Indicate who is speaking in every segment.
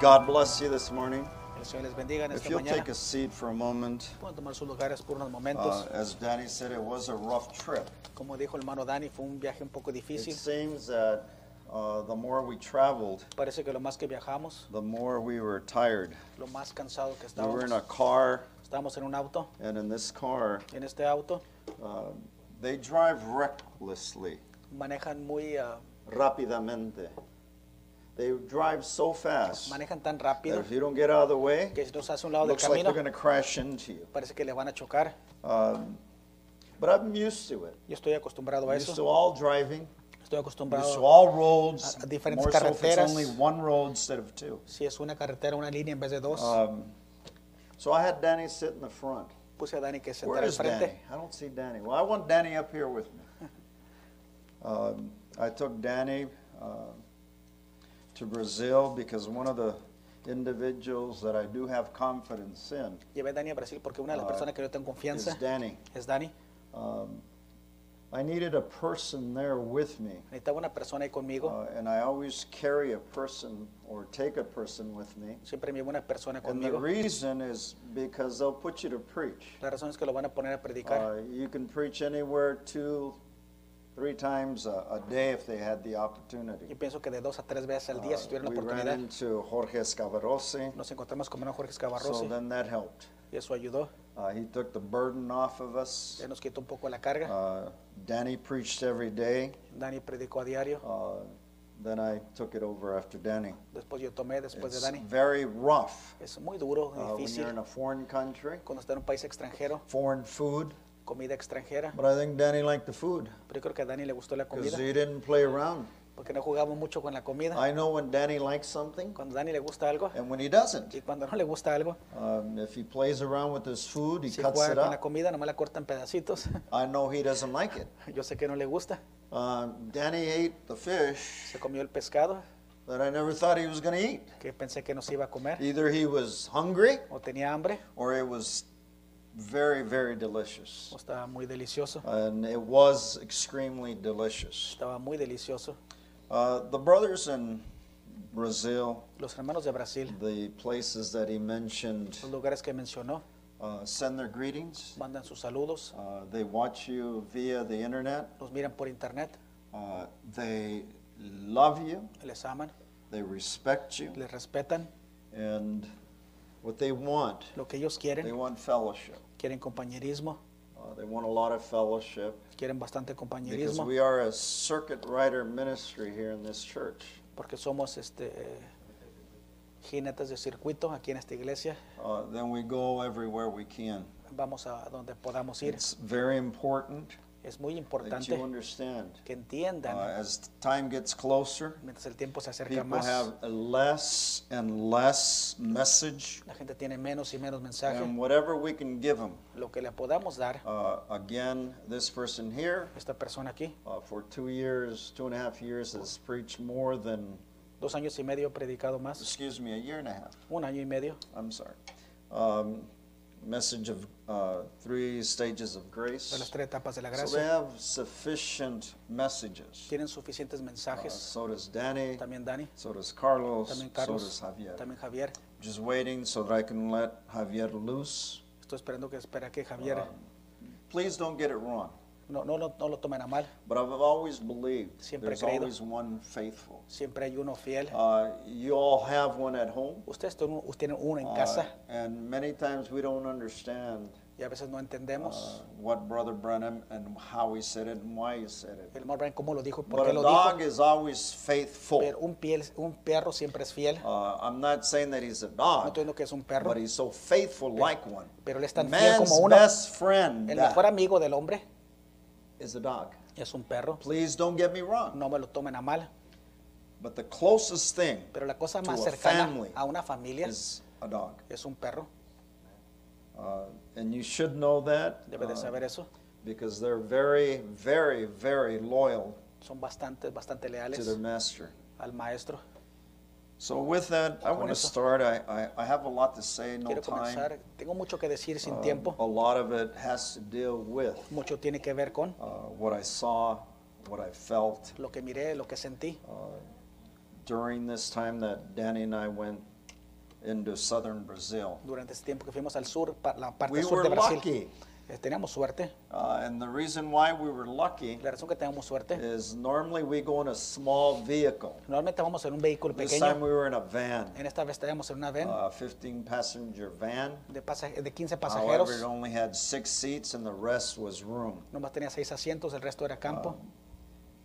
Speaker 1: God bless you this morning.
Speaker 2: El Señor les bendiga en
Speaker 1: If
Speaker 2: esta
Speaker 1: you'll
Speaker 2: mañana.
Speaker 1: take a seat for a moment,
Speaker 2: Pueden tomar sus lugares por unos
Speaker 1: uh,
Speaker 2: momentos.
Speaker 1: as Danny said, it was a rough trip.
Speaker 2: Como dijo el hermano Dani, fue un viaje un poco
Speaker 1: It
Speaker 2: difícil.
Speaker 1: seems that uh, the more we traveled,
Speaker 2: Parece que lo más que viajamos,
Speaker 1: the more we were tired.
Speaker 2: lo más cansado que
Speaker 1: We were in a
Speaker 2: estábamos.
Speaker 1: car,
Speaker 2: Estábamos en un auto,
Speaker 1: and in this car,
Speaker 2: en este auto.
Speaker 1: uh, they drive recklessly,
Speaker 2: Manejan muy, ah,
Speaker 1: rapidamente. They drive so fast
Speaker 2: manejan tan
Speaker 1: that
Speaker 2: rápido
Speaker 1: if you don't get out of the way,
Speaker 2: que si nos hace a un lado del
Speaker 1: looks like
Speaker 2: camino,
Speaker 1: they're going to crash into you.
Speaker 2: parece que le van a chocar.
Speaker 1: Um, but I'm used to it.
Speaker 2: Yo estoy acostumbrado a
Speaker 1: Used to
Speaker 2: eso.
Speaker 1: all driving.
Speaker 2: Estoy
Speaker 1: It's
Speaker 2: acostumbrado.
Speaker 1: all roads,
Speaker 2: a- a uh, diferentes
Speaker 1: more so if it's
Speaker 2: carreteras.
Speaker 1: only one road instead of two.
Speaker 2: Si es una carretera, una línea en vez de dos,
Speaker 1: Um, so I had Danny sit in the front.
Speaker 2: puse a Dani que se
Speaker 1: Where
Speaker 2: al
Speaker 1: is Danny?
Speaker 2: frente.
Speaker 1: I don't see Danny. Well, I want Danny up here with me. Um, I took Danny uh, to Brazil because one of the individuals that I do have confidence in
Speaker 2: Llevé a Dani a Brasil porque una de las
Speaker 1: Ah,
Speaker 2: personas que yo tengo
Speaker 1: is
Speaker 2: confianza
Speaker 1: Danny.
Speaker 2: es Dani.
Speaker 1: Um, I needed a person there with me,
Speaker 2: Necesitaba una persona ahí conmigo.
Speaker 1: uh, and I always carry a person or take a person with me.
Speaker 2: Siempre me llevo una persona
Speaker 1: And the
Speaker 2: conmigo.
Speaker 1: reason is because they'll put you to preach.
Speaker 2: La razón es que lo van a poner a predicar.
Speaker 1: Uh, you can preach anywhere two, three times a, a day if they had the opportunity.
Speaker 2: Yo pienso que de dos a tres veces al día, si
Speaker 1: Uh,
Speaker 2: tuvieran la
Speaker 1: we ran
Speaker 2: oportunidad,
Speaker 1: into Jorge Escavarossi,
Speaker 2: nos encontramos con hermano Jorge
Speaker 1: so
Speaker 2: Escabarrosi
Speaker 1: then that helped.
Speaker 2: y eso ayudó.
Speaker 1: Uh, he took the burden off of us.
Speaker 2: Ya nos quitó un poco la carga.
Speaker 1: Uh, Danny preached every day.
Speaker 2: Dani predicó a diario.
Speaker 1: Uh, then I took it over after Danny.
Speaker 2: Después yo tomé, después de
Speaker 1: It's
Speaker 2: Dani.
Speaker 1: very rough
Speaker 2: Es muy duro,
Speaker 1: uh, when
Speaker 2: difícil.
Speaker 1: you're in a foreign country,
Speaker 2: Cuando está en un país extranjero,
Speaker 1: foreign food.
Speaker 2: comida extranjera.
Speaker 1: But I think Danny liked the food
Speaker 2: Pero yo creo que a Dani le gustó la
Speaker 1: because
Speaker 2: comida
Speaker 1: he didn't play around.
Speaker 2: porque no jugamos mucho con la comida.
Speaker 1: I know when Danny likes something
Speaker 2: Cuando a Dani le gusta algo
Speaker 1: and when he doesn't.
Speaker 2: y cuando no le gusta algo,
Speaker 1: Um, if he plays around with his food, he
Speaker 2: si
Speaker 1: cuts
Speaker 2: juega
Speaker 1: it
Speaker 2: con la
Speaker 1: up.
Speaker 2: comida, nomás la corta en pedacitos.
Speaker 1: I know he doesn't like it.
Speaker 2: Yo sé que no le gusta.
Speaker 1: Um, Danny ate the fish
Speaker 2: Se comió el pescado
Speaker 1: that I never thought he was going to eat.
Speaker 2: que pensé que nos iba a comer
Speaker 1: Either he was hungry
Speaker 2: o tenía hambre.
Speaker 1: or it was very, very delicious.
Speaker 2: Estaba muy delicioso.
Speaker 1: And it was extremely delicious.
Speaker 2: Estaba muy delicioso.
Speaker 1: Uh, the brothers in Brazil,
Speaker 2: Los hermanos de Brasil,
Speaker 1: the places that he mentioned,
Speaker 2: los lugares que mencionó,
Speaker 1: uh, send their greetings.
Speaker 2: mandan sus saludos,
Speaker 1: Uh, they watch you via the internet.
Speaker 2: los miran por internet,
Speaker 1: Uh, they love you.
Speaker 2: les aman,
Speaker 1: They respect you.
Speaker 2: les respetan
Speaker 1: And what they want,
Speaker 2: lo que ellos
Speaker 1: they
Speaker 2: quieren.
Speaker 1: want fellowship.
Speaker 2: Quieren compañerismo,
Speaker 1: Uh, they want a lot of fellowship
Speaker 2: quieren bastante
Speaker 1: because
Speaker 2: compañerismo
Speaker 1: we are a circuit rider ministry here in this church.
Speaker 2: porque somos este, eh, jinetes de circuito aquí en esta iglesia.
Speaker 1: Uh, then we go everywhere we can.
Speaker 2: Vamos a donde podamos ir.
Speaker 1: It's very important
Speaker 2: Es muy
Speaker 1: that
Speaker 2: importante
Speaker 1: you understand.
Speaker 2: que
Speaker 1: Uh,
Speaker 2: entiendan,
Speaker 1: as time gets closer,
Speaker 2: mientras el tiempo se acerca
Speaker 1: people
Speaker 2: más,
Speaker 1: have less and less message,
Speaker 2: la gente tiene menos y menos
Speaker 1: and
Speaker 2: mensaje.
Speaker 1: whatever we can give them.
Speaker 2: Lo que le podamos dar
Speaker 1: Uh, again, this person here,
Speaker 2: a esta persona aquí,
Speaker 1: uh, for two years, two and a half years, has preached more than,
Speaker 2: dos años y medio he predicado más,
Speaker 1: excuse me, a year and a half,
Speaker 2: un año y medio.
Speaker 1: I'm sorry. Um, message of uh, three stages of
Speaker 2: de las
Speaker 1: grace.
Speaker 2: tres etapas de la
Speaker 1: So they
Speaker 2: gracia.
Speaker 1: have sufficient messages.
Speaker 2: Tienen suficientes
Speaker 1: Uh,
Speaker 2: mensajes.
Speaker 1: so does Danny,
Speaker 2: También Dani,
Speaker 1: so does Carlos,
Speaker 2: también
Speaker 1: so does
Speaker 2: Carlos,
Speaker 1: Javier.
Speaker 2: también Javier.
Speaker 1: Just waiting so that I can let Javier loose.
Speaker 2: Estoy esperando que espera que Javier
Speaker 1: Um, Please don't get it wrong,
Speaker 2: no, no, lo- no lo tomen a mal.
Speaker 1: but I've always believed
Speaker 2: Siempre
Speaker 1: there's
Speaker 2: creído.
Speaker 1: always one faithful.
Speaker 2: Siempre hay uno fiel.
Speaker 1: Uh, you all have one at home.
Speaker 2: Ustedes tienen un- tienen uno en
Speaker 1: uh,
Speaker 2: casa
Speaker 1: and many times we don't understand
Speaker 2: y a veces no
Speaker 1: uh,
Speaker 2: entendemos
Speaker 1: what Brother Brenham and how he said it and why he said it.
Speaker 2: el hermano Brian cómo lo dijo y por
Speaker 1: But
Speaker 2: qué
Speaker 1: a
Speaker 2: lo dijo.
Speaker 1: dog is always
Speaker 2: Pero
Speaker 1: faithful.
Speaker 2: un, piel, un perro siempre es fiel.
Speaker 1: Uh, I'm not saying that he's a
Speaker 2: No
Speaker 1: dog,
Speaker 2: estoy diciendo que es un perro.
Speaker 1: but he's so faithful like one.
Speaker 2: pero él es tan fiel
Speaker 1: Man's
Speaker 2: como uno.
Speaker 1: best friend
Speaker 2: El
Speaker 1: that
Speaker 2: mejor amigo del hombre
Speaker 1: is a dog.
Speaker 2: es un perro.
Speaker 1: Please don't get me wrong,
Speaker 2: No me lo tomen a mal.
Speaker 1: but the closest thing
Speaker 2: Pero la cosa
Speaker 1: To
Speaker 2: más
Speaker 1: a
Speaker 2: cercana
Speaker 1: family
Speaker 2: a una familia
Speaker 1: is a dog.
Speaker 2: es un perro.
Speaker 1: Uh, and you should know that
Speaker 2: Debe de
Speaker 1: uh,
Speaker 2: saber eso.
Speaker 1: because they're very, very, very loyal
Speaker 2: Son bastante, bastante
Speaker 1: to their
Speaker 2: leales
Speaker 1: master.
Speaker 2: al maestro.
Speaker 1: So with that, I
Speaker 2: Con
Speaker 1: want to
Speaker 2: eso.
Speaker 1: start. I, I, I have a lot to say, no
Speaker 2: Quiero
Speaker 1: time.
Speaker 2: comenzar. Tengo mucho que decir sin
Speaker 1: Um,
Speaker 2: tiempo.
Speaker 1: a lot of it has to deal with
Speaker 2: Mucho tiene que ver con
Speaker 1: uh, what I saw, what I felt Oh.
Speaker 2: lo que miré, lo que sentí
Speaker 1: during this time that Danny and I went into southern Brazil.
Speaker 2: Durante ese tiempo que fuimos al sur, pa- la parte
Speaker 1: We
Speaker 2: sur de
Speaker 1: were
Speaker 2: Brasil,
Speaker 1: lucky.
Speaker 2: eh, teníamos suerte.
Speaker 1: Uh, and the reason why we were lucky
Speaker 2: La razón que teníamos suerte,
Speaker 1: is normally we go in a small vehicle.
Speaker 2: normalmente vamos en un vehículo
Speaker 1: This time
Speaker 2: pequeño.
Speaker 1: we Ah. were in a van,
Speaker 2: En esta vez teníamos en una van
Speaker 1: a 15-passenger van.
Speaker 2: de, pasa- de
Speaker 1: Ah, However,
Speaker 2: 15
Speaker 1: it
Speaker 2: pasajeros.
Speaker 1: only had six seats and the rest was room.
Speaker 2: Nomás tenía seis asientos, el resto
Speaker 1: Ah.
Speaker 2: era campo.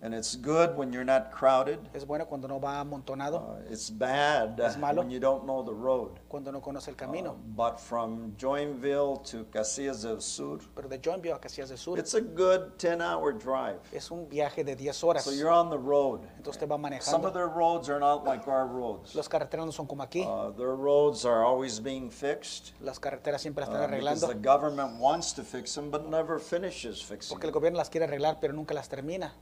Speaker 1: And it's good when you're not crowded.
Speaker 2: Es bueno cuando no va amontonado,
Speaker 1: Uh, It's bad
Speaker 2: Es malo.
Speaker 1: when you don't know the road.
Speaker 2: cuando no conoce el
Speaker 1: Uh,
Speaker 2: camino.
Speaker 1: But from Joinville to Casillas del Sur,
Speaker 2: Pero de Joinville a Casillas del Sur
Speaker 1: it's a good 10-hour drive.
Speaker 2: es un viaje de 10 horas.
Speaker 1: So you're on the road.
Speaker 2: Entonces te va
Speaker 1: Some of
Speaker 2: manejando.
Speaker 1: their roads are not like our roads.
Speaker 2: Los carreteras no son como aquí.
Speaker 1: Uh, Their roads are always being fixed.
Speaker 2: Las carreteras siempre las
Speaker 1: uh,
Speaker 2: están
Speaker 1: Because the
Speaker 2: arreglando.
Speaker 1: government wants to fix them, but never finishes fixing
Speaker 2: Porque el
Speaker 1: them.
Speaker 2: gobierno las quiere arreglar, pero nunca las termina.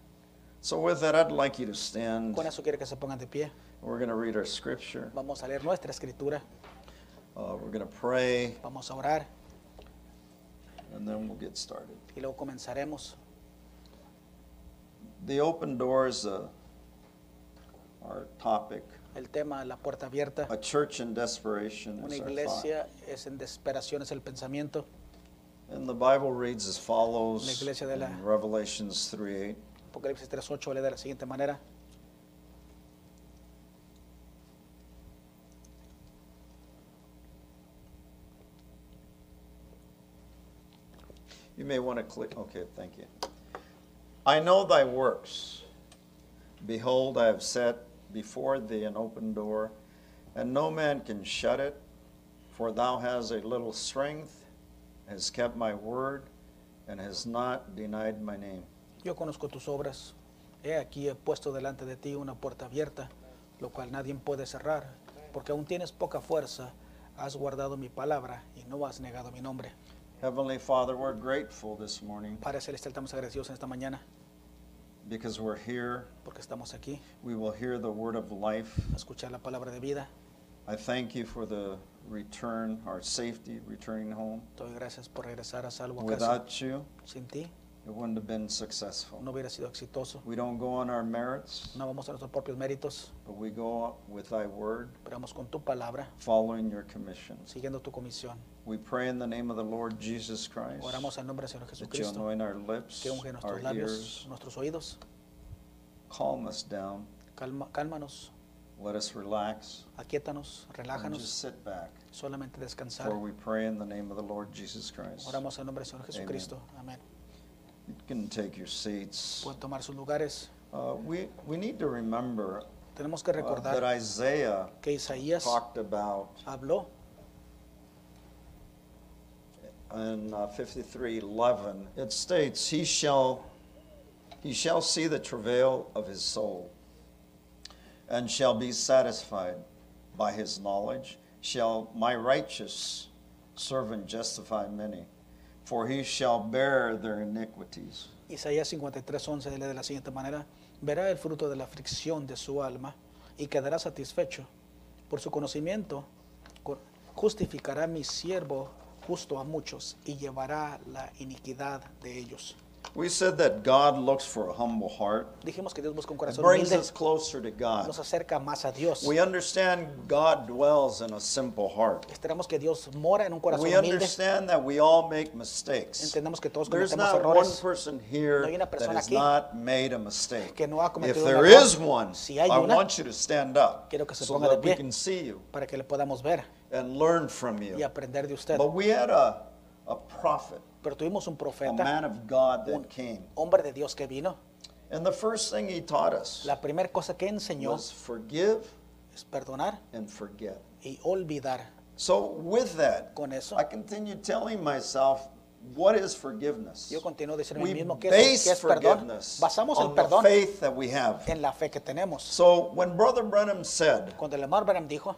Speaker 1: So with that, I'd like you to stand.
Speaker 2: Con eso quiero que se pongan de pie.
Speaker 1: We're going to read our scripture.
Speaker 2: Vamos a leer nuestra escritura.
Speaker 1: Uh, We're going to pray,
Speaker 2: Vamos a orar
Speaker 1: and then we'll get started.
Speaker 2: y luego comenzaremos.
Speaker 1: The open doors uh, our topic.
Speaker 2: El tema, la puerta abierta.
Speaker 1: A church in desperation
Speaker 2: Una
Speaker 1: is our thought.
Speaker 2: iglesia es en desesperación, es el pensamiento.
Speaker 1: And the Bible reads as
Speaker 2: La
Speaker 1: follows
Speaker 2: iglesia de la-
Speaker 1: in Revelations 3:8.
Speaker 2: Apocalipsis 3.8 lee de la siguiente manera.
Speaker 1: You may want to click, okay, thank you. I know thy works. Behold, I have set before thee an open door, and no man can shut it, for thou hast a little strength, has kept my word, and has not denied my name.
Speaker 2: Yo conozco tus obras. He aquí he puesto delante de ti una puerta abierta, lo cual nadie puede cerrar, porque aún tienes poca fuerza. Has guardado mi palabra y no has negado mi nombre.
Speaker 1: Heavenly Father, we're grateful this morning
Speaker 2: Padre Celestial, estamos agradecidos en esta mañana
Speaker 1: because we're here.
Speaker 2: porque estamos aquí
Speaker 1: We will hear the word of life.
Speaker 2: a escuchar la palabra de vida.
Speaker 1: I thank you for the return, our safety, returning home.
Speaker 2: Te doy gracias por regresar a salvo a casa.
Speaker 1: Without you,
Speaker 2: Sin ti
Speaker 1: it wouldn't have been successful.
Speaker 2: no hubiera sido exitoso.
Speaker 1: We don't go on our merits,
Speaker 2: No vamos a nuestros propios méritos,
Speaker 1: but we go with thy word,
Speaker 2: pero vamos con tu palabra,
Speaker 1: following your commissions.
Speaker 2: siguiendo tu comisión.
Speaker 1: We pray in the name of the Lord Jesus Christ
Speaker 2: Oramos en nombre del Señor
Speaker 1: that you
Speaker 2: Jesucristo,
Speaker 1: anoint our lips,
Speaker 2: que unge
Speaker 1: our
Speaker 2: nuestros labios,
Speaker 1: ears,
Speaker 2: nuestros oídos.
Speaker 1: calm us down,
Speaker 2: Calma, cálmanos,
Speaker 1: let us relax,
Speaker 2: aquíétanos,
Speaker 1: and
Speaker 2: relájanos,
Speaker 1: just sit back.
Speaker 2: solamente descansar.
Speaker 1: For we pray in the name of the Lord Jesus Christ.
Speaker 2: Oramos en nombre del Señor Jesucristo. Amén.
Speaker 1: You can take your seats.
Speaker 2: Pueden tomar sus lugares.
Speaker 1: Uh, we, we need to remember
Speaker 2: Tenemos que
Speaker 1: uh, that
Speaker 2: recordar
Speaker 1: Isaiah
Speaker 2: que Isaías
Speaker 1: talked about
Speaker 2: habló
Speaker 1: in uh, fifty-three eleven. It states, "He shall, he shall see the travail of his soul, and shall be satisfied by his knowledge. Shall my righteous servant justify many, for he shall bear their iniquities."
Speaker 2: Isaías 53:11 lee de la siguiente manera, verá el fruto de la aflicción de su alma y quedará satisfecho. Por su conocimiento co- justificará mi siervo justo a muchos y llevará la iniquidad de ellos.
Speaker 1: We said that God looks for a humble heart.
Speaker 2: Dijimos que Dios busca un
Speaker 1: It
Speaker 2: corazón
Speaker 1: brings
Speaker 2: humilde,
Speaker 1: us closer to God.
Speaker 2: nos acerca más a Dios.
Speaker 1: We understand God dwells in a simple heart.
Speaker 2: Esperamos que Dios mora en un corazón
Speaker 1: We
Speaker 2: humilde.
Speaker 1: understand that we all make mistakes.
Speaker 2: Entendemos que todos
Speaker 1: There's
Speaker 2: cometemos
Speaker 1: not one
Speaker 2: errores.
Speaker 1: person here
Speaker 2: No hay una
Speaker 1: that
Speaker 2: persona
Speaker 1: has
Speaker 2: aquí
Speaker 1: not made a mistake.
Speaker 2: que no ha
Speaker 1: if
Speaker 2: cometido un
Speaker 1: there
Speaker 2: error.
Speaker 1: is one,
Speaker 2: Si hay
Speaker 1: I
Speaker 2: una,
Speaker 1: want you to stand up
Speaker 2: quiero que se
Speaker 1: so
Speaker 2: ponga de
Speaker 1: that we
Speaker 2: pie.
Speaker 1: can see you
Speaker 2: para que le podamos ver
Speaker 1: and learn from you.
Speaker 2: y aprender de usted.
Speaker 1: But we had a, a prophet,
Speaker 2: Pero tuvimos un
Speaker 1: a
Speaker 2: profeta,
Speaker 1: man of God
Speaker 2: un
Speaker 1: that came.
Speaker 2: hombre de Dios que vino.
Speaker 1: And the first thing he taught us
Speaker 2: La primera cosa que enseñó
Speaker 1: was forgive
Speaker 2: es perdonar
Speaker 1: and forget.
Speaker 2: y olvidar.
Speaker 1: So with that,
Speaker 2: Con eso,
Speaker 1: I continue telling myself, what is forgiveness?
Speaker 2: yo continúo diciendo a
Speaker 1: We
Speaker 2: mí mismo que es,
Speaker 1: base
Speaker 2: qué es perdón.
Speaker 1: forgiveness
Speaker 2: Basamos el
Speaker 1: on the
Speaker 2: perdón
Speaker 1: faith that we have.
Speaker 2: en la fe que tenemos.
Speaker 1: So when Brother Brenham said,
Speaker 2: Cuando el amor Branham dijo,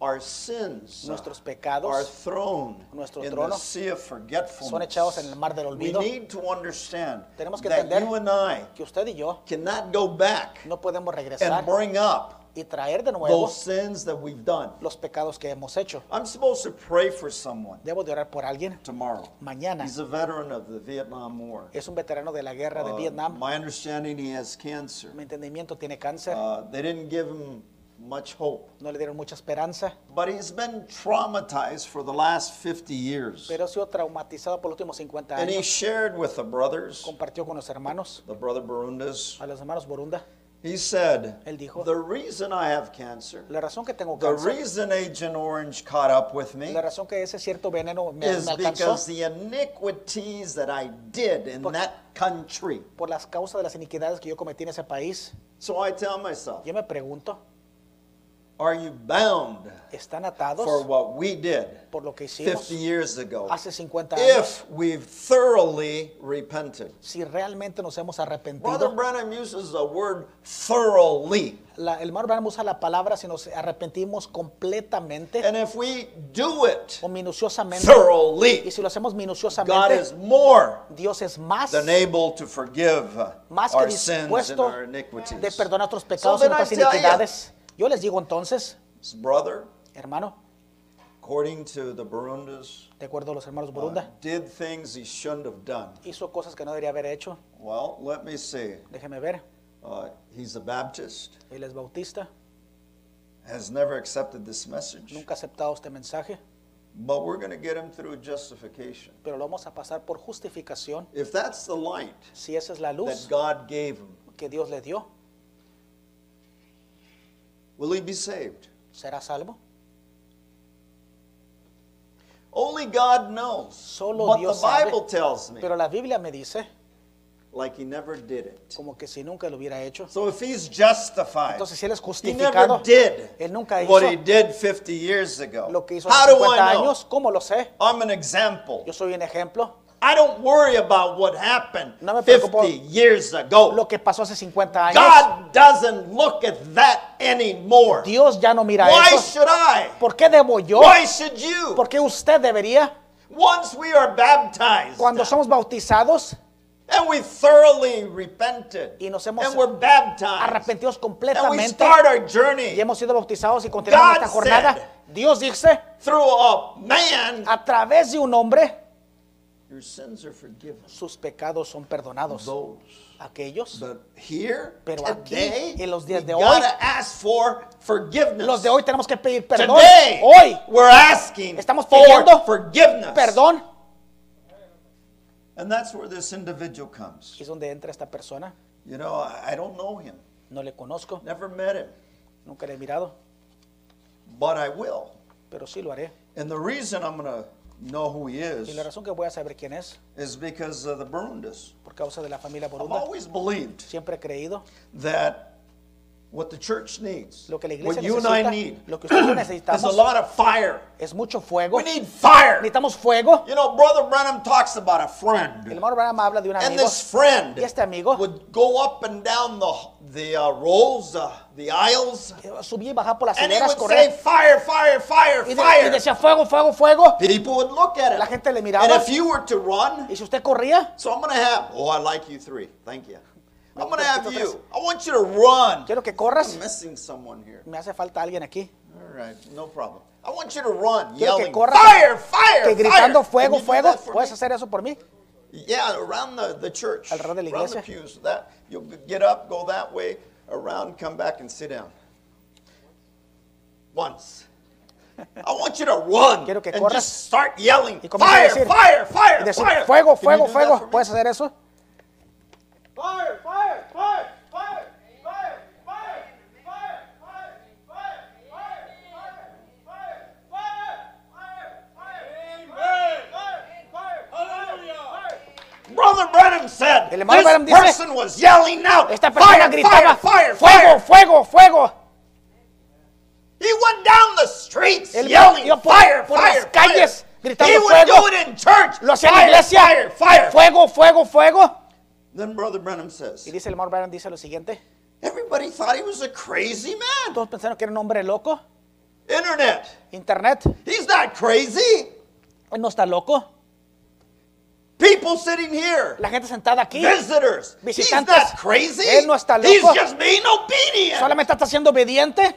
Speaker 1: our sins
Speaker 2: nuestros
Speaker 1: are
Speaker 2: pecados
Speaker 1: thrown
Speaker 2: nuestro
Speaker 1: in
Speaker 2: trono
Speaker 1: the sea of forgetfulness,
Speaker 2: son echados en el mar del
Speaker 1: we
Speaker 2: olvido,
Speaker 1: need to understand
Speaker 2: Tenemos que
Speaker 1: that
Speaker 2: entender
Speaker 1: you and I
Speaker 2: que usted y yo
Speaker 1: cannot go back
Speaker 2: no podemos
Speaker 1: and
Speaker 2: regresar
Speaker 1: bring up
Speaker 2: y traer de nuevo
Speaker 1: those sins that we've done.
Speaker 2: los pecados que hemos hecho.
Speaker 1: I'm supposed to pray for someone
Speaker 2: Debo de orar por alguien.
Speaker 1: tomorrow.
Speaker 2: Mañana
Speaker 1: He's a veteran of the Vietnam War.
Speaker 2: es un veterano de la guerra de
Speaker 1: Uh,
Speaker 2: Vietnam.
Speaker 1: My understanding, he has cancer.
Speaker 2: Mi entendimiento tiene cáncer.
Speaker 1: Uh, they didn't give him much hope.
Speaker 2: no le dieron mucha esperanza,
Speaker 1: But he's been traumatized for the last 50 years.
Speaker 2: pero ha sido traumatizado por los últimos 50
Speaker 1: And he
Speaker 2: años.
Speaker 1: shared with the brothers,
Speaker 2: Compartió con los hermanos,
Speaker 1: the brother Burundas.
Speaker 2: a los hermanos Borunda,
Speaker 1: He said,
Speaker 2: Él dijo,
Speaker 1: The reason I have cancer,
Speaker 2: la razón que tengo
Speaker 1: the
Speaker 2: cáncer,
Speaker 1: reason Agent Orange caught up with me,
Speaker 2: la razón que ese cierto veneno me,
Speaker 1: is
Speaker 2: me alcanzó
Speaker 1: because the iniquities that I did in
Speaker 2: Por-
Speaker 1: that country.
Speaker 2: por las causas de las iniquidades que yo cometí en ese país.
Speaker 1: So I tell myself,
Speaker 2: Yo me pregunto,
Speaker 1: Are you bound
Speaker 2: ¿están
Speaker 1: for
Speaker 2: atados
Speaker 1: what we did
Speaker 2: por lo que
Speaker 1: 50
Speaker 2: hicimos
Speaker 1: years ago?
Speaker 2: hace 50 años?
Speaker 1: If we've thoroughly repented.
Speaker 2: Si realmente nos hemos
Speaker 1: Brother
Speaker 2: arrepentido,
Speaker 1: Branham uses the word thoroughly.
Speaker 2: la, el hermano Branham usa la palabra si nos arrepentimos completamente
Speaker 1: And if we do it
Speaker 2: o minuciosamente, y
Speaker 1: thoroughly,
Speaker 2: si lo hacemos
Speaker 1: God
Speaker 2: minuciosamente,
Speaker 1: is more
Speaker 2: Dios es más,
Speaker 1: than able to forgive uh,
Speaker 2: más que
Speaker 1: our sins and
Speaker 2: dispuesto
Speaker 1: our
Speaker 2: de
Speaker 1: iniquities.
Speaker 2: perdonar nuestros pecados y
Speaker 1: then I
Speaker 2: nuestras
Speaker 1: tell you-
Speaker 2: iniquidades. Yo les digo entonces,
Speaker 1: His brother,
Speaker 2: hermano,
Speaker 1: according to the Burundas,
Speaker 2: de acuerdo a los hermanos
Speaker 1: uh,
Speaker 2: Borunda,
Speaker 1: did things he shouldn't have done.
Speaker 2: hizo cosas que no debería haber hecho.
Speaker 1: Well, let me see.
Speaker 2: Déjeme ver,
Speaker 1: Uh, he's a Baptist,
Speaker 2: él es bautista,
Speaker 1: has never accepted this message,
Speaker 2: nunca ha aceptado este mensaje,
Speaker 1: but we're going to get him through justification.
Speaker 2: pero lo vamos a pasar por justificación.
Speaker 1: If that's the light
Speaker 2: Si esa es la
Speaker 1: that
Speaker 2: luz
Speaker 1: God gave him,
Speaker 2: que Dios le dio,
Speaker 1: will he be saved?
Speaker 2: será salvo.
Speaker 1: Only God knows.
Speaker 2: Solo
Speaker 1: but
Speaker 2: Dios
Speaker 1: the
Speaker 2: sabe.
Speaker 1: Bible tells me,
Speaker 2: Pero la Biblia me dice
Speaker 1: like he never did it.
Speaker 2: como que si nunca lo hubiera hecho.
Speaker 1: So if he's justified,
Speaker 2: Entonces si él es
Speaker 1: he never
Speaker 2: justificado,
Speaker 1: did
Speaker 2: él nunca
Speaker 1: what he
Speaker 2: hizo
Speaker 1: did 50 years ago.
Speaker 2: lo que hizo
Speaker 1: How
Speaker 2: hace
Speaker 1: do I
Speaker 2: 50
Speaker 1: know?
Speaker 2: años, ¿cómo lo sé?
Speaker 1: I'm an example.
Speaker 2: Yo soy un ejemplo.
Speaker 1: I don't worry about what happened
Speaker 2: No me
Speaker 1: 50
Speaker 2: preocupo
Speaker 1: years ago.
Speaker 2: Lo que pasó hace 50 años,
Speaker 1: God doesn't look at that anymore.
Speaker 2: Dios ya no mira
Speaker 1: Why
Speaker 2: eso.
Speaker 1: should I?
Speaker 2: ¿Por qué debo yo?
Speaker 1: Why should you?
Speaker 2: ¿Por qué usted debería?
Speaker 1: Once we are baptized
Speaker 2: Cuando somos bautizados,
Speaker 1: and we thoroughly repented
Speaker 2: Y nos hemos
Speaker 1: and we're baptized
Speaker 2: arrepentidos
Speaker 1: and we
Speaker 2: completamente
Speaker 1: start our
Speaker 2: y
Speaker 1: journey
Speaker 2: hemos sido bautizados y continuamos
Speaker 1: God
Speaker 2: esta jornada, Dios dice,
Speaker 1: through a man,
Speaker 2: a través de un hombre,
Speaker 1: your sins are forgiven.
Speaker 2: sus pecados son perdonados.
Speaker 1: Those.
Speaker 2: Aquellos
Speaker 1: But here,
Speaker 2: Pero aquí,
Speaker 1: today,
Speaker 2: en los días
Speaker 1: we
Speaker 2: de hoy,
Speaker 1: gotta ask for forgiveness.
Speaker 2: Los de hoy tenemos que pedir perdón.
Speaker 1: Today,
Speaker 2: Hoy,
Speaker 1: we're asking
Speaker 2: Estamos
Speaker 1: for
Speaker 2: pidiendo
Speaker 1: forgiveness.
Speaker 2: perdón.
Speaker 1: And that's where this individual comes.
Speaker 2: Es donde entra esta persona.
Speaker 1: You know, I, I don't know him,
Speaker 2: No le conozco,
Speaker 1: never met him,
Speaker 2: nunca le he mirado,
Speaker 1: but I will.
Speaker 2: pero sí lo haré.
Speaker 1: And the reason I'm gonna know who he
Speaker 2: Y la
Speaker 1: is
Speaker 2: razón que voy a saber quién es,
Speaker 1: is because of the Burundis.
Speaker 2: por causa de la familia
Speaker 1: I've
Speaker 2: Borunda,
Speaker 1: always believed
Speaker 2: siempre he creído
Speaker 1: that what the church needs,
Speaker 2: lo que la
Speaker 1: what
Speaker 2: iglesia
Speaker 1: you and I
Speaker 2: necesita,
Speaker 1: need,
Speaker 2: lo que usted y yo
Speaker 1: is a
Speaker 2: necesitamos,
Speaker 1: lot of fire.
Speaker 2: es mucho fuego.
Speaker 1: We need fire.
Speaker 2: Necesitamos fuego.
Speaker 1: You know, Brother Branham talks about a friend.
Speaker 2: El hermano Branham habla de un
Speaker 1: And
Speaker 2: amigo.
Speaker 1: this friend
Speaker 2: Y este amigo
Speaker 1: would go up and down the the uh, rolls, uh, the aisles,
Speaker 2: eh, subía y bajaba por las
Speaker 1: and he
Speaker 2: hileras,
Speaker 1: would say,
Speaker 2: correr.
Speaker 1: "Fire, fire, fire,
Speaker 2: Y, de- y
Speaker 1: fire!"
Speaker 2: decía fuego, fuego, fuego.
Speaker 1: People would look at him.
Speaker 2: La gente le miraba.
Speaker 1: and if you were to run,
Speaker 2: Y si usted corría,
Speaker 1: so I'm gonna have. Oh, I like you three. Thank you. I'm gonna have
Speaker 2: Poquito
Speaker 1: you. I want you to run.
Speaker 2: quiero que
Speaker 1: I'm
Speaker 2: corras.
Speaker 1: missing someone here.
Speaker 2: Me hace falta alguien aquí.
Speaker 1: All right, no problem. I want you to run,
Speaker 2: Quiero
Speaker 1: yelling,
Speaker 2: que corras.
Speaker 1: "Fire, fire, fire!"
Speaker 2: Que gritando fuego,
Speaker 1: Can you do
Speaker 2: fuego,
Speaker 1: that for
Speaker 2: ¿puedes
Speaker 1: me?
Speaker 2: hacer eso por mí?
Speaker 1: Yeah, around the, the church.
Speaker 2: Alrededor de la
Speaker 1: Around the
Speaker 2: iglesia.
Speaker 1: pews. That, you'll get up, go that way, around, come back and sit down. Once. I want you to run
Speaker 2: Quiero que
Speaker 1: and
Speaker 2: corras.
Speaker 1: just start yelling.
Speaker 2: Y comienza a
Speaker 1: Fire,
Speaker 2: decir-
Speaker 1: fire, fire,
Speaker 2: Y decir,
Speaker 1: fire.
Speaker 2: fuego,
Speaker 1: Can you do
Speaker 2: fuego,
Speaker 1: that for
Speaker 2: fuego.
Speaker 1: me?
Speaker 2: ¿Puedes hacer eso?
Speaker 3: Fire! Fire! Fire! Fire! Fire! Fire! Fire! Fire! Fire! Fire! Fire! Fire! Fire! Fire! Amen! Fire! Fire! Hallelujah! Fire!
Speaker 1: Brother Branham said,
Speaker 2: El hermano
Speaker 1: this
Speaker 2: Branham dice,
Speaker 1: person was yelling out,
Speaker 2: Esta persona
Speaker 1: fire,
Speaker 2: gritaba,
Speaker 1: fire, fire,
Speaker 2: fuego,
Speaker 1: fire.
Speaker 2: fuego, fuego.
Speaker 1: He went down the streets
Speaker 2: Él
Speaker 1: yelling,
Speaker 2: iba por-
Speaker 1: fire,
Speaker 2: por
Speaker 1: fire,
Speaker 2: las calles,
Speaker 1: fire.
Speaker 2: gritando
Speaker 1: He would
Speaker 2: fuego.
Speaker 1: do it in church.
Speaker 2: Lo hacía en la
Speaker 1: fire, fire,
Speaker 2: iglesia.
Speaker 1: fire.
Speaker 2: Fuego, fuego, fuego.
Speaker 1: Then Brother Branham says,
Speaker 2: Y dice el hermano Branham dice lo siguiente.
Speaker 1: everybody thought he was a crazy man.
Speaker 2: Todos pensaron que era un hombre loco.
Speaker 1: Internet.
Speaker 2: Internet.
Speaker 1: He's not crazy.
Speaker 2: Él no está loco.
Speaker 1: People sitting here,
Speaker 2: La gente sentada aquí
Speaker 1: visitors. He's
Speaker 2: Visitantes.
Speaker 1: not crazy.
Speaker 2: Él no está
Speaker 1: He's
Speaker 2: loco.
Speaker 1: just being obedient.
Speaker 2: solamente está siendo obediente.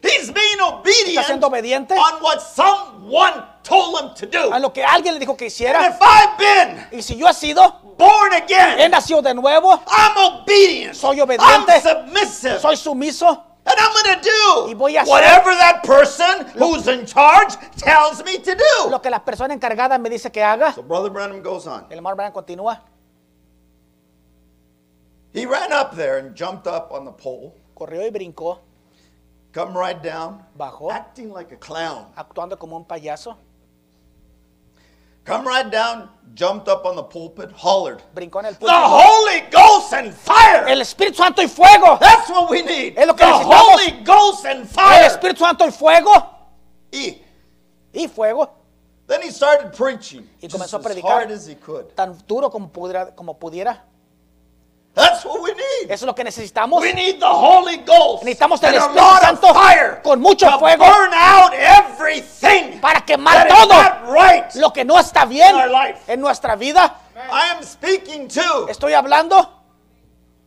Speaker 1: He's being obedient,
Speaker 2: Está siendo obediente.
Speaker 1: on what someone told him to do.
Speaker 2: A lo que alguien le dijo que
Speaker 1: And
Speaker 2: hiciera.
Speaker 1: if I've been
Speaker 2: Y si yo he sido,
Speaker 1: born
Speaker 2: he
Speaker 1: again,
Speaker 2: nacido de nuevo.
Speaker 1: I'm obedient.
Speaker 2: Soy
Speaker 1: I'm
Speaker 2: obediente.
Speaker 1: submissive.
Speaker 2: Soy sumiso.
Speaker 1: and I'm going to
Speaker 2: Y
Speaker 1: do
Speaker 2: voy a hacer-
Speaker 1: whatever that person who's in charge tells me to do.
Speaker 2: Lo que la persona encargada me dice que haga,
Speaker 1: So Brother Branham goes on.
Speaker 2: el hermano Branham continúa,
Speaker 1: He ran up there and jumped up on the pole,
Speaker 2: corrió y brincó,
Speaker 1: come right down,
Speaker 2: Bajó.
Speaker 1: acting like a clown.
Speaker 2: actuando como un payaso,
Speaker 1: Come right down, jumped up on the pulpit, hollered.
Speaker 2: brincó en el
Speaker 1: The
Speaker 2: púlpito.
Speaker 1: Holy Ghost and fire!
Speaker 2: El Espíritu Santo y fuego.
Speaker 1: That's what we need.
Speaker 2: Es lo que
Speaker 1: the
Speaker 2: necesitamos.
Speaker 1: Holy Ghost and
Speaker 2: El
Speaker 1: fire.
Speaker 2: Espíritu Santo y fuego.
Speaker 1: He-
Speaker 2: Y fuego.
Speaker 1: Then he started preaching
Speaker 2: Y
Speaker 1: just
Speaker 2: comenzó a
Speaker 1: as
Speaker 2: predicar.
Speaker 1: hard as he could.
Speaker 2: Tan duro como pudiera. Como pudiera.
Speaker 1: That's what we need.
Speaker 2: Eso es lo que necesitamos.
Speaker 1: We need the Holy Ghost
Speaker 2: Necesitamos
Speaker 1: and
Speaker 2: el
Speaker 1: a
Speaker 2: Espíritu
Speaker 1: lot of
Speaker 2: Santo
Speaker 1: fire
Speaker 2: con mucho
Speaker 1: to
Speaker 2: fuego
Speaker 1: burn out everything
Speaker 2: para quemar
Speaker 1: that is
Speaker 2: todo
Speaker 1: not right.
Speaker 2: lo que no está bien
Speaker 1: in our life.
Speaker 2: en nuestra vida.
Speaker 1: I am speaking to
Speaker 2: Estoy hablando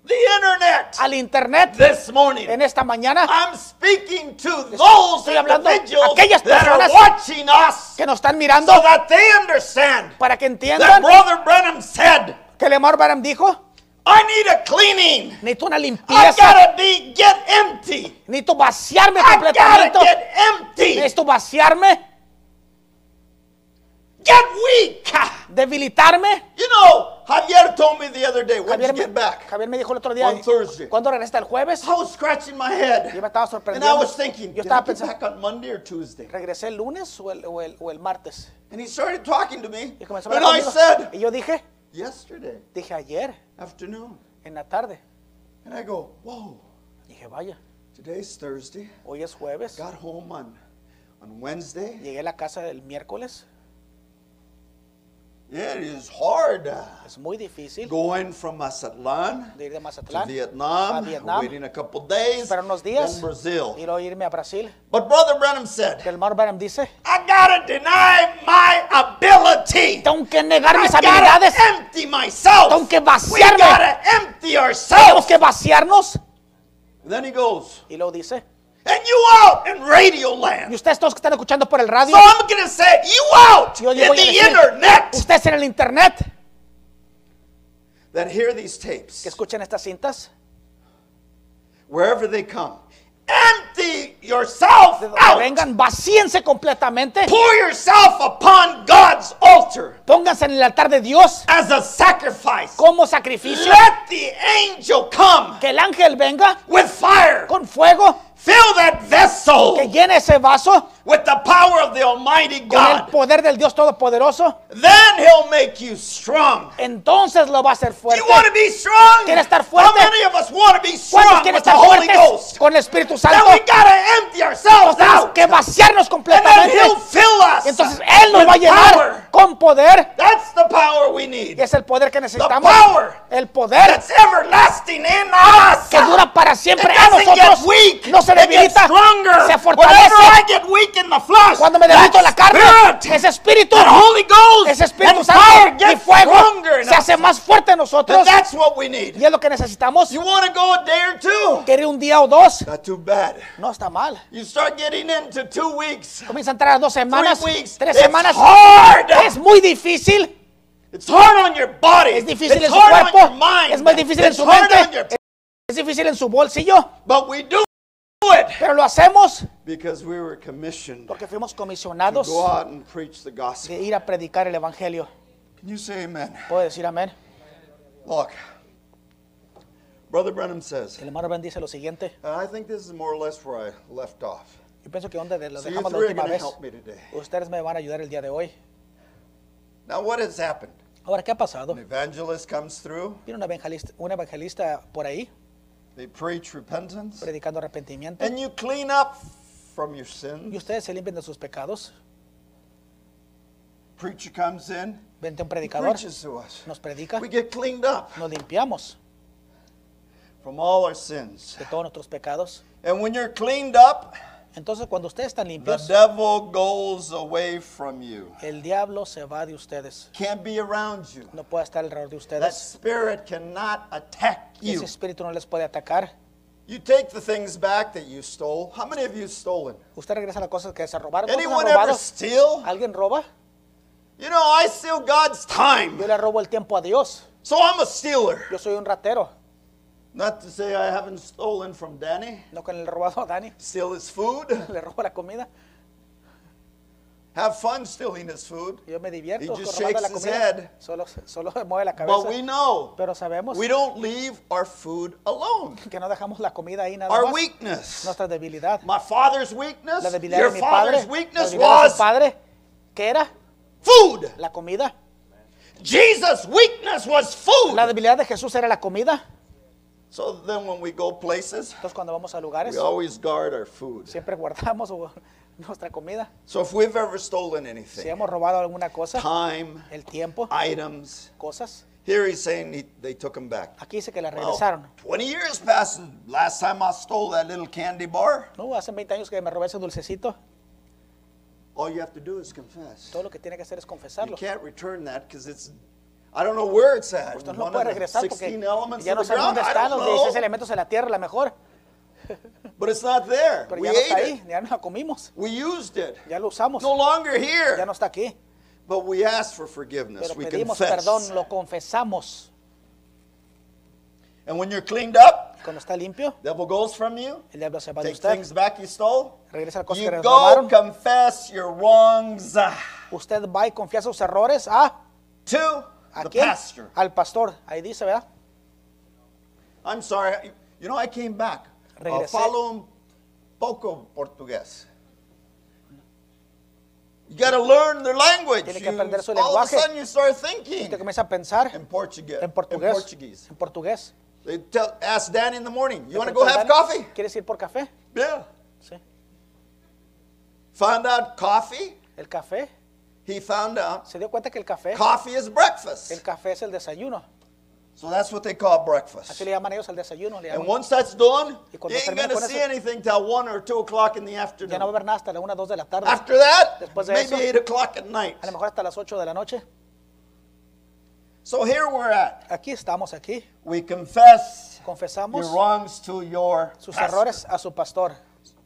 Speaker 1: the internet
Speaker 2: al internet
Speaker 1: this morning.
Speaker 2: en esta mañana
Speaker 1: I'm speaking to those
Speaker 2: estoy hablando a
Speaker 1: individuals
Speaker 2: aquellas
Speaker 1: that are
Speaker 2: personas
Speaker 1: watching us
Speaker 2: que nos están
Speaker 1: so
Speaker 2: mirando
Speaker 1: that they understand
Speaker 2: para que
Speaker 1: that
Speaker 2: entiendan
Speaker 1: Brother Branham said,
Speaker 2: que el hermano Branham dijo,
Speaker 1: I need a cleaning.
Speaker 2: necesito una
Speaker 1: I
Speaker 2: limpieza,
Speaker 1: gotta be, get empty.
Speaker 2: necesito vaciarme
Speaker 1: I
Speaker 2: completamente,
Speaker 1: gotta get empty.
Speaker 2: necesito vaciarme,
Speaker 1: Get weak.
Speaker 2: debilitarme.
Speaker 1: You know, Javier told me the other day when you
Speaker 2: Javier
Speaker 1: get
Speaker 2: me,
Speaker 1: back.
Speaker 2: Javier me dijo el otro día,
Speaker 1: On Thursday.
Speaker 2: ¿cuándo regresa el jueves?
Speaker 1: I was scratching my
Speaker 2: Yo me
Speaker 1: head.
Speaker 2: estaba
Speaker 1: And
Speaker 2: sorprendiendo.
Speaker 1: I was thinking, did I
Speaker 2: Yo estaba
Speaker 1: get
Speaker 2: pensando,
Speaker 1: back on Monday or Tuesday?
Speaker 2: ¿regresé el lunes o el, o el- o el martes?
Speaker 1: And he started talking to me.
Speaker 2: Y
Speaker 1: And
Speaker 2: comenzó a hablar
Speaker 1: I
Speaker 2: conmigo.
Speaker 1: said,
Speaker 2: Y yo dije,
Speaker 1: yesterday
Speaker 2: dije ayer,
Speaker 1: afternoon.
Speaker 2: en la tarde.
Speaker 1: And I go, whoa,
Speaker 2: Dije, vaya,
Speaker 1: today's Thursday.
Speaker 2: hoy es jueves.
Speaker 1: Got home on, on Wednesday.
Speaker 2: Llegué a la casa el miércoles.
Speaker 1: It is hard uh,
Speaker 2: Es muy difícil
Speaker 1: going from Mazatlan
Speaker 2: de ir de
Speaker 1: to
Speaker 2: Mazatlán a
Speaker 1: Vietnam,
Speaker 2: Vietnam,
Speaker 1: waiting a couple days,
Speaker 2: esperar unos
Speaker 1: then
Speaker 2: días y
Speaker 1: Brazil.
Speaker 2: luego irme a Brasil.
Speaker 1: But Brother Branham said,
Speaker 2: Que el hermano Branham dice,
Speaker 1: I gotta deny my ability.
Speaker 2: tengo que negar
Speaker 1: I
Speaker 2: mis
Speaker 1: gotta
Speaker 2: habilidades,
Speaker 1: empty myself.
Speaker 2: tengo que
Speaker 1: We
Speaker 2: vaciarme,
Speaker 1: gotta empty
Speaker 2: tenemos
Speaker 1: ourselves.
Speaker 2: que vaciarnos.
Speaker 1: Then he goes,
Speaker 2: Y luego dice,
Speaker 1: and you out in radio
Speaker 2: y
Speaker 1: land.
Speaker 2: ustedes todos que están escuchando por el
Speaker 1: So
Speaker 2: radio,
Speaker 1: I'm gonna say, you out
Speaker 2: yo
Speaker 1: in
Speaker 2: les voy a
Speaker 1: the
Speaker 2: decir,
Speaker 1: internet.
Speaker 2: ustedes en el internet,
Speaker 1: That hear these
Speaker 2: que
Speaker 1: tapes,
Speaker 2: escuchen estas cintas,
Speaker 1: wherever they come. Empty yourself
Speaker 2: de donde
Speaker 1: out.
Speaker 2: vengan, vacíense completamente,
Speaker 1: Pour yourself upon God's altar
Speaker 2: pónganse en el altar de Dios
Speaker 1: as a sacrifice.
Speaker 2: como sacrificio,
Speaker 1: Let the angel come
Speaker 2: que el ángel venga
Speaker 1: with fire.
Speaker 2: con fuego,
Speaker 1: Fill that
Speaker 2: que
Speaker 1: vessel
Speaker 2: llene ese vaso
Speaker 1: with the power of the Almighty
Speaker 2: con el
Speaker 1: God.
Speaker 2: poder del Dios Todopoderoso,
Speaker 1: Then He'll make you strong.
Speaker 2: entonces lo va a hacer
Speaker 1: You
Speaker 2: fuerte.
Speaker 1: want to be strong?
Speaker 2: ¿Quieres estar
Speaker 1: How
Speaker 2: fuerte?
Speaker 1: many of us want to be
Speaker 2: ¿Cuántos
Speaker 1: strong
Speaker 2: quieren
Speaker 1: with the
Speaker 2: estar
Speaker 1: Holy
Speaker 2: fuertes
Speaker 1: Ghost?
Speaker 2: con el Espíritu
Speaker 1: Then
Speaker 2: Santo?
Speaker 1: we gotta empty ourselves
Speaker 2: Tenemos
Speaker 1: out,
Speaker 2: que vaciarnos
Speaker 1: and then
Speaker 2: completamente.
Speaker 1: He'll fill us.
Speaker 2: Y Entonces Él nos
Speaker 1: with
Speaker 2: va a llenar
Speaker 1: power.
Speaker 2: con poder.
Speaker 1: That's the power we need.
Speaker 2: Y es el poder que necesitamos.
Speaker 1: power
Speaker 2: El poder
Speaker 1: That's everlasting in us.
Speaker 2: que dura para siempre
Speaker 1: It
Speaker 2: en
Speaker 1: doesn't get
Speaker 2: nosotros.
Speaker 1: weak.
Speaker 2: No se
Speaker 1: It gets
Speaker 2: debilita.
Speaker 1: stronger.
Speaker 2: Se
Speaker 1: Whenever I
Speaker 2: fortalece.
Speaker 1: get weak in the flesh,
Speaker 2: Cuando me debilito en la
Speaker 1: that
Speaker 2: carne,
Speaker 1: spirit,
Speaker 2: ese espíritu,
Speaker 1: that Holy Ghost,
Speaker 2: ese Espíritu
Speaker 1: and fire
Speaker 2: Santo y
Speaker 1: gets
Speaker 2: fuego
Speaker 1: stronger in
Speaker 2: se
Speaker 1: us.
Speaker 2: hace más fuerte en nosotros.
Speaker 1: And that's what we need.
Speaker 2: Y es lo que necesitamos.
Speaker 1: You want to go a day or two?
Speaker 2: Querer un día o dos
Speaker 1: Not too bad.
Speaker 2: no está mal.
Speaker 1: You start getting into two weeks,
Speaker 2: Comienza a entrar a dos semanas,
Speaker 1: three weeks.
Speaker 2: tres
Speaker 1: it's
Speaker 2: semanas. Es
Speaker 1: hard.
Speaker 2: muy difícil.
Speaker 1: It's hard on your body.
Speaker 2: Es difícil
Speaker 1: it's
Speaker 2: en su
Speaker 1: hard
Speaker 2: cuerpo.
Speaker 1: on your mind.
Speaker 2: Es muy difícil en
Speaker 1: it's
Speaker 2: su
Speaker 1: hard
Speaker 2: mente.
Speaker 1: on your.
Speaker 2: Es difícil en su bolsillo,
Speaker 1: But we do it
Speaker 2: pero lo hacemos
Speaker 1: because we were commissioned to
Speaker 2: porque fuimos comisionados
Speaker 1: go out and preach the gospel.
Speaker 2: de ir a predicar el evangelio.
Speaker 1: Can you say amen?
Speaker 2: Puedo decir amén.
Speaker 1: Look, Brother Brenham says,
Speaker 2: El hermano Ben dice lo siguiente.
Speaker 1: and I think this is more or less where I left off.
Speaker 2: Yo pienso que donde lo
Speaker 1: So you
Speaker 2: dejamos la
Speaker 1: three are
Speaker 2: última
Speaker 1: going to
Speaker 2: vez.
Speaker 1: help me today.
Speaker 2: Ustedes me van a ayudar el día de hoy.
Speaker 1: Now, what has happened?
Speaker 2: Ahora, ¿qué ha pasado?
Speaker 1: An evangelist comes through,
Speaker 2: Viene un evangelista, un evangelista por ahí
Speaker 1: they preach repentance,
Speaker 2: predicando arrepentimiento
Speaker 1: and you clean up from your
Speaker 2: y
Speaker 1: sin.
Speaker 2: ustedes se limpian de sus pecados.
Speaker 1: Preacher comes in,
Speaker 2: Vente un
Speaker 1: he
Speaker 2: predicador,
Speaker 1: preaches to us.
Speaker 2: nos predica,
Speaker 1: We get cleaned up
Speaker 2: nos limpiamos
Speaker 1: from all our sins.
Speaker 2: de todos nuestros pecados.
Speaker 1: And when you're cleaned up,
Speaker 2: Entonces, cuando ustedes están
Speaker 1: the
Speaker 2: limpios,
Speaker 1: devil goes away from you.
Speaker 2: el diablo se va de ustedes.
Speaker 1: Can't be around you.
Speaker 2: No puede estar alrededor
Speaker 1: That
Speaker 2: de ustedes.
Speaker 1: spirit cannot attack
Speaker 2: Y
Speaker 1: you.
Speaker 2: ese espíritu no les puede atacar.
Speaker 1: You take the things back that you stole. How many of you have stolen?
Speaker 2: Usted regresa a las cosas que se robaron. ¿Cuántos han
Speaker 1: Anyone
Speaker 2: robado?
Speaker 1: ever steal?
Speaker 2: ¿Alguien roba?
Speaker 1: You know, I steal God's time,
Speaker 2: Yo le robo el tiempo a Dios.
Speaker 1: so I'm a stealer.
Speaker 2: Yo soy un ratero.
Speaker 1: Not to say I haven't stolen from Danny,
Speaker 2: No que le he robado a Dani,
Speaker 1: steal his food,
Speaker 2: le robo la comida.
Speaker 1: have fun stealing his food.
Speaker 2: Yo me divierto
Speaker 1: He just
Speaker 2: robando la
Speaker 1: shakes his head.
Speaker 2: comida. Solo, solo se mueve la cabeza.
Speaker 1: But we know
Speaker 2: Pero sabemos
Speaker 1: we don't leave our food alone.
Speaker 2: que no dejamos la comida ahí nada
Speaker 1: Our
Speaker 2: más.
Speaker 1: weakness.
Speaker 2: Nuestra debilidad.
Speaker 1: My father's
Speaker 2: La
Speaker 1: weakness,
Speaker 2: debilidad
Speaker 1: your
Speaker 2: de mi padre.
Speaker 1: father's
Speaker 2: La
Speaker 1: weakness
Speaker 2: debilidad de su
Speaker 1: was
Speaker 2: padre. ¿Qué era?
Speaker 1: food.
Speaker 2: La comida.
Speaker 1: Jesus' weakness was
Speaker 2: La
Speaker 1: food.
Speaker 2: debilidad de Jesús era la comida.
Speaker 1: So then when we go places,
Speaker 2: Entonces cuando vamos a lugares,
Speaker 1: we always guard our food.
Speaker 2: siempre guardamos o- nuestra comida.
Speaker 1: So if we've ever stolen
Speaker 2: Si
Speaker 1: anything,
Speaker 2: hemos robado alguna cosa,
Speaker 1: Ah. time,
Speaker 2: el tiempo,
Speaker 1: Ah. items,
Speaker 2: cosas,
Speaker 1: here he's saying he, they took him back.
Speaker 2: aquí dice que la
Speaker 1: Wow,
Speaker 2: regresaron.
Speaker 1: 20 years passed since last time I stole that little candy bar.
Speaker 2: No, hace 20 años que me robé ese dulcecito.
Speaker 1: All you have to do is confess.
Speaker 2: Todo lo que tiene que hacer es
Speaker 1: You
Speaker 2: confesarlo.
Speaker 1: can't return that because it's, I don't know where it's at.
Speaker 2: Usted no
Speaker 1: One
Speaker 2: puede
Speaker 1: of the
Speaker 2: regresar porque
Speaker 1: 16 elements
Speaker 2: ya
Speaker 1: of
Speaker 2: no
Speaker 1: the
Speaker 2: sabe
Speaker 1: ground.
Speaker 2: dónde
Speaker 1: I
Speaker 2: están
Speaker 1: don't
Speaker 2: los 16
Speaker 1: know.
Speaker 2: elementos de la tierra, la mejor.
Speaker 1: But it's not there.
Speaker 2: Pero
Speaker 1: we
Speaker 2: ya
Speaker 1: ate
Speaker 2: no está
Speaker 1: it.
Speaker 2: ahí, ya no la comimos,
Speaker 1: We used it.
Speaker 2: ya lo usamos,
Speaker 1: No longer
Speaker 2: ya
Speaker 1: here.
Speaker 2: no está aquí.
Speaker 1: But we asked for forgiveness.
Speaker 2: Pero
Speaker 1: we
Speaker 2: pedimos
Speaker 1: confess.
Speaker 2: perdón, lo confesamos.
Speaker 1: And when you're cleaned up,
Speaker 2: Cuando está limpio,
Speaker 1: devil goes from you.
Speaker 2: el diablo se va de
Speaker 1: Take
Speaker 2: usted.
Speaker 1: things back you stole.
Speaker 2: Regresa las cosas
Speaker 1: You
Speaker 2: que le
Speaker 1: go
Speaker 2: robaron.
Speaker 1: confess your wrongs ah,
Speaker 2: Usted va y confía sus errores Ah, a,
Speaker 1: to
Speaker 2: ¿a
Speaker 1: the
Speaker 2: quién?
Speaker 1: pastor.
Speaker 2: Al pastor. Ahí dice, ¿verdad?
Speaker 1: I'm sorry. You know, I came back. Uh,
Speaker 2: Regresé.
Speaker 1: falo un poco portugués. You got to learn their language.
Speaker 2: Tiene que
Speaker 1: You-
Speaker 2: aprender su
Speaker 1: all of a
Speaker 2: lenguaje.
Speaker 1: sudden, you start
Speaker 2: Usted
Speaker 1: thinking
Speaker 2: comienza a pensar
Speaker 1: in Portuguese.
Speaker 2: en
Speaker 1: In
Speaker 2: portugués.
Speaker 1: Portuguese.
Speaker 2: En portugués.
Speaker 1: They tell, ask Dan in the morning, you
Speaker 2: Le
Speaker 1: want to go have
Speaker 2: preguntan,
Speaker 1: coffee?
Speaker 2: ¿Quieres ir por café?
Speaker 1: Yeah.
Speaker 2: Sí.
Speaker 1: Found out coffee.
Speaker 2: El café.
Speaker 1: He found out
Speaker 2: Se dio cuenta que el café,
Speaker 1: coffee is
Speaker 2: el
Speaker 1: breakfast.
Speaker 2: café es el desayuno.
Speaker 1: So that's what they call breakfast.
Speaker 2: Así le llaman ellos al desayuno. Le
Speaker 1: And
Speaker 2: llaman.
Speaker 1: once that's done,
Speaker 2: Y
Speaker 1: you
Speaker 2: cuando
Speaker 1: ain't
Speaker 2: termina
Speaker 1: going to
Speaker 2: con
Speaker 1: see
Speaker 2: eso-
Speaker 1: anything till 1 or 2 o'clock in the
Speaker 2: Ya no va a
Speaker 1: afternoon.
Speaker 2: haber nada hasta la 1 2 de la tarde.
Speaker 1: After that,
Speaker 2: Después de
Speaker 1: maybe
Speaker 2: eso-
Speaker 1: 8 o'clock at night.
Speaker 2: A lo mejor hasta las 8 de la noche.
Speaker 1: So here we're at.
Speaker 2: Aquí estamos, aquí.
Speaker 1: We confess
Speaker 2: Confesamos
Speaker 1: your wrongs to your
Speaker 2: sus
Speaker 1: pastor.
Speaker 2: errores a su pastor.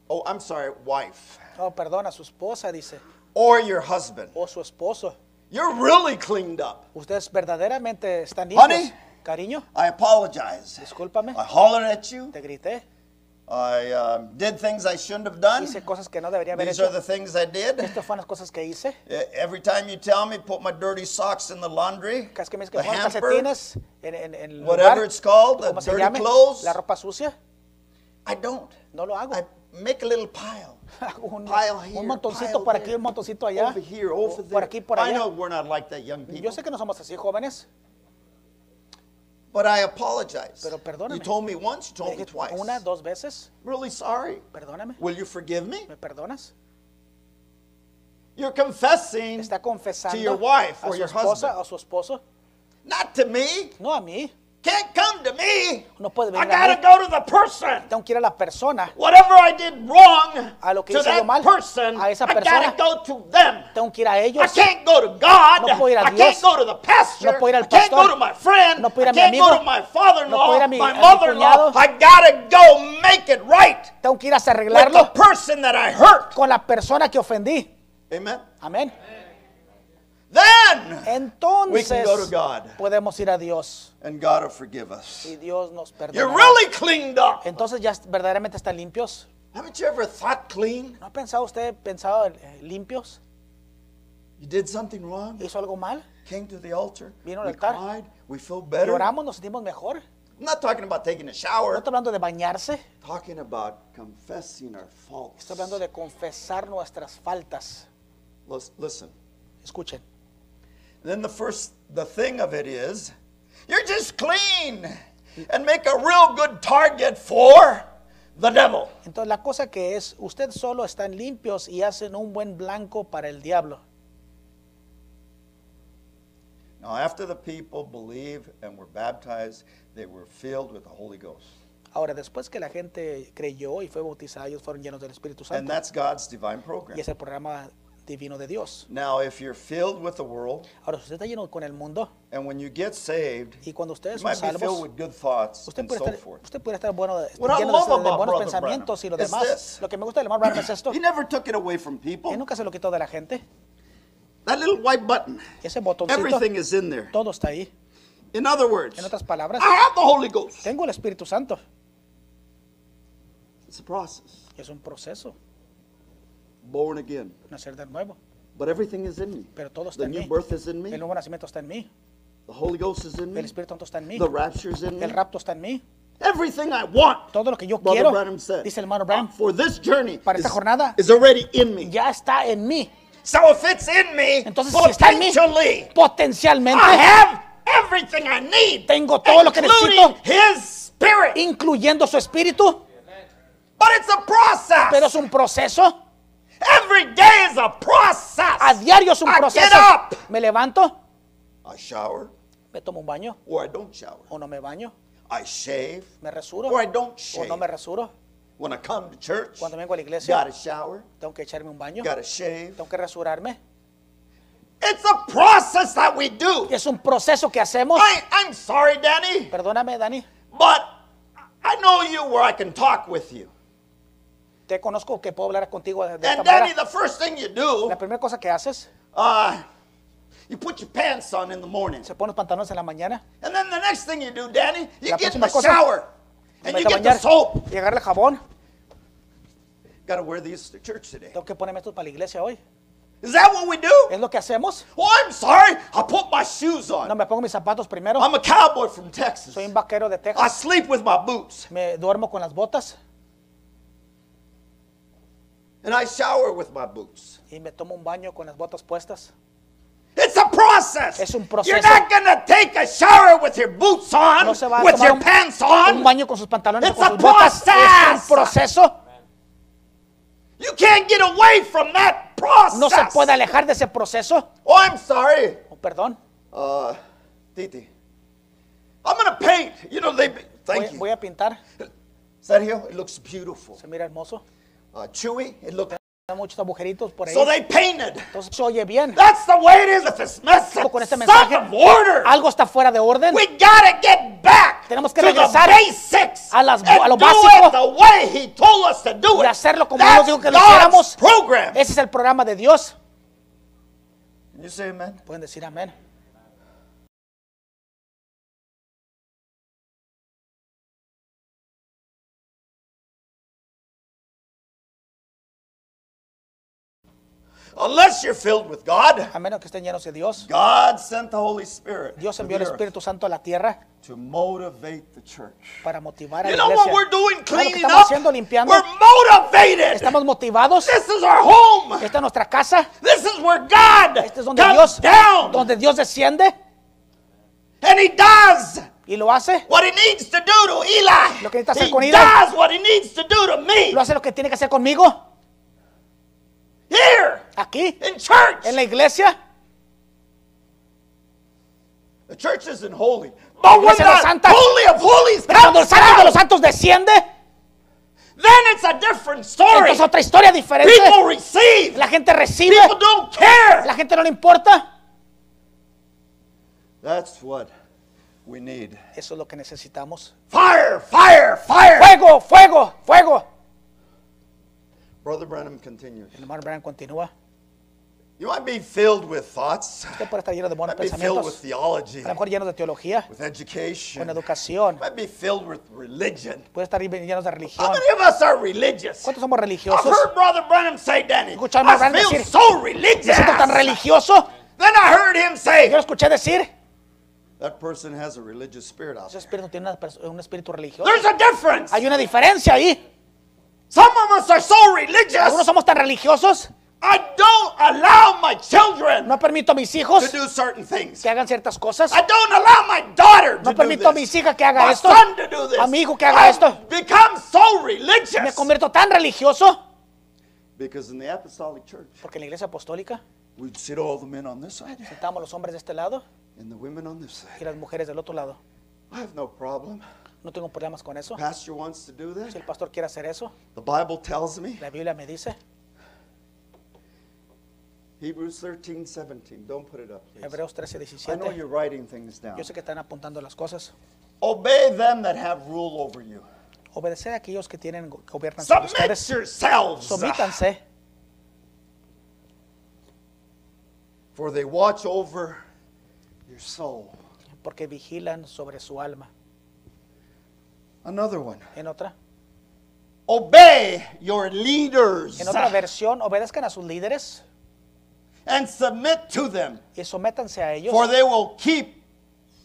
Speaker 1: Oh, I'm sorry, wife
Speaker 2: No, perdón, a su esposa, dice.
Speaker 1: or your husband.
Speaker 2: O su esposo.
Speaker 1: You're really cleaned up.
Speaker 2: Ustedes verdaderamente están limpios.
Speaker 1: Honey. Ah.
Speaker 2: Cariño,
Speaker 1: I apologize.
Speaker 2: discúlpame.
Speaker 1: I hollered at you.
Speaker 2: Te grité.
Speaker 1: I um, did things I shouldn't have done.
Speaker 2: Hice cosas que no debería haber
Speaker 1: These
Speaker 2: hecho.
Speaker 1: are the things I did.
Speaker 2: Estas fueron las cosas que hice.
Speaker 1: E- Every time you tell me, put my dirty socks in the laundry,
Speaker 2: Cada vez que me dices
Speaker 1: the
Speaker 2: que pongan
Speaker 1: hamper,
Speaker 2: calcetines en, en, en el
Speaker 1: whatever
Speaker 2: lugar,
Speaker 1: it's called, the
Speaker 2: como se
Speaker 1: dirty
Speaker 2: llame,
Speaker 1: clothes.
Speaker 2: la ropa sucia,
Speaker 1: I don't.
Speaker 2: no lo hago.
Speaker 1: I make a little pile.
Speaker 2: Hago un,
Speaker 1: Pile here,
Speaker 2: un montoncito
Speaker 1: pile
Speaker 2: por
Speaker 1: there,
Speaker 2: aquí, un montoncito allá,
Speaker 1: Over here,
Speaker 2: o
Speaker 1: over there.
Speaker 2: por aquí, por
Speaker 1: I know
Speaker 2: allá.
Speaker 1: we're not like that, young people.
Speaker 2: Yo sé que no somos así jóvenes,
Speaker 1: But I apologize.
Speaker 2: Pero perdóname.
Speaker 1: You told me once, you
Speaker 2: Me
Speaker 1: told me
Speaker 2: dijiste
Speaker 1: twice.
Speaker 2: una, dos veces,
Speaker 1: Really sorry.
Speaker 2: perdóname,
Speaker 1: Will you forgive me?
Speaker 2: ¿me perdonas?
Speaker 1: You're confessing
Speaker 2: Está confesando
Speaker 1: to your wife
Speaker 2: a
Speaker 1: or
Speaker 2: su
Speaker 1: your
Speaker 2: esposa
Speaker 1: husband.
Speaker 2: o su esposo,
Speaker 1: Not to me.
Speaker 2: no a mí.
Speaker 1: Can't come to me.
Speaker 2: No puede
Speaker 1: I
Speaker 2: venir a
Speaker 1: gotta
Speaker 2: mí.
Speaker 1: go to the person.
Speaker 2: Tengo que ir a la persona,
Speaker 1: Whatever I did wrong
Speaker 2: A lo que
Speaker 1: to
Speaker 2: hice yo
Speaker 1: that
Speaker 2: mal,
Speaker 1: person,
Speaker 2: a esa
Speaker 1: I gotta
Speaker 2: persona.
Speaker 1: go to them.
Speaker 2: tengo que ir a
Speaker 1: I
Speaker 2: ellos,
Speaker 1: can't go to God.
Speaker 2: No puedo ir a
Speaker 1: I
Speaker 2: Dios.
Speaker 1: can't go to the pastor.
Speaker 2: No puedo ir al
Speaker 1: I can't go
Speaker 2: pastor.
Speaker 1: to my friend.
Speaker 2: No puedo ir a
Speaker 1: I can't
Speaker 2: mi
Speaker 1: go
Speaker 2: amigo.
Speaker 1: to my father-in-law,
Speaker 2: No puedo ir a mi-
Speaker 1: my
Speaker 2: a mi
Speaker 1: mother-in-law.
Speaker 2: cuñado.
Speaker 1: I gotta go make it right
Speaker 2: tengo que ir a
Speaker 1: with the
Speaker 2: arreglarlo
Speaker 1: person that I hurt.
Speaker 2: con la persona que ofendí.
Speaker 1: Amen.
Speaker 2: Amén.
Speaker 1: Then we
Speaker 2: Entonces
Speaker 1: can go to God,
Speaker 2: podemos ir a Dios
Speaker 1: and God will forgive us.
Speaker 2: y Dios nos
Speaker 1: You're
Speaker 2: perdona.
Speaker 1: really cleaned up.
Speaker 2: Entonces ya verdaderamente están limpios.
Speaker 1: Haven't you ever thought clean?
Speaker 2: ¿No ha pensado usted, pensado en, eh, limpios?
Speaker 1: You did something wrong.
Speaker 2: ¿Hizo algo mal?
Speaker 1: Came to the altar.
Speaker 2: Vino al
Speaker 1: we
Speaker 2: altar.
Speaker 1: cried. We feel better. I'm
Speaker 2: ¿Lloramos? ¿Nos sentimos mejor?
Speaker 1: not talking about taking a
Speaker 2: No
Speaker 1: shower.
Speaker 2: estoy hablando de bañarse,
Speaker 1: Talking about confessing our faults.
Speaker 2: estoy hablando de confesar nuestras faltas.
Speaker 1: Lis- Listen.
Speaker 2: Escuchen.
Speaker 1: Then the first, the thing of it is, you're just clean and make a real good target for the devil.
Speaker 2: Entonces la cosa que es, ustedes solo están limpios y hacen un buen blanco para el diablo.
Speaker 1: Now, after the people believed and were baptized, they were filled with the Holy Ghost.
Speaker 2: Ahora, después que la gente creyó y fue bautizada, ellos fueron llenos del Espíritu
Speaker 1: And
Speaker 2: Santo.
Speaker 1: that's God's divine program.
Speaker 2: Y es el programa divino de Dios.
Speaker 1: Now, if you're filled with the world,
Speaker 2: Ahora, si usted está lleno con el mundo
Speaker 1: and when you get saved,
Speaker 2: y cuando ustedes
Speaker 1: you
Speaker 2: son
Speaker 1: might be filled
Speaker 2: salvos,
Speaker 1: with good thoughts
Speaker 2: usted
Speaker 1: and
Speaker 2: puede
Speaker 1: so
Speaker 2: estar,
Speaker 1: forth.
Speaker 2: usted puede estar bueno, de-
Speaker 1: What I
Speaker 2: lleno de-
Speaker 1: love
Speaker 2: de,
Speaker 1: about
Speaker 2: buenos
Speaker 1: Brother
Speaker 2: pensamientos y lo
Speaker 1: Branham is
Speaker 2: demás.
Speaker 1: this.
Speaker 2: Lo que me gusta de Lamar Branham es esto.
Speaker 1: He never took it away from
Speaker 2: Él
Speaker 1: people.
Speaker 2: nunca se lo quitó de la gente.
Speaker 1: That little white button,
Speaker 2: Ese botoncito,
Speaker 1: everything is in there.
Speaker 2: todo está ahí.
Speaker 1: In other words,
Speaker 2: En otras palabras,
Speaker 1: I have the Holy Ghost.
Speaker 2: tengo el Espíritu Santo.
Speaker 1: It's a process.
Speaker 2: Es un proceso,
Speaker 1: Born again.
Speaker 2: nacer de nuevo.
Speaker 1: But everything is in me.
Speaker 2: Pero todo está
Speaker 1: The
Speaker 2: en
Speaker 1: new
Speaker 2: mí.
Speaker 1: birth is in me.
Speaker 2: El nuevo nacimiento está en mí.
Speaker 1: The Holy Ghost is in
Speaker 2: El
Speaker 1: me.
Speaker 2: Espíritu Santo está en mí.
Speaker 1: The rapture is in me.
Speaker 2: El rapto está en mí.
Speaker 1: Everything I want,
Speaker 2: Todo lo que yo
Speaker 1: Brother
Speaker 2: quiero,
Speaker 1: Branham said,
Speaker 2: dice el hermano Branham,
Speaker 1: uh, for this journey
Speaker 2: para esta
Speaker 1: is,
Speaker 2: jornada,
Speaker 1: is already in me.
Speaker 2: ya está en mí.
Speaker 1: So if it's in me,
Speaker 2: Entonces, si está en mí,
Speaker 1: potentially,
Speaker 2: potencialmente
Speaker 1: I have everything I need,
Speaker 2: tengo todo lo que
Speaker 1: including
Speaker 2: necesito,
Speaker 1: His Spirit.
Speaker 2: incluyendo su espíritu,
Speaker 1: But it's a process.
Speaker 2: pero es un proceso.
Speaker 1: Every day is a process.
Speaker 2: A diario es un
Speaker 1: I get
Speaker 2: proceso.
Speaker 1: up.
Speaker 2: Me levanto,
Speaker 4: I shower,
Speaker 2: me tomo un baño,
Speaker 4: or I don't shower.
Speaker 2: o no me baño,
Speaker 4: I shave,
Speaker 2: me resuro,
Speaker 4: or I don't
Speaker 2: o
Speaker 4: shave.
Speaker 2: no me resuro.
Speaker 4: When I come to church,
Speaker 2: Cuando vengo a la iglesia,
Speaker 4: gotta shower,
Speaker 2: tengo que echarme un baño,
Speaker 4: gotta shave.
Speaker 2: tengo que rasurarme.
Speaker 1: It's a process that we do.
Speaker 2: Es un proceso que hacemos.
Speaker 1: I, I'm sorry, Danny,
Speaker 2: Perdóname, Dani,
Speaker 1: but I know you where I can talk with you.
Speaker 2: te conozco que puedo hablar contigo de, de esta
Speaker 1: And Danny,
Speaker 2: manera.
Speaker 1: the first thing you do,
Speaker 2: La primera cosa que haces,
Speaker 1: uh, you put your pants on in the morning.
Speaker 2: se pone los pantalones en la mañana,
Speaker 1: And then the next thing you do, Danny, you
Speaker 2: La
Speaker 1: get in
Speaker 2: próxima
Speaker 1: the
Speaker 2: cosa-
Speaker 1: shower.
Speaker 2: me
Speaker 1: And you
Speaker 2: meto a
Speaker 1: get the
Speaker 2: bañar
Speaker 1: soap.
Speaker 2: y agarra el jabón.
Speaker 4: Gotta wear these to church today.
Speaker 2: Tengo que ponerme esto para la iglesia hoy.
Speaker 1: Is that what we do?
Speaker 2: ¿Es lo que hacemos?
Speaker 1: Well, I'm sorry. I put my shoes
Speaker 2: No,
Speaker 1: on.
Speaker 2: me pongo mis zapatos primero.
Speaker 1: I'm a cowboy from Texas.
Speaker 2: Soy un vaquero de
Speaker 1: I
Speaker 2: Texas.
Speaker 1: sleep with my boots.
Speaker 2: Me duermo con las botas
Speaker 4: And I shower with my boots.
Speaker 2: y me tomo un baño con las botas puestas.
Speaker 1: It's a process.
Speaker 2: Es un proceso.
Speaker 1: You're not going to take a shower with your boots on,
Speaker 2: No se va a
Speaker 1: with
Speaker 2: tomar
Speaker 1: your
Speaker 2: un,
Speaker 1: pants
Speaker 2: un
Speaker 1: on.
Speaker 2: baño con sus pantalones,
Speaker 1: It's
Speaker 2: con
Speaker 1: a
Speaker 2: sus botas. Es
Speaker 1: process.
Speaker 2: un proceso.
Speaker 1: You can't get away from that process.
Speaker 2: No se puede alejar de ese proceso.
Speaker 1: Oh, I'm sorry.
Speaker 2: Oh, perdón.
Speaker 4: Uh, Titi,
Speaker 1: I'm going to paint. You know, they. Thank
Speaker 2: Voy,
Speaker 1: you.
Speaker 2: voy a pintar.
Speaker 4: Sergio, it looks beautiful.
Speaker 2: Se mira hermoso.
Speaker 4: Uh, Chewy, it looks.
Speaker 2: Hay muchos agujeritos por ahí.
Speaker 1: So they painted.
Speaker 2: Entonces se oye bien.
Speaker 1: That's the way it is if it's messed up.
Speaker 2: Con este
Speaker 1: Son
Speaker 2: mensaje,
Speaker 1: of order.
Speaker 2: algo está fuera de orden.
Speaker 1: We gotta get back
Speaker 2: Tenemos que
Speaker 1: to
Speaker 2: regresar
Speaker 1: the basics
Speaker 2: a las-
Speaker 1: and
Speaker 2: a lo
Speaker 1: do
Speaker 2: básico.
Speaker 1: it the way he told us to do
Speaker 2: Y
Speaker 1: it.
Speaker 2: hacerlo como Él
Speaker 1: That's
Speaker 2: nos dijo que lo
Speaker 1: God's
Speaker 2: hiciéramos.
Speaker 1: program.
Speaker 2: Ese es el programa de Dios.
Speaker 4: Can you say amen?
Speaker 2: Pueden decir amén.
Speaker 1: Unless you're filled with God,
Speaker 2: A menos que estén llenos de Dios.
Speaker 4: God sent the Holy Spirit
Speaker 2: Dios
Speaker 4: to
Speaker 2: envió el
Speaker 4: the earth
Speaker 2: Espíritu Santo a la tierra
Speaker 4: to motivate the church.
Speaker 2: para motivar a
Speaker 1: you
Speaker 2: la
Speaker 1: know what
Speaker 2: iglesia.
Speaker 1: we're doing?
Speaker 2: ¿Saben lo que
Speaker 1: Cleaning
Speaker 2: estamos
Speaker 1: up.
Speaker 2: haciendo? Limpiando.
Speaker 1: We're motivated.
Speaker 2: Estamos motivados.
Speaker 1: This is our home.
Speaker 2: Esta es nuestra casa.
Speaker 1: This is where God
Speaker 2: Este es donde
Speaker 1: comes
Speaker 2: Dios,
Speaker 1: down,
Speaker 2: donde Dios desciende
Speaker 1: and He does
Speaker 2: y lo hace.
Speaker 1: what He needs to do to Eli.
Speaker 2: Lo que necesita hacer
Speaker 1: he
Speaker 2: con Eli.
Speaker 1: does what He needs to do to me
Speaker 2: Lo hace lo que tiene que hacer conmigo.
Speaker 1: here
Speaker 2: Aquí,
Speaker 1: in church.
Speaker 2: en la iglesia.
Speaker 4: The church isn't holy.
Speaker 1: But when
Speaker 2: iglesia no
Speaker 1: the
Speaker 2: es santa.
Speaker 1: Holy of Holies
Speaker 2: Cuando el
Speaker 1: comes
Speaker 2: santo de
Speaker 1: down,
Speaker 2: los santos desciende,
Speaker 1: then it's a different story.
Speaker 2: entonces otra historia diferente.
Speaker 1: People receive.
Speaker 2: La gente recibe.
Speaker 1: People don't care.
Speaker 2: La gente no le importa.
Speaker 4: That's what we need.
Speaker 2: Eso es lo que necesitamos.
Speaker 1: Fire, fire, fire.
Speaker 2: Fuego, fuego, fuego.
Speaker 4: Brother Branham continues.
Speaker 2: El hermano Brian continúa.
Speaker 4: You might be filled with thoughts.
Speaker 2: Usted puede estar lleno de buenos
Speaker 4: might be filled with
Speaker 2: pensamientos.
Speaker 4: theology,
Speaker 2: A lo mejor lleno de teología,
Speaker 4: with education.
Speaker 2: con educación.
Speaker 4: might be filled with religion.
Speaker 2: Puede estar lleno de religión.
Speaker 1: How many of us are religious?
Speaker 2: ¿Cuántos somos
Speaker 1: I've
Speaker 2: religiosos?
Speaker 1: heard Brother Branham say, Danny,
Speaker 2: Escucha, hermano
Speaker 1: I
Speaker 2: Branham
Speaker 1: feel
Speaker 2: decir,
Speaker 1: so religious.
Speaker 2: Me siento tan religioso.
Speaker 1: Then I heard him
Speaker 2: Yo lo
Speaker 1: say,
Speaker 2: escuché decir.
Speaker 4: That person has a religious spirit out
Speaker 2: Ese
Speaker 4: there.
Speaker 2: espíritu tiene una pers- un espíritu religioso.
Speaker 1: there's a difference.
Speaker 2: Hay una diferencia ahí.
Speaker 1: Some of us are so
Speaker 2: Algunos
Speaker 1: religious,
Speaker 2: somos tan religiosos,
Speaker 1: I don't allow my children
Speaker 2: no permito a mis hijos
Speaker 4: To do certain things.
Speaker 2: que hagan ciertas cosas.
Speaker 1: I don't allow my daughter
Speaker 2: No
Speaker 1: to do
Speaker 2: permito a
Speaker 1: this.
Speaker 2: mis hijas que haga
Speaker 1: my
Speaker 2: esto.
Speaker 1: son to do this.
Speaker 2: A mi hijo que haga
Speaker 1: I've
Speaker 2: esto.
Speaker 1: become so religious.
Speaker 2: Me convierto tan religioso.
Speaker 4: Because in the apostolic church,
Speaker 2: Porque en la iglesia apostólica
Speaker 4: we'd sit all the men on this side
Speaker 2: sentamos los hombres de este lado
Speaker 4: and the women on this side.
Speaker 2: y las mujeres del otro lado.
Speaker 4: I have no problem.
Speaker 2: No tengo problemas con eso.
Speaker 4: Pastor wants to do
Speaker 2: Si el
Speaker 4: that.
Speaker 2: pastor quiere hacer eso,
Speaker 4: The Bible tells me,
Speaker 2: la Biblia me dice,
Speaker 4: Hebrews 13, 17. Don't put it up, please.
Speaker 2: Hebreos 13,
Speaker 4: I know
Speaker 2: 17.
Speaker 4: you're writing things down.
Speaker 2: Yo sé que están apuntando las cosas.
Speaker 4: Obey them that have rule over you.
Speaker 2: Obedecer a aquellos que tienen go- gobiernan sobre
Speaker 1: Submit
Speaker 2: ustedes.
Speaker 1: yourselves. uh,
Speaker 2: Somítanse,
Speaker 4: For they watch over your soul
Speaker 2: porque vigilan sobre su alma.
Speaker 1: Another one.
Speaker 2: En otra,
Speaker 3: Obey your leaders
Speaker 2: en otra versión, obedezcan a sus líderes
Speaker 3: and submit to them,
Speaker 2: y sométanse a ellos,
Speaker 3: for they will keep,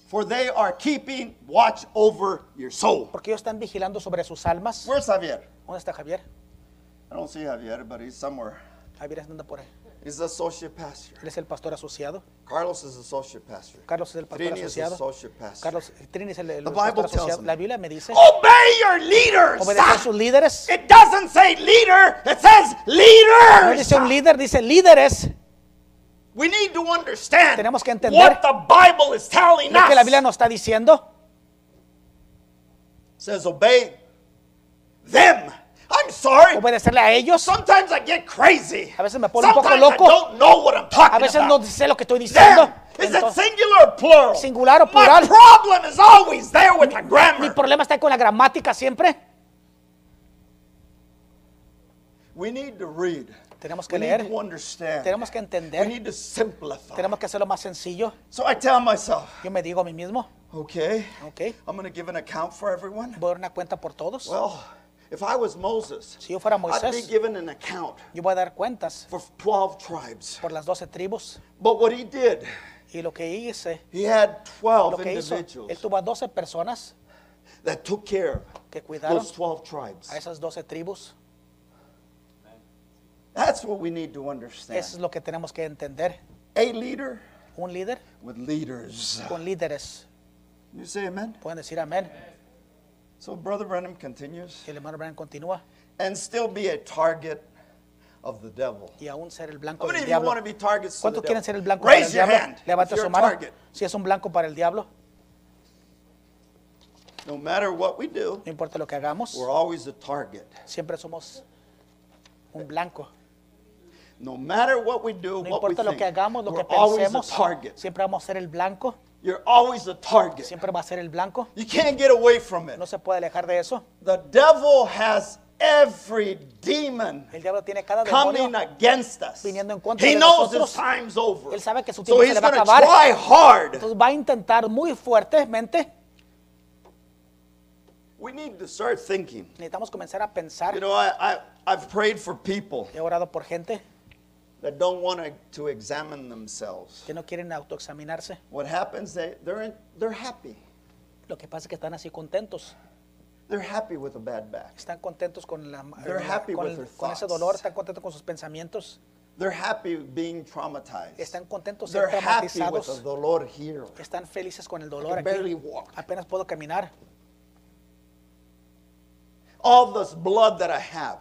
Speaker 3: for they are keeping watch over your soul.
Speaker 2: porque ellos están vigilando sobre sus almas.
Speaker 1: Where's Javier?
Speaker 2: ¿Dónde está Javier?
Speaker 1: I don't see Javier, but he's somewhere.
Speaker 2: Javier anda por ahí.
Speaker 1: He's associate pastor.
Speaker 2: Él es el pastor asociado.
Speaker 1: Carlos is associate pastor.
Speaker 2: Carlos es el pastor
Speaker 1: Trini is
Speaker 2: asociado.
Speaker 1: associate pastor.
Speaker 2: Carlos Trini es el, el
Speaker 1: The Bible
Speaker 2: pastor
Speaker 1: tells
Speaker 2: asociado.
Speaker 1: me.
Speaker 2: La Biblia me dice
Speaker 3: Obey your leaders.
Speaker 2: obedecer a sus líderes.
Speaker 3: It doesn't say leader, it says
Speaker 2: No
Speaker 3: leaders.
Speaker 2: dice un líder, dice líderes.
Speaker 3: We need to understand
Speaker 2: Tenemos que entender
Speaker 3: what the Bible is telling
Speaker 2: Lo que la Biblia
Speaker 3: us.
Speaker 2: nos está diciendo.
Speaker 1: Says obey.
Speaker 3: Them. I'm sorry.
Speaker 2: Obedecerle a ellos.
Speaker 3: Sometimes I get crazy.
Speaker 2: A veces me pongo un poco
Speaker 3: Sometimes
Speaker 2: loco.
Speaker 3: I don't know what I'm
Speaker 2: A
Speaker 3: talking
Speaker 2: veces
Speaker 3: about.
Speaker 2: no sé lo que estoy
Speaker 3: them.
Speaker 2: diciendo.
Speaker 3: Is it
Speaker 2: Entonces,
Speaker 3: singular or plural?
Speaker 2: Singular o
Speaker 3: My
Speaker 2: plural.
Speaker 3: problem is always there with the
Speaker 2: mi
Speaker 3: grammar.
Speaker 2: problema está con la gramática siempre.
Speaker 1: We need to read.
Speaker 2: Tenemos que
Speaker 1: We need
Speaker 2: leer.
Speaker 1: to understand.
Speaker 2: Tenemos que
Speaker 1: We
Speaker 2: entender.
Speaker 1: need to simplify.
Speaker 2: Tenemos que hacerlo más sencillo.
Speaker 1: So I tell myself,
Speaker 2: Yo me digo a mí mismo,
Speaker 1: okay,
Speaker 2: ok,
Speaker 1: I'm going to give an account for everyone.
Speaker 2: voy a dar una cuenta por todos.
Speaker 1: Well, if I was Moses,
Speaker 2: Si yo fuera
Speaker 1: I'd be
Speaker 2: Moisés,
Speaker 1: given an account
Speaker 2: yo voy a dar cuentas
Speaker 1: for 12 tribes.
Speaker 2: por las 12 tribus.
Speaker 1: But what he did,
Speaker 2: Y lo que hice,
Speaker 1: he had
Speaker 2: lo
Speaker 1: 12
Speaker 2: que hizo, él
Speaker 1: individuals
Speaker 2: tuvo a 12 personas
Speaker 1: that took care
Speaker 2: que
Speaker 1: of
Speaker 2: cuidaron
Speaker 1: those 12 tribes.
Speaker 2: a esas 12 tribus.
Speaker 1: That's what we need to
Speaker 2: Eso es
Speaker 1: understand.
Speaker 2: lo que tenemos que entender.
Speaker 1: A leader
Speaker 2: Un líder
Speaker 1: with leaders.
Speaker 2: con líderes.
Speaker 1: You say amen?
Speaker 2: Pueden decir amén.
Speaker 1: So Brother Brenham continues.
Speaker 2: El hermano Brian continúa.
Speaker 1: And still be a target of the devil.
Speaker 2: Y aún ser el blanco
Speaker 1: How many
Speaker 2: del
Speaker 1: of you
Speaker 2: diablo.
Speaker 1: want to be targets to the
Speaker 2: ¿Cuántos quieren ser el
Speaker 1: devil?
Speaker 2: blanco
Speaker 1: Raise your
Speaker 2: para el diablo?
Speaker 1: hand
Speaker 2: Levante
Speaker 1: if you're
Speaker 2: su
Speaker 1: a
Speaker 2: mano.
Speaker 1: target.
Speaker 2: Si es un blanco para el diablo,
Speaker 1: No matter what we do,
Speaker 2: no importa lo que hagamos,
Speaker 1: we're always a target.
Speaker 2: siempre somos un blanco.
Speaker 1: No matter what we do,
Speaker 2: No
Speaker 1: what we
Speaker 2: importa lo
Speaker 1: think,
Speaker 2: que hagamos, lo
Speaker 1: we're
Speaker 2: que
Speaker 1: always a
Speaker 2: pensemos,
Speaker 1: target.
Speaker 2: siempre vamos a ser el blanco,
Speaker 1: You're always a target.
Speaker 2: siempre va a ser el blanco.
Speaker 1: You can't get away from it.
Speaker 2: No se puede alejar de eso.
Speaker 1: The devil has every demon
Speaker 2: El diablo tiene cada
Speaker 1: coming
Speaker 2: demonio.
Speaker 1: against us.
Speaker 2: viniendo en contra
Speaker 1: He
Speaker 2: de
Speaker 1: knows his
Speaker 2: nosotros.
Speaker 1: time's over.
Speaker 2: Él sabe que su
Speaker 1: So
Speaker 2: tiempo se
Speaker 1: he's
Speaker 2: le va a
Speaker 1: going to
Speaker 2: acabar.
Speaker 1: try hard.
Speaker 2: Entonces va a intentar muy fuertemente.
Speaker 1: We need to start thinking.
Speaker 2: Necesitamos comenzar a pensar.
Speaker 1: You know, I, I, I've prayed for people
Speaker 2: He orado por gente
Speaker 1: that don't want to, to examine themselves.
Speaker 2: que no quieren autoexaminarse.
Speaker 1: What happens, they, they're, in, they're happy.
Speaker 2: Lo que pasa es que están así contentos.
Speaker 1: They're happy with a bad back.
Speaker 2: Están contentos con, la,
Speaker 1: They're happy
Speaker 2: con,
Speaker 1: with their
Speaker 2: con ese
Speaker 1: thoughts.
Speaker 2: dolor, están contentos con sus pensamientos,
Speaker 1: They're happy being traumatized.
Speaker 2: están contentos de
Speaker 1: They're
Speaker 2: ser
Speaker 1: happy with the
Speaker 2: traumatizados,
Speaker 1: dolor here.
Speaker 2: están felices con el dolor
Speaker 1: They
Speaker 2: aquí.
Speaker 1: barely walk.
Speaker 2: Apenas puedo caminar.
Speaker 1: All this blood that I have,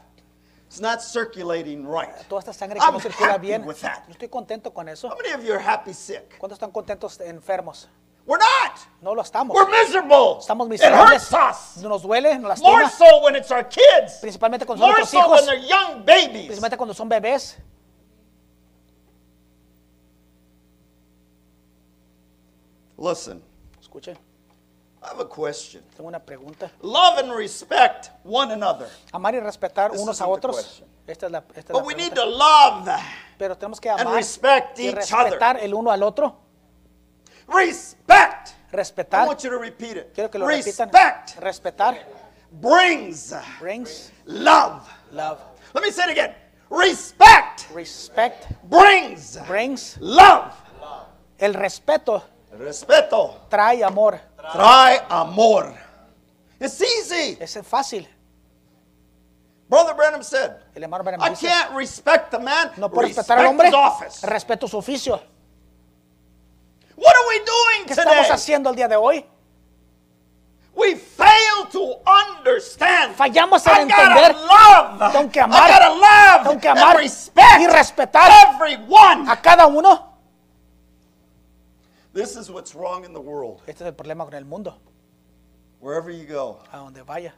Speaker 1: it's not circulating right.
Speaker 2: Toda esta sangre que no
Speaker 1: I'm
Speaker 2: circula
Speaker 1: happy
Speaker 2: bien.
Speaker 1: with that.
Speaker 2: Yo estoy contento con eso.
Speaker 1: How many of you are happy sick?
Speaker 2: ¿Cuántos están contentos enfermos?
Speaker 1: We're not.
Speaker 2: No lo estamos.
Speaker 1: We're miserable.
Speaker 2: Estamos
Speaker 1: it
Speaker 2: miserables.
Speaker 1: hurts us.
Speaker 2: Nos duele, nos
Speaker 3: More
Speaker 2: lastima.
Speaker 3: so when it's our kids.
Speaker 2: Principalmente con
Speaker 3: More
Speaker 2: nuestros
Speaker 3: so when
Speaker 2: hijos.
Speaker 3: they're young babies.
Speaker 2: Principalmente cuando son bebés.
Speaker 1: Listen,
Speaker 2: Escuchen,
Speaker 1: I have a question.
Speaker 2: tengo una pregunta.
Speaker 1: Love and respect one another.
Speaker 2: Amar y respetar
Speaker 1: This
Speaker 2: unos a
Speaker 1: isn't the
Speaker 2: otros.
Speaker 1: question.
Speaker 2: Esta es la, esta es la
Speaker 1: But we need
Speaker 2: pregunta.
Speaker 1: to love,
Speaker 2: Pero tenemos que
Speaker 1: and
Speaker 2: amar
Speaker 1: respect
Speaker 2: y
Speaker 1: each other.
Speaker 2: respetar el uno al otro.
Speaker 1: respect. I
Speaker 2: Respetar.
Speaker 1: want you to repeat it.
Speaker 2: Quiero que lo repitan.
Speaker 1: Respect
Speaker 2: Respetar
Speaker 1: brings
Speaker 2: brings
Speaker 1: love.
Speaker 2: love.
Speaker 1: Let me say it again. Respect
Speaker 2: Respect
Speaker 1: brings
Speaker 2: brings
Speaker 1: love.
Speaker 2: el respeto
Speaker 1: Respeto
Speaker 2: trae amor.
Speaker 1: trae amor. It's easy.
Speaker 2: Es fácil.
Speaker 1: Brother Branham said,
Speaker 2: El hermano Branham
Speaker 1: I
Speaker 2: dice,
Speaker 1: can't respect the man.
Speaker 2: no puedo
Speaker 1: respect
Speaker 2: respetar al hombre,
Speaker 1: his office.
Speaker 2: respeto su oficio.
Speaker 1: What are we
Speaker 2: ¿Qué
Speaker 1: doing
Speaker 2: estamos
Speaker 1: today?
Speaker 2: haciendo el día de hoy?
Speaker 1: We fail to understand.
Speaker 2: Fallamos en
Speaker 1: I
Speaker 2: entender.
Speaker 1: gotta love.
Speaker 2: Tengo que
Speaker 1: I
Speaker 2: amar.
Speaker 1: gotta love
Speaker 2: Tengo que
Speaker 1: and
Speaker 2: amar
Speaker 1: respect
Speaker 2: y respetar
Speaker 1: everyone.
Speaker 2: a cada uno.
Speaker 1: This is what's wrong in the world.
Speaker 2: Este es el problema con el mundo,
Speaker 1: Wherever you go,
Speaker 2: a donde vaya.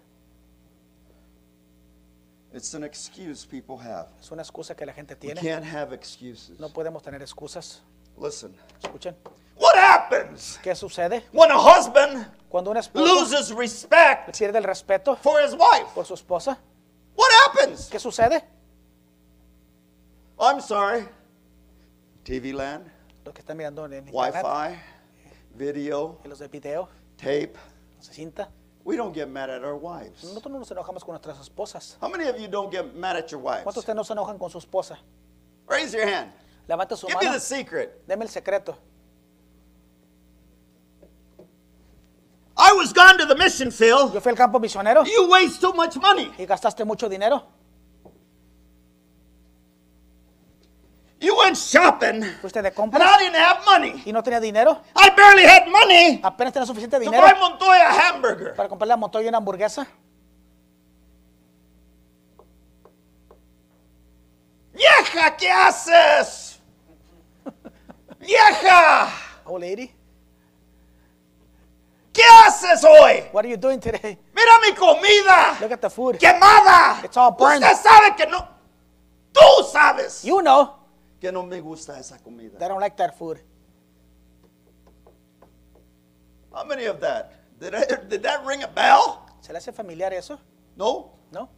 Speaker 1: it's an excuse people have.
Speaker 2: Es una excusa que la gente
Speaker 1: You
Speaker 2: tiene.
Speaker 1: can't have excuses.
Speaker 2: No podemos tener excusas.
Speaker 1: Listen.
Speaker 2: Escuchen,
Speaker 1: What happens
Speaker 2: ¿qué sucede
Speaker 1: when a husband
Speaker 2: cuando un esposo
Speaker 1: loses respect
Speaker 2: pierde el respeto
Speaker 1: for his wife?
Speaker 2: por su esposa?
Speaker 1: What happens?
Speaker 2: ¿Qué sucede?
Speaker 1: I'm sorry. TV land,
Speaker 2: Lo que están mirando en internet,
Speaker 1: Wi-Fi,
Speaker 5: video,
Speaker 2: en los de video,
Speaker 5: tape.
Speaker 2: se cinta.
Speaker 5: We don't get mad at our wives.
Speaker 2: Nosotros no nos enojamos con nuestras esposas.
Speaker 1: How many of you don't get mad at your
Speaker 2: ¿Cuántos de
Speaker 1: wives?
Speaker 2: ustedes no se enojan con su esposa?
Speaker 1: Raise your hand.
Speaker 2: Levanta su
Speaker 1: Give me
Speaker 2: mano.
Speaker 1: the secret.
Speaker 2: Deme el secreto.
Speaker 1: I was gone to the mission field.
Speaker 2: Yo fui al campo misionero
Speaker 1: You waste so much money.
Speaker 2: y gastaste mucho dinero.
Speaker 1: You went shopping, and
Speaker 2: Fuiste de compras
Speaker 1: I didn't have money.
Speaker 2: y no tenía dinero.
Speaker 1: I barely had money
Speaker 2: Apenas tenía suficiente
Speaker 1: to
Speaker 2: dinero
Speaker 1: buy Montoya a hamburger.
Speaker 2: para comprarle a Montoya una hamburguesa.
Speaker 1: Vieja, ¿qué haces? Vieja,
Speaker 2: Oh, lady,
Speaker 1: ¿qué haces hoy?
Speaker 2: what are you doing today?
Speaker 1: Mira mi comida
Speaker 2: Look at the food.
Speaker 1: quemada.
Speaker 2: It's all burned.
Speaker 1: Usted sabe que no. Tú sabes
Speaker 2: You know
Speaker 1: que no me gusta esa comida.
Speaker 2: that I don't like that food.
Speaker 1: How many of that? Did, I, did that ring a bell?
Speaker 2: ¿Se le hace familiar eso?
Speaker 1: No.
Speaker 2: ¿No?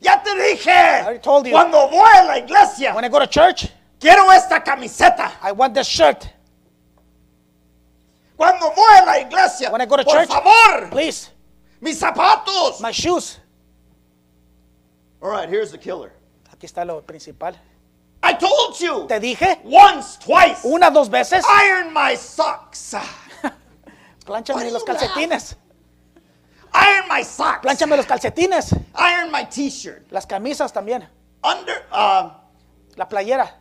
Speaker 1: Ya te dije.
Speaker 2: already told you.
Speaker 1: Cuando voy a la iglesia,
Speaker 2: When I go to church,
Speaker 1: quiero esta camiseta.
Speaker 2: I want this shirt.
Speaker 1: Cuando voy a la iglesia,
Speaker 2: When I go to
Speaker 1: por
Speaker 2: church,
Speaker 1: favor,
Speaker 2: please,
Speaker 1: mis zapatos.
Speaker 2: my shoes.
Speaker 1: All right, here's the killer.
Speaker 2: Aquí está lo principal.
Speaker 1: I told you
Speaker 2: Te dije
Speaker 1: once, twice.
Speaker 2: una, dos veces,
Speaker 1: Iron my socks. Why
Speaker 2: planchame los
Speaker 1: do you laugh?
Speaker 2: calcetines.
Speaker 1: Iron my socks.
Speaker 2: Planchame los calcetines.
Speaker 1: Iron my t-shirt.
Speaker 2: Las camisas también.
Speaker 1: Under, uh,
Speaker 2: La playera.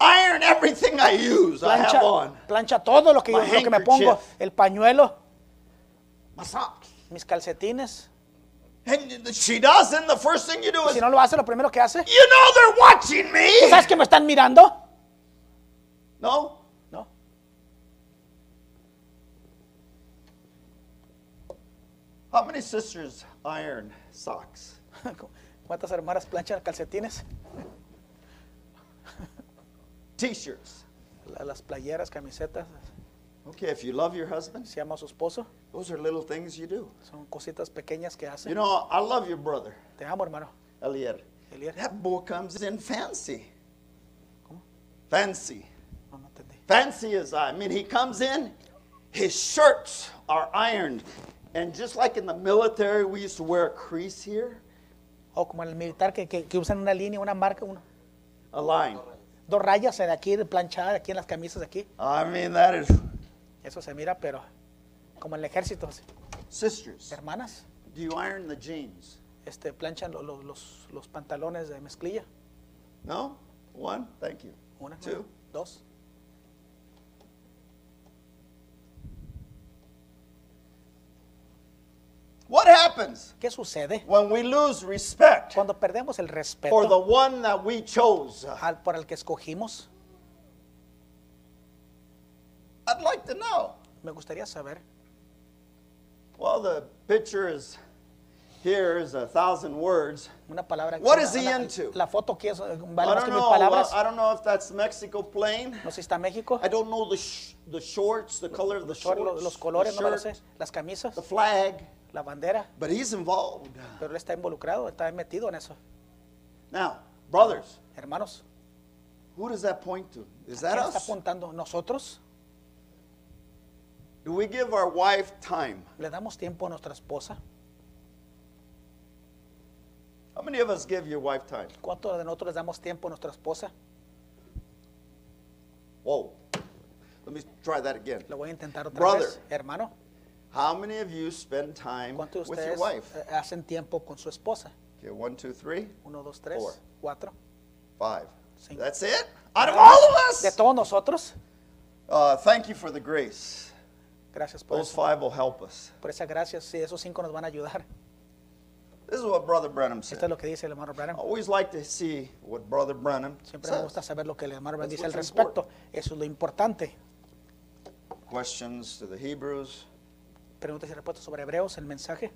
Speaker 1: iron everything I use. I
Speaker 2: Plancha,
Speaker 1: have on
Speaker 2: plancha todo lo que, yo,
Speaker 1: My
Speaker 2: lo que me pongo.
Speaker 1: handkerchief.
Speaker 2: El pañuelo,
Speaker 1: my socks.
Speaker 2: mis calcetines.
Speaker 1: And she doesn't. The first thing you do is,
Speaker 2: Si no lo hace, lo primero que hace.
Speaker 1: you know they're watching me.
Speaker 2: ¿Sabes que me están mirando?
Speaker 1: No,
Speaker 2: No.
Speaker 1: How many sisters iron socks?
Speaker 2: ¿Cuántas hermanas planchan calcetines?
Speaker 1: T-shirts.
Speaker 2: La- Las playeras, camisetas.
Speaker 1: Okay, if you love your husband,
Speaker 2: Se llama a su esposo.
Speaker 1: those are little things you do.
Speaker 2: Son cositas pequeñas que hace.
Speaker 1: You know, I love your brother,
Speaker 2: Te amo, hermano.
Speaker 1: Elier.
Speaker 2: Elier.
Speaker 1: That boy comes in fancy. Fancy.
Speaker 2: No, no entendí.
Speaker 1: Fancy as I. I mean, he comes in, his shirts are ironed. And just like in the military, we used to wear a crease here,
Speaker 2: O Oh, como el militar que, que- que usan una línea, una marca, una-
Speaker 1: a line.
Speaker 2: dos rayas en aquí de planchar, aquí en las camisas, aquí.
Speaker 1: I mean, that is.
Speaker 2: Eso se mira, pero como en el ejército, así.
Speaker 1: Sisters,
Speaker 2: hermanas,
Speaker 1: do you iron the jeans?
Speaker 2: este, planchan lo- lo- los, los pantalones de mezclilla.
Speaker 1: No? One? Thank you.
Speaker 2: Una,
Speaker 1: Two.
Speaker 2: dos.
Speaker 1: What happens
Speaker 2: ¿Qué sucede
Speaker 1: when we lose respect
Speaker 2: cuando perdemos el
Speaker 1: for the
Speaker 2: respeto
Speaker 1: one that we chose?
Speaker 2: al, por el que escogimos?
Speaker 1: I'd like to know.
Speaker 2: Me gustaría saber.
Speaker 1: Well, the picture is here is a thousand words.
Speaker 2: Una palabra.
Speaker 1: What
Speaker 2: una-
Speaker 1: is he
Speaker 2: una-
Speaker 1: into?
Speaker 2: La foto que es, eh, vale
Speaker 1: I
Speaker 2: más
Speaker 1: don't
Speaker 2: que mil
Speaker 1: know. uh,
Speaker 2: palabras.
Speaker 1: I don't know if that's Mexico plain.
Speaker 2: No sé si está México.
Speaker 1: I don't know the sh- the shorts, the color of the
Speaker 2: Son
Speaker 1: shorts,
Speaker 2: lo- los,
Speaker 1: the
Speaker 2: colores, no me lo
Speaker 1: shirt,
Speaker 2: sé. Las camisas,
Speaker 1: the flag.
Speaker 2: la bandera.
Speaker 1: But he's involved.
Speaker 2: Pero él está involucrado, está metido en eso.
Speaker 1: Now, brothers,
Speaker 2: Hermanos,
Speaker 1: who does that point to? Is
Speaker 2: ¿quién
Speaker 1: that
Speaker 2: está
Speaker 1: us?
Speaker 2: apuntando? ¿Nosotros?
Speaker 1: Do we give our wife time?
Speaker 2: ¿Le damos tiempo a nuestra esposa?
Speaker 1: How many of us give your wife time?
Speaker 2: ¿Cuánto de nosotros les damos tiempo a nuestra esposa?
Speaker 1: Whoa. Let me try that again.
Speaker 2: Lo voy a intentar otra
Speaker 1: Brother.
Speaker 2: vez. Hermano,
Speaker 1: How many of you spend time
Speaker 2: ¿cuánto de
Speaker 1: with your
Speaker 2: ustedes
Speaker 1: wife?
Speaker 2: eh, hacen tiempo con su esposa?
Speaker 1: Okay, one, two, three,
Speaker 2: Uno, dos, tres,
Speaker 1: Four.
Speaker 2: cuatro.
Speaker 1: five.
Speaker 2: Cinco. Ah,
Speaker 1: That's it? Out of all of
Speaker 2: De
Speaker 1: us?
Speaker 2: todos nosotros,
Speaker 1: Uh, thank you for the grace.
Speaker 2: gracias por,
Speaker 1: Those
Speaker 2: eso,
Speaker 1: five will help us.
Speaker 2: por esa gracia. Sí, esos cinco nos van a ayudar.
Speaker 1: This is what Brother Brenham
Speaker 2: Esto es
Speaker 1: said.
Speaker 2: lo que dice el hermano Branham.
Speaker 1: Always like to see what Brother Brenham
Speaker 2: Siempre me gusta
Speaker 1: says.
Speaker 2: saber lo que el hermano Branham
Speaker 1: That's
Speaker 2: dice al
Speaker 1: what's
Speaker 2: respecto. Eso es lo importante.
Speaker 1: Questions to the Hebrews.
Speaker 2: Preguntas y respuestas sobre Hebreos, el mensaje.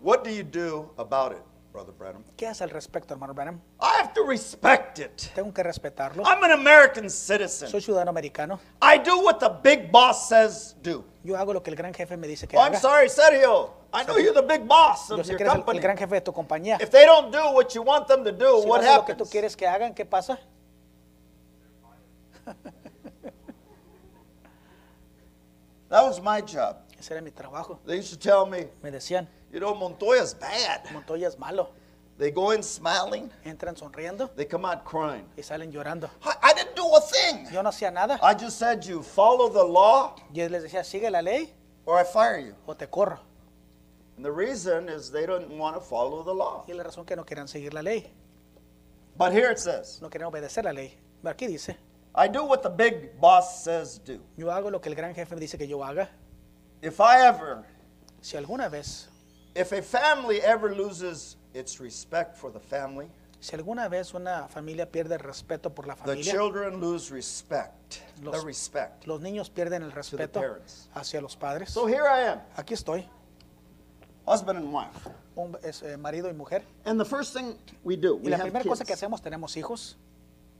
Speaker 1: What do you do about it, Brother Brenham?
Speaker 2: ¿Qué hace al respecto, hermano Branham?
Speaker 1: I have to respect it.
Speaker 2: Tengo que respetarlo.
Speaker 1: I'm an American citizen.
Speaker 2: Soy ciudadano americano.
Speaker 1: I do what the big boss says do.
Speaker 2: Yo hago lo que el gran jefe me dice que
Speaker 1: Oh, I'm
Speaker 2: haga.
Speaker 1: sorry, Sergio. I know you're the big boss
Speaker 2: Yo
Speaker 1: of
Speaker 2: sé
Speaker 1: your
Speaker 2: que eres el- el,
Speaker 1: company.
Speaker 2: gran jefe de tu compañía.
Speaker 1: If they don't do what you want them to do,
Speaker 2: Si no
Speaker 1: what
Speaker 2: hacen lo que tú
Speaker 1: happens?
Speaker 2: quieres que hagan, ¿qué pasa?
Speaker 1: That was my job.
Speaker 2: Ese era mi trabajo.
Speaker 1: They used to tell me,
Speaker 2: Me decían,
Speaker 1: you know, Montoya's bad.
Speaker 2: Montoya es malo.
Speaker 1: They go in smiling,
Speaker 2: Entran sonriendo
Speaker 1: they come out crying.
Speaker 2: y salen llorando.
Speaker 1: I, I didn't do a thing.
Speaker 2: Yo no hacía nada.
Speaker 1: I just said, you follow the law
Speaker 2: Yo les decía, sigue la ley
Speaker 1: or I fire you.
Speaker 2: o te corro.
Speaker 1: And the reason is they don't want to follow the law.
Speaker 2: Y la razón que no querían seguir la ley,
Speaker 1: But here it says,
Speaker 2: no querían obedecer la ley. Pero Aquí dice,
Speaker 1: I do what the big boss says do.
Speaker 2: yo hago lo que el gran jefe me dice que yo haga.
Speaker 1: If I ever,
Speaker 2: Si alguna vez,
Speaker 1: if a family ever loses its respect for the family,
Speaker 2: si alguna vez una familia pierde el respeto por la
Speaker 1: the
Speaker 2: familia,
Speaker 1: children lose respect. The
Speaker 2: Los-
Speaker 1: respect.
Speaker 2: los niños pierden el respeto
Speaker 1: parents.
Speaker 2: hacia los padres.
Speaker 1: So here I am,
Speaker 2: Aquí estoy,
Speaker 1: husband and wife.
Speaker 2: un, es, eh, marido y mujer.
Speaker 3: And the first thing we do,
Speaker 2: Y
Speaker 3: we
Speaker 2: la
Speaker 3: have
Speaker 2: primera cosa que
Speaker 3: kids.
Speaker 2: hacemos, tenemos hijos.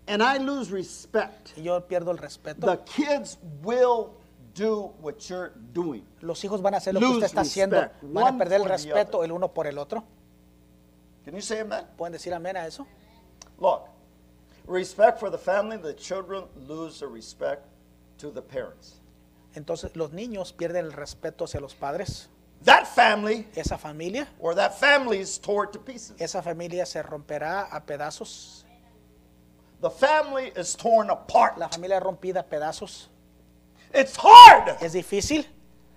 Speaker 3: And I lose respect.
Speaker 2: Y yo pierdo el respeto.
Speaker 3: The kids will do what you're doing.
Speaker 2: los hijos van a hacer lo que
Speaker 3: Lose
Speaker 2: usted está haciendo.
Speaker 3: respect,
Speaker 2: Van
Speaker 3: one
Speaker 2: a perder el
Speaker 3: for the
Speaker 2: respeto
Speaker 1: other.
Speaker 2: el uno por el otro.
Speaker 1: Can you say amen?
Speaker 2: ¿Pueden decir amén a eso?
Speaker 1: Look, respect for the family, the children lose the respect to the parents.
Speaker 2: Entonces los niños pierden el respeto hacia los padres.
Speaker 1: That family
Speaker 2: Esa familia,
Speaker 1: or that family is torn to pieces.
Speaker 2: esa familia se romperá a pedazos.
Speaker 1: The family is torn apart.
Speaker 2: La familia rompida a pedazos.
Speaker 1: It's hard
Speaker 2: Es difícil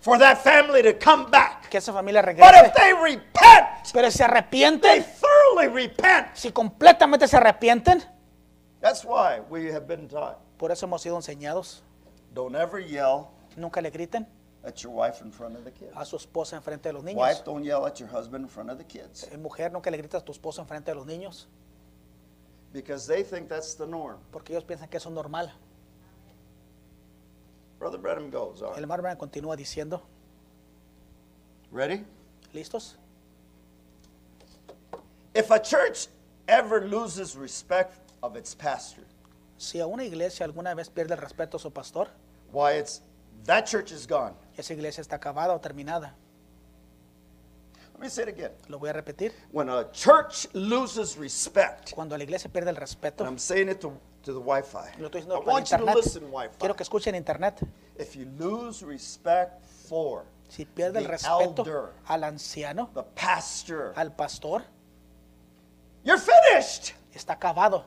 Speaker 1: for that family to come back.
Speaker 2: que esa familia
Speaker 1: But
Speaker 2: regrese.
Speaker 1: if they repent,
Speaker 2: Pero si se
Speaker 1: they
Speaker 2: arrepienten,
Speaker 1: thoroughly repent.
Speaker 2: si completamente se arrepienten,
Speaker 1: That's why we have been taught
Speaker 2: por eso hemos sido enseñados.
Speaker 1: don't ever yell
Speaker 2: Nunca le griten
Speaker 1: at your wife in front of the kids.
Speaker 2: a su esposa en frente de los niños.
Speaker 1: Wife, don't yell at your husband in front of the kids
Speaker 2: Eh, Mujer, nunca le grites a tu esposo en frente de los niños,
Speaker 1: because they think that's the norm.
Speaker 2: porque ellos piensan que eso es normal.
Speaker 1: Brother Brenham goes, all
Speaker 2: El
Speaker 1: right.
Speaker 2: Marvel continúa diciendo,
Speaker 1: Ready?
Speaker 2: ¿listos?
Speaker 1: If a church ever loses respect of its pastor,
Speaker 2: Si a una iglesia alguna vez pierde el respeto a su pastor,
Speaker 1: why it's that church is gone.
Speaker 2: esa iglesia está acabada o terminada.
Speaker 1: Let me say it again.
Speaker 2: Lo voy a repetir.
Speaker 1: When a church loses respect,
Speaker 2: Cuando la iglesia pierde el
Speaker 1: and
Speaker 2: respeto,
Speaker 1: I'm saying it to, to the Wi-Fi.
Speaker 2: lo estoy
Speaker 1: I
Speaker 2: diciendo por
Speaker 1: want you to
Speaker 2: internet.
Speaker 1: listen, Wi-Fi.
Speaker 2: Quiero que escuchen internet.
Speaker 1: If you lose respect for
Speaker 2: Si pierde el
Speaker 1: The
Speaker 2: respeto
Speaker 1: elder.
Speaker 2: al anciano,
Speaker 1: the pastor,
Speaker 2: al pastor,
Speaker 1: you're finished.
Speaker 2: está acabado.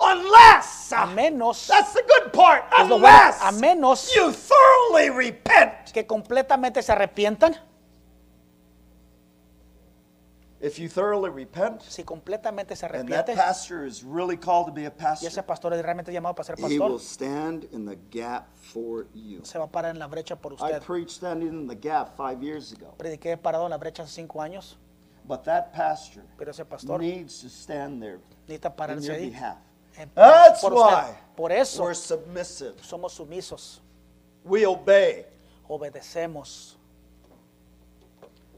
Speaker 1: Unless
Speaker 2: A menos
Speaker 1: that's the good part.
Speaker 2: Es lo bueno.
Speaker 1: Unless
Speaker 2: A menos-
Speaker 1: you thoroughly repent.
Speaker 2: que completamente se arrepientan.
Speaker 1: If you thoroughly repent,
Speaker 2: Si completamente se
Speaker 1: and that
Speaker 2: arrepienten
Speaker 1: pastor is really called to be a
Speaker 2: y ese
Speaker 1: pastor,
Speaker 2: pastor es realmente llamado para ser
Speaker 1: he will
Speaker 2: pastor,
Speaker 1: stand in the gap for you.
Speaker 2: se va a parar en la brecha por
Speaker 1: I
Speaker 2: usted.
Speaker 1: preached standing in the gap five years ago,
Speaker 2: Prediqué parado en la brecha hace cinco años,
Speaker 1: but that pastor
Speaker 2: pero ese pastor
Speaker 1: needs to stand there
Speaker 2: necesita
Speaker 1: on
Speaker 2: pararse
Speaker 1: your
Speaker 2: ahí.
Speaker 1: behalf.
Speaker 2: en-
Speaker 1: That's
Speaker 2: por,
Speaker 1: why
Speaker 2: usted. por eso
Speaker 1: We're submissive.
Speaker 2: somos sumisos,
Speaker 1: We obey.
Speaker 2: obedecemos.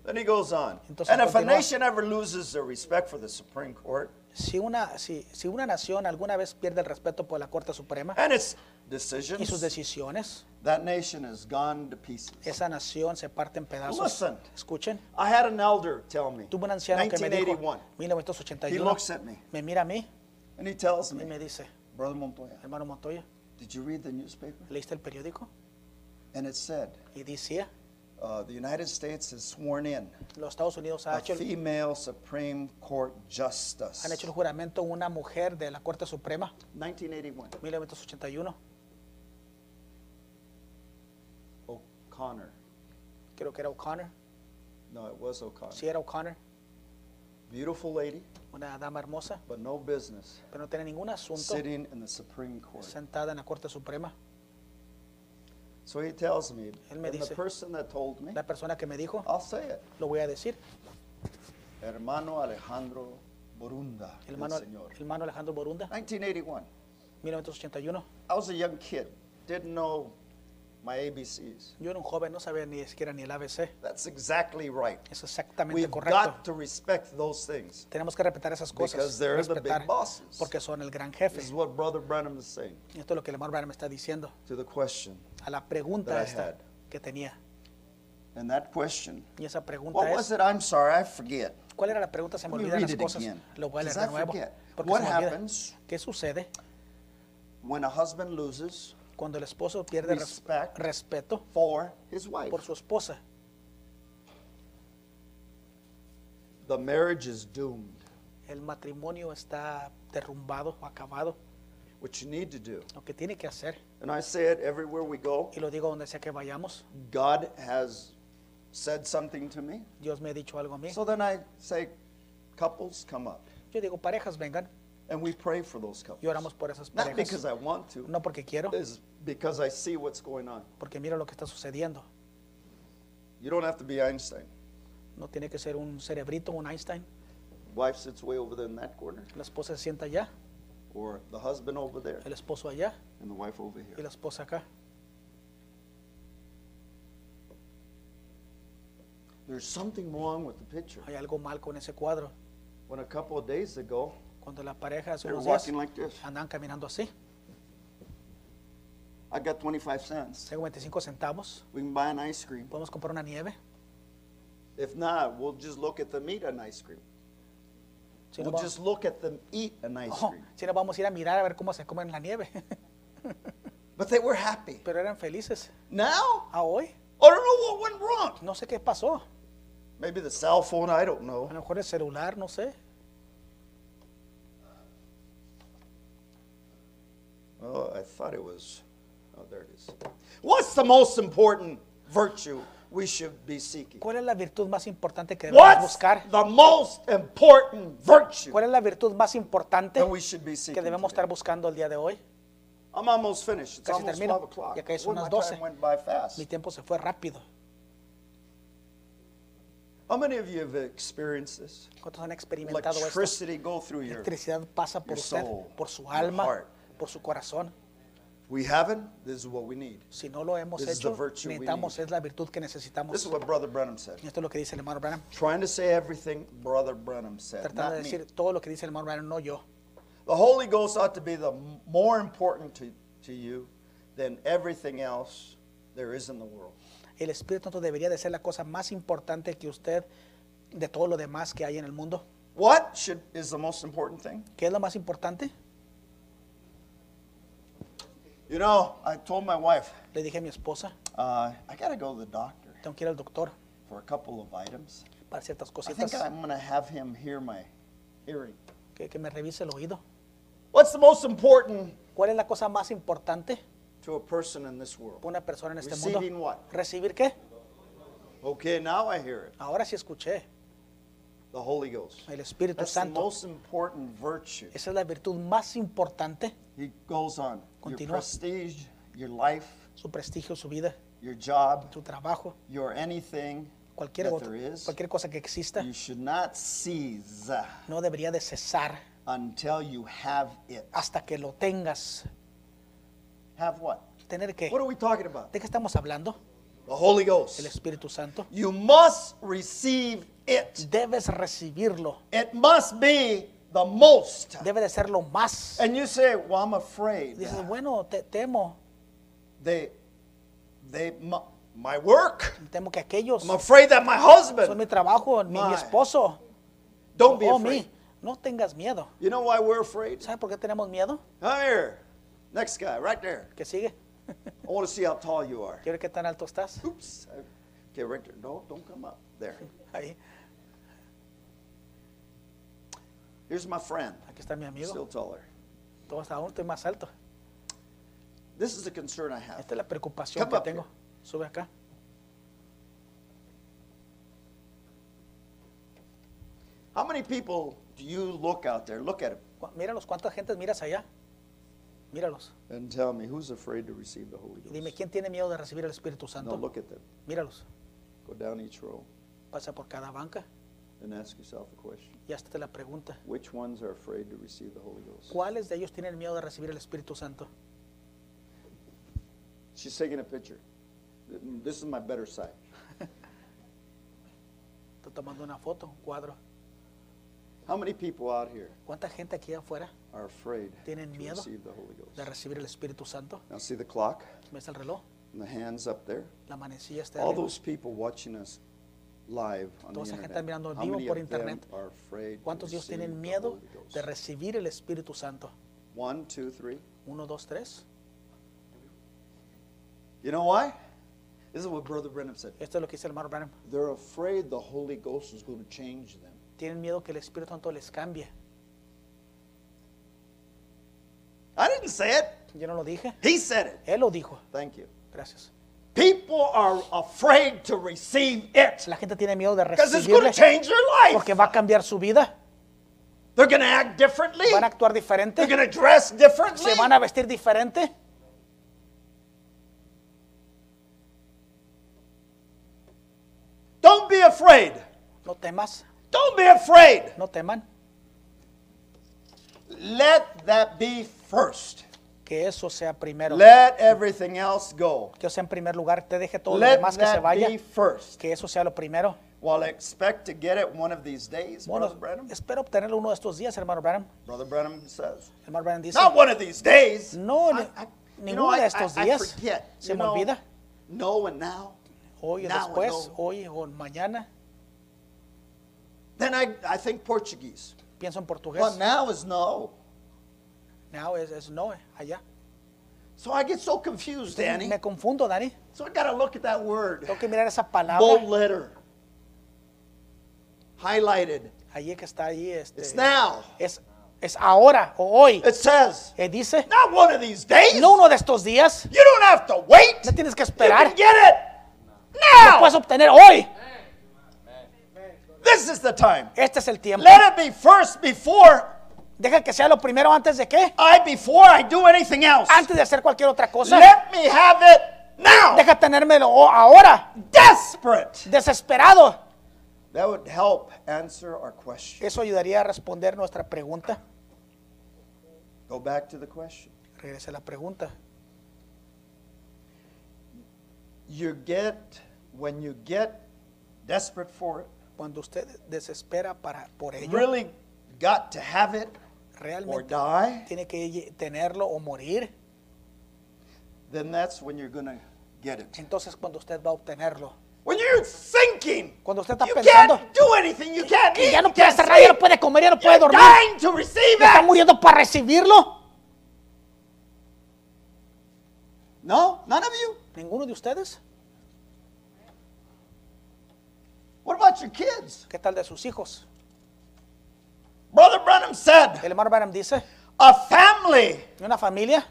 Speaker 1: Then he goes on.
Speaker 2: Entonces,
Speaker 1: and if a
Speaker 2: continúa.
Speaker 1: nation ever loses their respect for the Supreme Court
Speaker 2: Si una, si, si una nación alguna vez pierde el respeto por la Corte Suprema
Speaker 1: and its
Speaker 2: y sus
Speaker 1: decisions,
Speaker 2: decisiones,
Speaker 1: that nation has gone to pieces.
Speaker 2: esa nación se parte en pedazos.
Speaker 1: Listen.
Speaker 2: Escuchen,
Speaker 1: I had an elder tell me,
Speaker 2: tuve un anciano que me dijo,
Speaker 1: 1981, he
Speaker 2: 1981,
Speaker 1: looks at me
Speaker 2: me mira a mí
Speaker 1: and he tells
Speaker 2: y
Speaker 1: me,
Speaker 2: me dice,
Speaker 1: Brother Montoya,
Speaker 2: hermano Montoya,
Speaker 1: did you read the newspaper?
Speaker 2: ¿leíste el periódico?
Speaker 1: And it said,
Speaker 2: Y decía,
Speaker 1: uh, the United States has sworn in
Speaker 2: los Estados Unidos ha
Speaker 1: a
Speaker 2: Ah, hecho el-
Speaker 1: female Supreme Court justice.
Speaker 2: han hecho el juramento una mujer de la Corte Suprema,
Speaker 1: 1981,
Speaker 2: 1981,
Speaker 1: O'Connor.
Speaker 2: creo que era O'Connor,
Speaker 1: No, it was O'Connor.
Speaker 2: si era O'Connor,
Speaker 1: Beautiful lady,
Speaker 2: una dama hermosa,
Speaker 1: but no business
Speaker 2: pero no tiene ningún asunto
Speaker 1: sitting in the Supreme Court.
Speaker 2: sentada en la Corte Suprema.
Speaker 1: So he tells me,
Speaker 2: Él me
Speaker 1: and the
Speaker 2: dice.
Speaker 1: person that told me,
Speaker 2: La persona que me dijo,
Speaker 1: I'll say it,
Speaker 2: lo voy a decir,
Speaker 1: Hermano Alejandro Borunda, el
Speaker 2: el hermano,
Speaker 1: señor.
Speaker 2: el hermano Alejandro Borunda,
Speaker 1: 1981.
Speaker 2: 1981.
Speaker 1: I was a young kid, didn't know my ABCs.
Speaker 2: Yo era un joven, no sabía ni siquiera ni el ABC.
Speaker 1: That's exactly right.
Speaker 2: Es exactamente
Speaker 1: We've
Speaker 2: correcto.
Speaker 1: got to respect those things.
Speaker 2: Tenemos que respetar esas cosas.
Speaker 1: Because they're the big
Speaker 2: respetar,
Speaker 1: bosses.
Speaker 2: porque son el gran
Speaker 1: This is
Speaker 2: jefe.
Speaker 1: what Brother Branham is saying
Speaker 2: Esto es lo que el hermano Branham está diciendo
Speaker 1: to the question.
Speaker 2: a la
Speaker 1: That
Speaker 2: pregunta
Speaker 1: I
Speaker 2: esta
Speaker 1: had.
Speaker 2: que tenía.
Speaker 1: And that question,
Speaker 2: Y esa pregunta
Speaker 1: what
Speaker 2: es,
Speaker 1: was it? I'm sorry, I forget.
Speaker 2: ¿cuál era la pregunta? Se
Speaker 1: Let
Speaker 2: me
Speaker 1: me read
Speaker 2: olvidan las
Speaker 1: it
Speaker 2: cosas.
Speaker 1: again,
Speaker 2: Lo voy a leer
Speaker 1: 'cause
Speaker 2: de
Speaker 1: I
Speaker 2: nuevo.
Speaker 1: forget.
Speaker 2: Porque
Speaker 1: What
Speaker 2: se me olvida.
Speaker 1: happens-
Speaker 2: ¿Qué sucede?
Speaker 1: when a husband loses
Speaker 2: Cuando el esposo pierde res-
Speaker 1: Respect.
Speaker 2: respeto
Speaker 1: for his wife,
Speaker 2: por su esposa,
Speaker 1: the marriage is doomed.
Speaker 2: el matrimonio está derrumbado o acabado.
Speaker 1: What you need to do,
Speaker 2: Lo que tiene que hacer,
Speaker 1: and I say it everywhere we go,
Speaker 2: y lo digo donde sea que vayamos,
Speaker 1: God has said something to me.
Speaker 2: Dios me ha dicho algo a mí.
Speaker 1: So then I say, couples, come up.
Speaker 2: Yo digo, parejas, vengan
Speaker 1: And we pray for those couples.
Speaker 2: y oramos por esas
Speaker 1: Not because
Speaker 2: parejas.
Speaker 1: I want to,
Speaker 2: No porque quiero,
Speaker 1: is because I see what's going on.
Speaker 2: porque mira lo que está sucediendo.
Speaker 1: You don't have to be Einstein.
Speaker 2: No tiene que ser un cerebrito, un Einstein.
Speaker 1: Wife sits way over there in that corner,
Speaker 2: La esposa se sienta allá,
Speaker 1: or the husband over there,
Speaker 2: el esposo allá
Speaker 1: and the wife over
Speaker 2: y
Speaker 1: here.
Speaker 2: la esposa acá.
Speaker 1: There's something wrong with the picture.
Speaker 2: Hay algo mal con ese cuadro.
Speaker 1: When a couple of days ago,
Speaker 2: Cuando la pareja hace
Speaker 1: They're
Speaker 2: unos días
Speaker 1: walking like this.
Speaker 2: andan caminando así,
Speaker 1: I got 25 cents.
Speaker 2: tengo 25 centavos,
Speaker 1: We can buy an ice cream.
Speaker 2: podemos comprar una nieve.
Speaker 1: If not, we'll just look at them eat an ice cream.
Speaker 2: Si no,
Speaker 1: We'll
Speaker 2: va-
Speaker 1: just look at them eat an ice
Speaker 2: Oh,
Speaker 1: cream.
Speaker 2: si no vamos a ir a mirar a ver cómo se comen la nieve.
Speaker 1: But they were happy.
Speaker 2: Pero eran felices.
Speaker 1: Now,
Speaker 2: A hoy,
Speaker 1: I don't know what went wrong.
Speaker 2: no sé qué pasó.
Speaker 1: Maybe the cell phone, I don't know.
Speaker 2: A lo mejor el celular, no sé.
Speaker 1: Oh, I thought it was. Oh, there it is. What's the most important virtue we should be seeking?
Speaker 2: ¿Cuál es la virtud más importante que debemos
Speaker 1: What's
Speaker 2: buscar?
Speaker 1: the most important virtue
Speaker 2: ¿Cuál es la virtud más importante
Speaker 1: that we should be
Speaker 2: que
Speaker 1: seeking?
Speaker 2: debemos
Speaker 1: today?
Speaker 2: estar buscando el día de hoy?
Speaker 1: I'm almost finished. It's
Speaker 2: Casi
Speaker 1: almost
Speaker 2: termino.
Speaker 1: 12 o'clock.
Speaker 2: Ya casi
Speaker 1: Boy,
Speaker 2: son
Speaker 1: my
Speaker 2: las 12.
Speaker 1: time went by
Speaker 2: Mi
Speaker 1: fast.
Speaker 2: tiempo se fue rápido.
Speaker 1: How many of you have experienced this?
Speaker 2: ¿Cuántos han experimentado esto?
Speaker 1: Electricity go through your.
Speaker 2: Electricidad pasa por
Speaker 1: your
Speaker 2: usted,
Speaker 1: soul,
Speaker 2: por su
Speaker 1: your
Speaker 2: alma,
Speaker 1: heart.
Speaker 2: por su corazón.
Speaker 1: We haven't. This is what we need.
Speaker 2: Si no lo hemos
Speaker 1: This is the
Speaker 2: hecho,
Speaker 1: virtue we
Speaker 2: necesitamos,
Speaker 1: need.
Speaker 2: es la virtud que
Speaker 1: This
Speaker 2: necesitamos.
Speaker 1: is what Brother Brenham said.
Speaker 2: Y esto es lo que dice el hermano Branham.
Speaker 1: Trying to say everything Brother Brenham said,
Speaker 2: Tratando de
Speaker 1: not me.
Speaker 2: decir todo lo que dice el hermano Branham, no yo.
Speaker 1: The Holy Ghost ought to be the m- more important to, to you than everything else there is in the world.
Speaker 2: El Espíritu Santo debería de ser la cosa más importante que usted, de todo lo demás que hay en el mundo.
Speaker 1: What should is the most important thing?
Speaker 2: ¿Qué es lo más importante?
Speaker 1: You know, I told my wife,
Speaker 2: Le dije a mi esposa,
Speaker 1: uh, I got to go to the doctor
Speaker 2: tengo que ir al doctor
Speaker 1: for a couple of items.
Speaker 2: para ciertas
Speaker 1: I think
Speaker 2: cositas,
Speaker 1: I'm going to have him hear my hearing.
Speaker 2: que, que me revise el oído.
Speaker 1: What's the most important
Speaker 2: ¿Cuál es la cosa más importante
Speaker 1: to a person in this world?
Speaker 2: para una persona en este
Speaker 1: Receiving
Speaker 2: mundo?
Speaker 1: what?
Speaker 2: ¿Recibir qué?
Speaker 1: Okay, now I hear it.
Speaker 2: Ahora sí escuché,
Speaker 1: The Holy Ghost.
Speaker 2: el Espíritu
Speaker 1: That's the
Speaker 2: Santo.
Speaker 1: most important virtue.
Speaker 2: Esa es la virtud más importante,
Speaker 1: He goes on. Your
Speaker 2: Continúa.
Speaker 1: prestige, your life,
Speaker 2: su prestigio, su vida,
Speaker 1: your job,
Speaker 2: su trabajo,
Speaker 1: your anything
Speaker 2: cualquier,
Speaker 1: that
Speaker 2: otra-
Speaker 1: there is,
Speaker 2: cualquier cosa que exista,
Speaker 1: you should not seize
Speaker 2: no debería de cesar
Speaker 1: until you have it.
Speaker 2: hasta que lo tengas.
Speaker 1: Have what?
Speaker 2: ¿Tener que
Speaker 1: What are we talking about?
Speaker 2: ¿De qué estamos hablando?
Speaker 1: The Holy
Speaker 2: El
Speaker 1: Ghost.
Speaker 2: Espíritu Santo.
Speaker 1: You must receive it.
Speaker 2: Debes recibirlo.
Speaker 1: It must be the most.
Speaker 2: Debe de ser lo más.
Speaker 1: And you say, "Well, I'm afraid."
Speaker 2: Dices, bueno, te- temo.
Speaker 1: They, they, my, my work.
Speaker 2: Temo que aquellos
Speaker 1: I'm afraid that my husband.
Speaker 2: son mi trabajo, mi, mi
Speaker 1: My.
Speaker 2: esposo.
Speaker 1: Don't be
Speaker 2: o
Speaker 1: afraid.
Speaker 2: mí. No tengas miedo.
Speaker 1: You know why we're afraid?
Speaker 2: ¿Sabes por qué tenemos miedo?
Speaker 1: Come here. Next guy, right there.
Speaker 2: Que sigue.
Speaker 1: I want to see how tall you are.
Speaker 2: Quiero ver qué tan alto estás.
Speaker 1: Oops. I- Okay, right there. No, don't come up. There.
Speaker 2: Ahí.
Speaker 1: Here's my friend.
Speaker 2: Aquí está mi
Speaker 1: Still
Speaker 2: amigo.
Speaker 1: taller.
Speaker 2: Todo hasta aún estoy más alto.
Speaker 1: This is the concern I have.
Speaker 2: Esta es la preocupación
Speaker 1: Come
Speaker 2: que
Speaker 1: up
Speaker 2: tengo.
Speaker 1: here.
Speaker 2: Sube acá.
Speaker 1: How many people do you look out there? Look at him
Speaker 2: Cu- Míralos, cuántas gentes miras allá. Míralos.
Speaker 1: and tell me who's afraid to receive the Holy
Speaker 2: Y dime,
Speaker 1: Ghost.
Speaker 2: ¿quién tiene miedo de recibir el Espíritu
Speaker 1: Now
Speaker 2: Santo?
Speaker 1: look at them.
Speaker 2: Míralos.
Speaker 1: Go down each row
Speaker 2: Pasa por cada banca
Speaker 1: and ask yourself a question.
Speaker 2: y hazte la pregunta.
Speaker 1: Which ones are afraid to receive the Holy Ghost?
Speaker 2: ¿Cuáles de ellos tienen miedo de recibir el Espíritu Santo?
Speaker 1: She's taking a picture. This is my better side.
Speaker 2: Estoy tomando una foto, un cuadro.
Speaker 1: How many people out here
Speaker 2: ¿Cuánta gente aquí afuera
Speaker 1: are afraid to
Speaker 2: Tienen miedo
Speaker 1: receive the Holy
Speaker 2: de
Speaker 1: Ghost?
Speaker 2: recibir el Espíritu Santo?
Speaker 1: Now see the clock
Speaker 2: ¿Ves el reloj?
Speaker 1: and the hands up there.
Speaker 2: La manecilla está
Speaker 1: All
Speaker 2: arriba.
Speaker 1: those people watching us live on the
Speaker 2: Toda esa gente
Speaker 1: internet.
Speaker 2: mirando en
Speaker 1: How
Speaker 2: vivo
Speaker 1: many
Speaker 2: por
Speaker 1: of them
Speaker 2: internet.
Speaker 1: are afraid to
Speaker 2: ¿Cuántos de ellos
Speaker 1: receive
Speaker 2: tienen
Speaker 1: the
Speaker 2: miedo
Speaker 1: Holy Ghost?
Speaker 2: de recibir el Espíritu Santo?
Speaker 1: One, two, three.
Speaker 2: Uno, dos, tres.
Speaker 1: You know why?
Speaker 3: This is what Brother Brenham said.
Speaker 2: Esto es lo que dice el hermano Branham.
Speaker 3: They're afraid the Holy Ghost is going to change them.
Speaker 2: Tienen miedo que el Espíritu Santo les cambie.
Speaker 3: I didn't say it.
Speaker 2: Yo no lo dije.
Speaker 3: He said it.
Speaker 2: Él lo dijo.
Speaker 1: Thank you.
Speaker 2: Gracias.
Speaker 3: People are afraid to receive it
Speaker 2: La gente tiene miedo de
Speaker 3: because it's going
Speaker 2: recibirle
Speaker 3: to change their life.
Speaker 2: porque va a cambiar su vida.
Speaker 3: They're going to act differently.
Speaker 2: Van a actuar
Speaker 3: They're
Speaker 2: diferente.
Speaker 3: going to dress differently.
Speaker 2: Se van a vestir diferente.
Speaker 3: Don't be afraid.
Speaker 2: No temas.
Speaker 3: Don't be afraid.
Speaker 2: No teman.
Speaker 3: Let that be first.
Speaker 2: Que eso sea primero.
Speaker 1: Let everything else go.
Speaker 2: Que eso sea en primer lugar. Te deje todo lo
Speaker 1: Let
Speaker 2: demás que se
Speaker 1: that
Speaker 2: vaya.
Speaker 1: be first.
Speaker 2: Que eso sea lo primero.
Speaker 1: Well, I expect to get it one of these days,
Speaker 2: Bueno,
Speaker 1: Brother Branham.
Speaker 2: espero obtenerlo uno de estos días, hermano Branham.
Speaker 1: Brother Branham says.
Speaker 2: Hermano Branham dice,
Speaker 3: Not one of these days.
Speaker 2: no, ni-
Speaker 3: I- I- you know,
Speaker 2: ninguno de
Speaker 3: I-
Speaker 2: estos
Speaker 3: I- I
Speaker 2: días.
Speaker 3: forget.
Speaker 2: Se
Speaker 3: You
Speaker 2: me
Speaker 3: know,
Speaker 2: olvida.
Speaker 3: No and now.
Speaker 2: Hoy o
Speaker 3: now and
Speaker 2: después,
Speaker 3: no.
Speaker 2: hoy o mañana.
Speaker 3: Then I, I think Portuguese.
Speaker 2: Pienso en portugués.
Speaker 3: But now is no.
Speaker 2: Now es, es no, eh, allá.
Speaker 3: So I get so confused, Danny.
Speaker 2: Me confundo, Dani.
Speaker 3: So I got to look at that word.
Speaker 2: Tengo que mirar esa
Speaker 3: Bold
Speaker 2: palabra.
Speaker 3: letter. Highlighted.
Speaker 2: Allí que está ahí. Este,
Speaker 3: It's now.
Speaker 2: es, es ahora o hoy.
Speaker 3: It says,
Speaker 2: Eh, dice,
Speaker 3: not one of these days.
Speaker 2: no uno de estos días.
Speaker 3: You don't have to wait.
Speaker 2: No tienes que
Speaker 3: You
Speaker 2: esperar.
Speaker 3: can get it
Speaker 2: Lo
Speaker 3: now.
Speaker 2: puedes obtener hoy.
Speaker 3: This is the time.
Speaker 2: Este es el tiempo.
Speaker 3: Let it be first before
Speaker 2: Deja que sea lo primero antes de qué.
Speaker 3: I before I do anything else.
Speaker 2: Antes de hacer cualquier otra cosa.
Speaker 3: Let me have it now.
Speaker 2: Deja tenérmelo o- ahora.
Speaker 3: Desperate.
Speaker 2: Desesperado.
Speaker 1: That would help answer our question.
Speaker 2: Eso ayudaría a responder nuestra pregunta.
Speaker 1: Go back to the question.
Speaker 2: Regrese la pregunta.
Speaker 1: You get, when you get desperate for it,
Speaker 2: Cuando usted desespera para, por ello,
Speaker 1: really got to have it or
Speaker 2: realmente
Speaker 1: die,
Speaker 2: tiene que lle- tenerlo o morir.
Speaker 1: then that's when you're going to get it.
Speaker 2: Entonces, cuando usted va a obtenerlo.
Speaker 3: When you're thinking,
Speaker 2: Cuando usted está
Speaker 3: you
Speaker 2: pensando
Speaker 3: can't do anything. You can't
Speaker 2: que
Speaker 3: eat.
Speaker 2: ya no
Speaker 3: you
Speaker 2: puede
Speaker 3: can't
Speaker 2: cerrar, ya no
Speaker 3: sleep.
Speaker 2: puede comer, ya no puede
Speaker 3: You're
Speaker 2: dormir,
Speaker 3: dying to receive
Speaker 2: que está
Speaker 3: it.
Speaker 2: muriendo para recibirlo.
Speaker 3: No, none of you.
Speaker 2: ¿Ninguno de ustedes?
Speaker 3: What about your kids?
Speaker 2: ¿Qué tal de sus hijos?
Speaker 3: Brother Branham said,
Speaker 2: El hermano Branham dice,
Speaker 3: a family
Speaker 2: una familia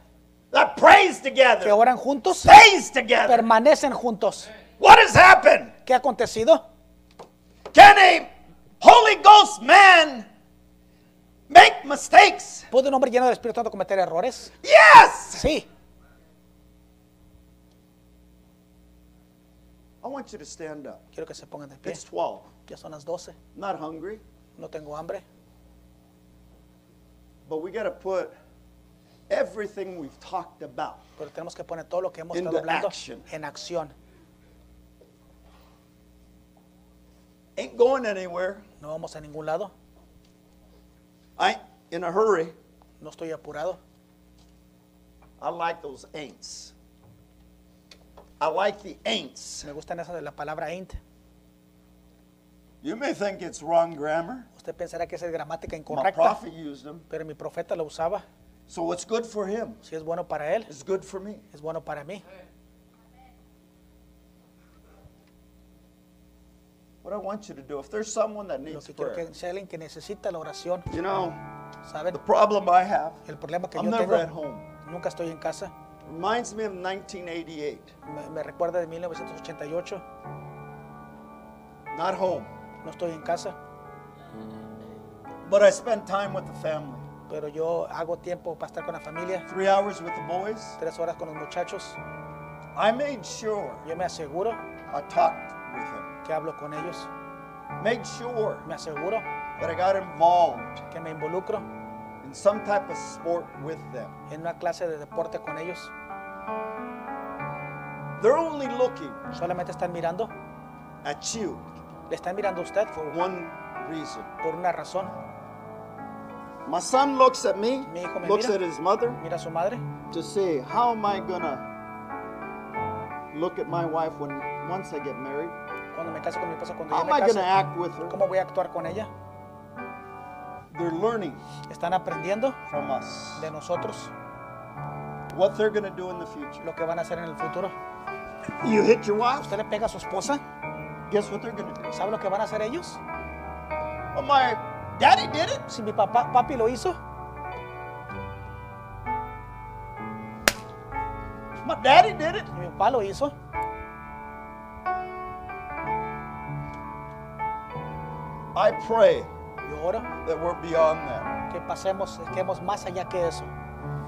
Speaker 3: that prays
Speaker 2: que
Speaker 3: together,
Speaker 2: oran juntos,
Speaker 3: stays together.
Speaker 2: permanecen juntos.
Speaker 3: What has happened?
Speaker 2: ¿Qué ha acontecido?
Speaker 3: Can a Holy Ghost man make mistakes?
Speaker 2: ¿Puede un hombre lleno del Espíritu Santo cometer errores?
Speaker 3: Yes!
Speaker 2: Sí.
Speaker 1: I want you to stand up.
Speaker 2: Quiero que se pongan de pie.
Speaker 3: It's 12.
Speaker 2: Ya son las 12.
Speaker 1: I'm not hungry,
Speaker 2: No tengo hambre.
Speaker 1: but we got to put everything we've talked about.
Speaker 2: Pero tenemos que poner todo lo que hemos
Speaker 1: Into
Speaker 2: estado hablando
Speaker 1: action.
Speaker 2: en acción.
Speaker 1: Ain't going anywhere.
Speaker 2: No vamos a ningún lado.
Speaker 1: I ain't in a hurry.
Speaker 2: No estoy apurado.
Speaker 1: I like those ain'ts. I like the ain'ts.
Speaker 2: Me gustan esas de la palabra ain't.
Speaker 1: You may think it's wrong grammar.
Speaker 2: Usted pensará que esa es gramática
Speaker 1: My
Speaker 2: incorrecta.
Speaker 1: prophet used them.
Speaker 2: Pero mi profeta lo usaba.
Speaker 1: So what's good for him
Speaker 2: Si es bueno para él,
Speaker 1: is good for me.
Speaker 2: es bueno para mí.
Speaker 1: What I want you to do, if there's someone that
Speaker 2: Lo
Speaker 1: needs
Speaker 2: que quiero
Speaker 1: prayer,
Speaker 2: que sea alguien que necesita la oración,
Speaker 1: you know,
Speaker 2: ¿saben?
Speaker 1: the problem I have,
Speaker 2: El problema que
Speaker 1: I'm
Speaker 2: yo
Speaker 1: never at
Speaker 2: tengo,
Speaker 1: home.
Speaker 2: nunca estoy en casa.
Speaker 1: Reminds me of 1988.
Speaker 2: Me, me recuerda de 1988,
Speaker 1: Not home,
Speaker 2: no estoy en casa,
Speaker 1: but I spend time with the family.
Speaker 2: pero yo hago tiempo para estar con la familia,
Speaker 1: Three hours with the boys.
Speaker 2: tres horas con los muchachos.
Speaker 1: I made sure
Speaker 2: Yo me aseguro
Speaker 1: I talked with him.
Speaker 2: que hablo con ellos,
Speaker 1: Made sure
Speaker 2: me aseguro
Speaker 1: that I got involved
Speaker 2: que me involucro
Speaker 1: in some type of sport with them.
Speaker 2: en una clase de deporte con ellos.
Speaker 1: They're only looking
Speaker 2: Solamente están mirando,
Speaker 1: at you
Speaker 2: le están mirando a usted
Speaker 1: for
Speaker 2: por,
Speaker 1: one reason.
Speaker 2: por una razón.
Speaker 1: My son looks at me,
Speaker 2: Mi hijo me
Speaker 1: looks at
Speaker 2: mira.
Speaker 1: his mother
Speaker 2: Mira a su madre
Speaker 1: to say, how am I gonna look at my wife when once I get married?
Speaker 2: cuando me caso con mi esposa, cuando
Speaker 1: How
Speaker 2: yo
Speaker 1: am
Speaker 2: me
Speaker 1: I gonna
Speaker 2: case,
Speaker 1: act with her?
Speaker 2: ¿cómo voy a actuar con ella?
Speaker 1: They're learning
Speaker 2: Están aprendiendo
Speaker 1: from us.
Speaker 2: de nosotros.
Speaker 1: what they're going to do in the future.
Speaker 2: lo que van a hacer en el futuro.
Speaker 3: You hit your wife,
Speaker 2: Usted le pega a su esposa,
Speaker 1: Guess what they're going to do?
Speaker 2: ¿sabe lo que van a hacer ellos?
Speaker 1: Well, my daddy did it.
Speaker 2: Si mi papá, papi lo hizo,
Speaker 1: My daddy did it.
Speaker 2: y mi papá lo hizo,
Speaker 1: I pray
Speaker 2: yo oro
Speaker 1: that we're beyond that
Speaker 2: que pasemos, que hemos más allá que eso,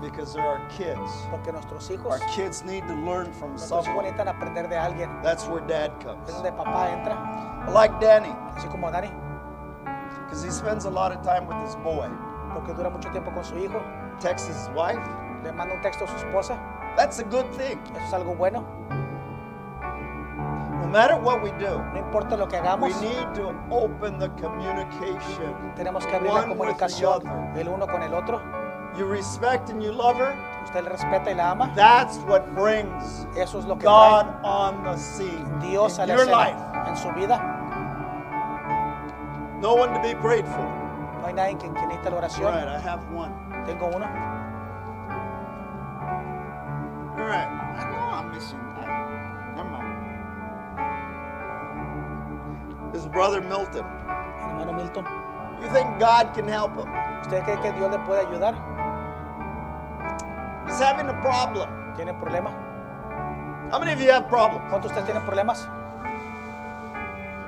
Speaker 1: because there are kids.
Speaker 2: porque nuestros hijos,
Speaker 1: Our kids need to learn from
Speaker 2: nuestros hijos
Speaker 1: someone.
Speaker 2: necesitan aprender de alguien.
Speaker 1: That's where dad comes.
Speaker 2: Es donde papá entra,
Speaker 1: I like Danny
Speaker 2: así como Dani,
Speaker 1: because he spends a lot of time with his boy.
Speaker 2: porque dura mucho tiempo con su hijo,
Speaker 1: Texts his wife.
Speaker 2: le manda un texto a su esposa,
Speaker 1: That's a good thing.
Speaker 2: eso es algo bueno,
Speaker 1: No matter what we do,
Speaker 2: no importa lo que hagamos.
Speaker 1: we need to open the communication.
Speaker 2: Tenemos que abrir la
Speaker 1: one with the
Speaker 2: comunicación
Speaker 1: other.
Speaker 2: el uno con el otro.
Speaker 1: You respect and you love her.
Speaker 2: Usted le respeta y la ama.
Speaker 1: That's what brings
Speaker 2: Eso es lo que
Speaker 1: God
Speaker 2: trae
Speaker 1: on the scene.
Speaker 2: Dios a
Speaker 1: in
Speaker 2: la
Speaker 1: your
Speaker 2: escena
Speaker 1: life.
Speaker 2: en su vida.
Speaker 1: No one to be prayed for.
Speaker 2: No hay nadie que, que necesite la
Speaker 1: All
Speaker 2: oración.
Speaker 1: right, I have one.
Speaker 2: Tengo uno.
Speaker 1: All right. I know I'm missing. I, never mind.
Speaker 3: his brother Milton.
Speaker 2: Hermano Milton,
Speaker 1: You think God can help him?
Speaker 2: ¿usted cree que Dios le puede ayudar?
Speaker 1: He's having a problem.
Speaker 2: ¿Tiene problemas?
Speaker 1: How many of you have problems?
Speaker 2: ¿Cuántos de ustedes tienen problemas?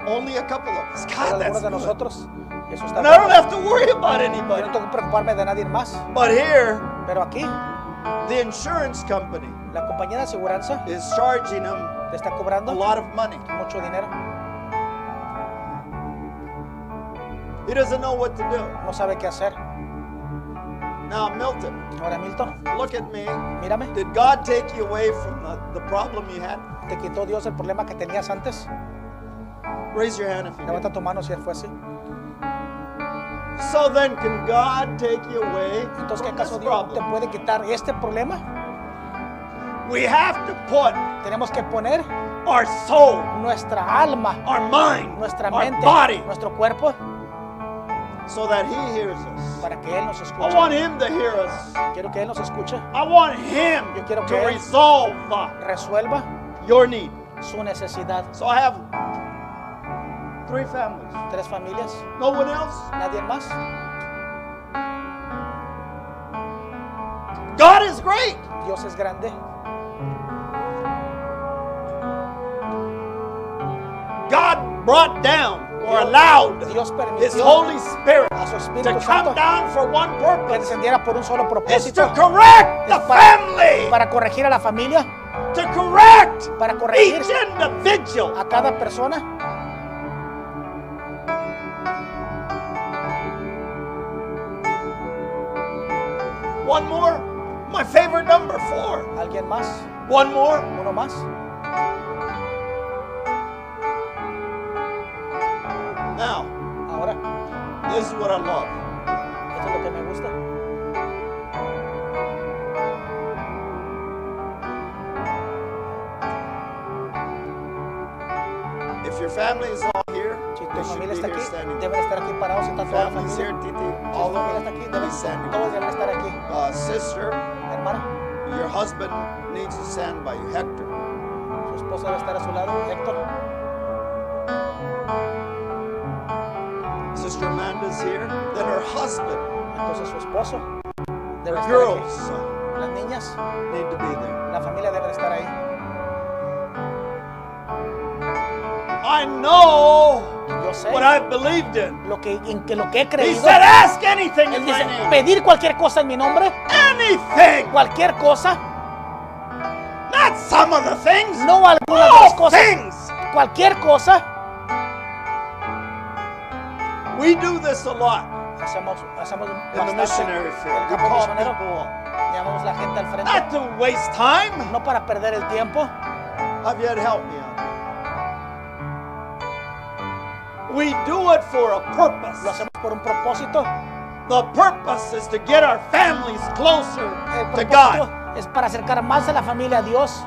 Speaker 1: Only a couple of us.
Speaker 2: ¿Solo
Speaker 1: God, Ah, that's
Speaker 2: algunos de
Speaker 1: good.
Speaker 2: nosotros? Eso está
Speaker 1: And I don't
Speaker 2: bueno.
Speaker 1: have to worry about
Speaker 2: Yo
Speaker 1: anybody.
Speaker 2: no tengo que preocuparme de nadie más.
Speaker 1: But here,
Speaker 2: Pero aquí,
Speaker 1: the insurance company
Speaker 2: la compañía de aseguranza
Speaker 1: is charging him
Speaker 2: le está
Speaker 1: a
Speaker 2: cobrando
Speaker 1: lot of money.
Speaker 2: mucho dinero.
Speaker 1: He doesn't know what to do.
Speaker 2: No sabe qué hacer.
Speaker 1: Now, Milton,
Speaker 2: Ahora, Milton,
Speaker 1: look at me.
Speaker 2: mírame.
Speaker 1: Did God take you away from the, the problem you had?
Speaker 2: ¿Te quitó Dios el problema que tenías antes?
Speaker 1: Raise your hand if you did.
Speaker 2: Levanta tu mano si él fue así.
Speaker 1: So then, can God take you away
Speaker 2: Entonces, ¿qué
Speaker 1: from this
Speaker 2: acaso Dios te
Speaker 1: problem?
Speaker 2: puede quitar este problema?
Speaker 1: We have to put
Speaker 2: Tenemos que poner
Speaker 1: our soul,
Speaker 2: nuestra alma,
Speaker 1: our mind,
Speaker 2: nuestra
Speaker 1: our
Speaker 2: mente,
Speaker 1: body,
Speaker 2: nuestro cuerpo,
Speaker 1: so that He hears us.
Speaker 2: para que Él nos
Speaker 1: I
Speaker 2: escuche.
Speaker 1: want Him to hear us.
Speaker 2: Quiero que Él nos escuche,
Speaker 1: I want him
Speaker 2: Yo quiero
Speaker 1: to
Speaker 2: que él-
Speaker 1: resolve uh,
Speaker 2: resuelva
Speaker 1: your need.
Speaker 2: su necesidad.
Speaker 1: So I have three families.
Speaker 2: Tres familias,
Speaker 1: No one else.
Speaker 2: nadie más.
Speaker 1: God is great.
Speaker 2: Dios es grande.
Speaker 1: God brought down or
Speaker 2: Dios-
Speaker 1: allowed
Speaker 2: Dios
Speaker 1: His
Speaker 2: permitió
Speaker 1: Holy Spirit
Speaker 2: a su Espíritu
Speaker 1: to come
Speaker 2: Santo
Speaker 1: down for one
Speaker 2: que
Speaker 1: purpose.
Speaker 2: descendiera por un solo
Speaker 1: It's
Speaker 2: propósito,
Speaker 1: to correct
Speaker 2: Es
Speaker 1: the
Speaker 2: para-
Speaker 1: family,
Speaker 2: para corregir a la familia,
Speaker 1: to correct
Speaker 2: para corregir
Speaker 1: each individual.
Speaker 2: a cada persona.
Speaker 1: One more, my favorite number four.
Speaker 2: Alguien más,
Speaker 1: One more,
Speaker 2: uno más.
Speaker 1: now.
Speaker 2: Ahora,
Speaker 1: This is what I love.
Speaker 2: esto es lo que me gusta.
Speaker 1: If your family is all here,
Speaker 2: Si
Speaker 1: they
Speaker 2: tu
Speaker 1: should
Speaker 2: familia
Speaker 1: be
Speaker 2: está
Speaker 1: here
Speaker 2: aquí,
Speaker 1: standing.
Speaker 2: deben estar aquí parados, está toda la
Speaker 1: Families
Speaker 2: familia.
Speaker 1: here, Titi,
Speaker 2: Si tu
Speaker 1: all
Speaker 2: familia
Speaker 1: of
Speaker 2: está
Speaker 1: them,
Speaker 2: aquí,
Speaker 1: please
Speaker 2: deben,
Speaker 1: stand.
Speaker 2: todos deben estar aquí.
Speaker 1: Uh, sister,
Speaker 2: Hermana,
Speaker 1: your husband needs to stand by you. Hector,
Speaker 2: su esposa debe estar a su lado. Héctor,
Speaker 1: sister Amanda's here. Then her husband,
Speaker 2: entonces su esposo debe
Speaker 1: her
Speaker 2: estar
Speaker 1: girls
Speaker 2: aquí. Las niñas,
Speaker 1: uh, need to be there.
Speaker 2: la familia debe estar ahí.
Speaker 1: I know
Speaker 2: Yo sé
Speaker 1: what I've believed in.
Speaker 2: lo que, en que lo que he
Speaker 1: He
Speaker 2: creído.
Speaker 1: said, ask anything
Speaker 2: Él
Speaker 1: in
Speaker 2: dice,
Speaker 1: my name.
Speaker 2: pedir cualquier cosa en mi nombre,
Speaker 1: Anything.
Speaker 2: cualquier cosa,
Speaker 1: Not some of the things.
Speaker 2: no alguna de las
Speaker 1: All
Speaker 2: cosas,
Speaker 1: things.
Speaker 2: cualquier cosa.
Speaker 1: We do this a lot
Speaker 2: Hacemos, hacemos
Speaker 1: in the
Speaker 2: bastante
Speaker 1: missionary
Speaker 2: el
Speaker 1: field. We
Speaker 2: campo
Speaker 1: call people Ah.
Speaker 2: misionero.
Speaker 1: up.
Speaker 2: Llamamos la gente al frente,
Speaker 1: Not to waste time.
Speaker 2: no para perder el tiempo.
Speaker 1: Have you had help me out? We do it for a
Speaker 2: Lo
Speaker 1: purpose.
Speaker 2: hacemos por un propósito.
Speaker 1: The purpose is to get our families closer
Speaker 2: El
Speaker 1: to
Speaker 2: propósito
Speaker 1: God.
Speaker 2: es para acercar más a la familia a Dios.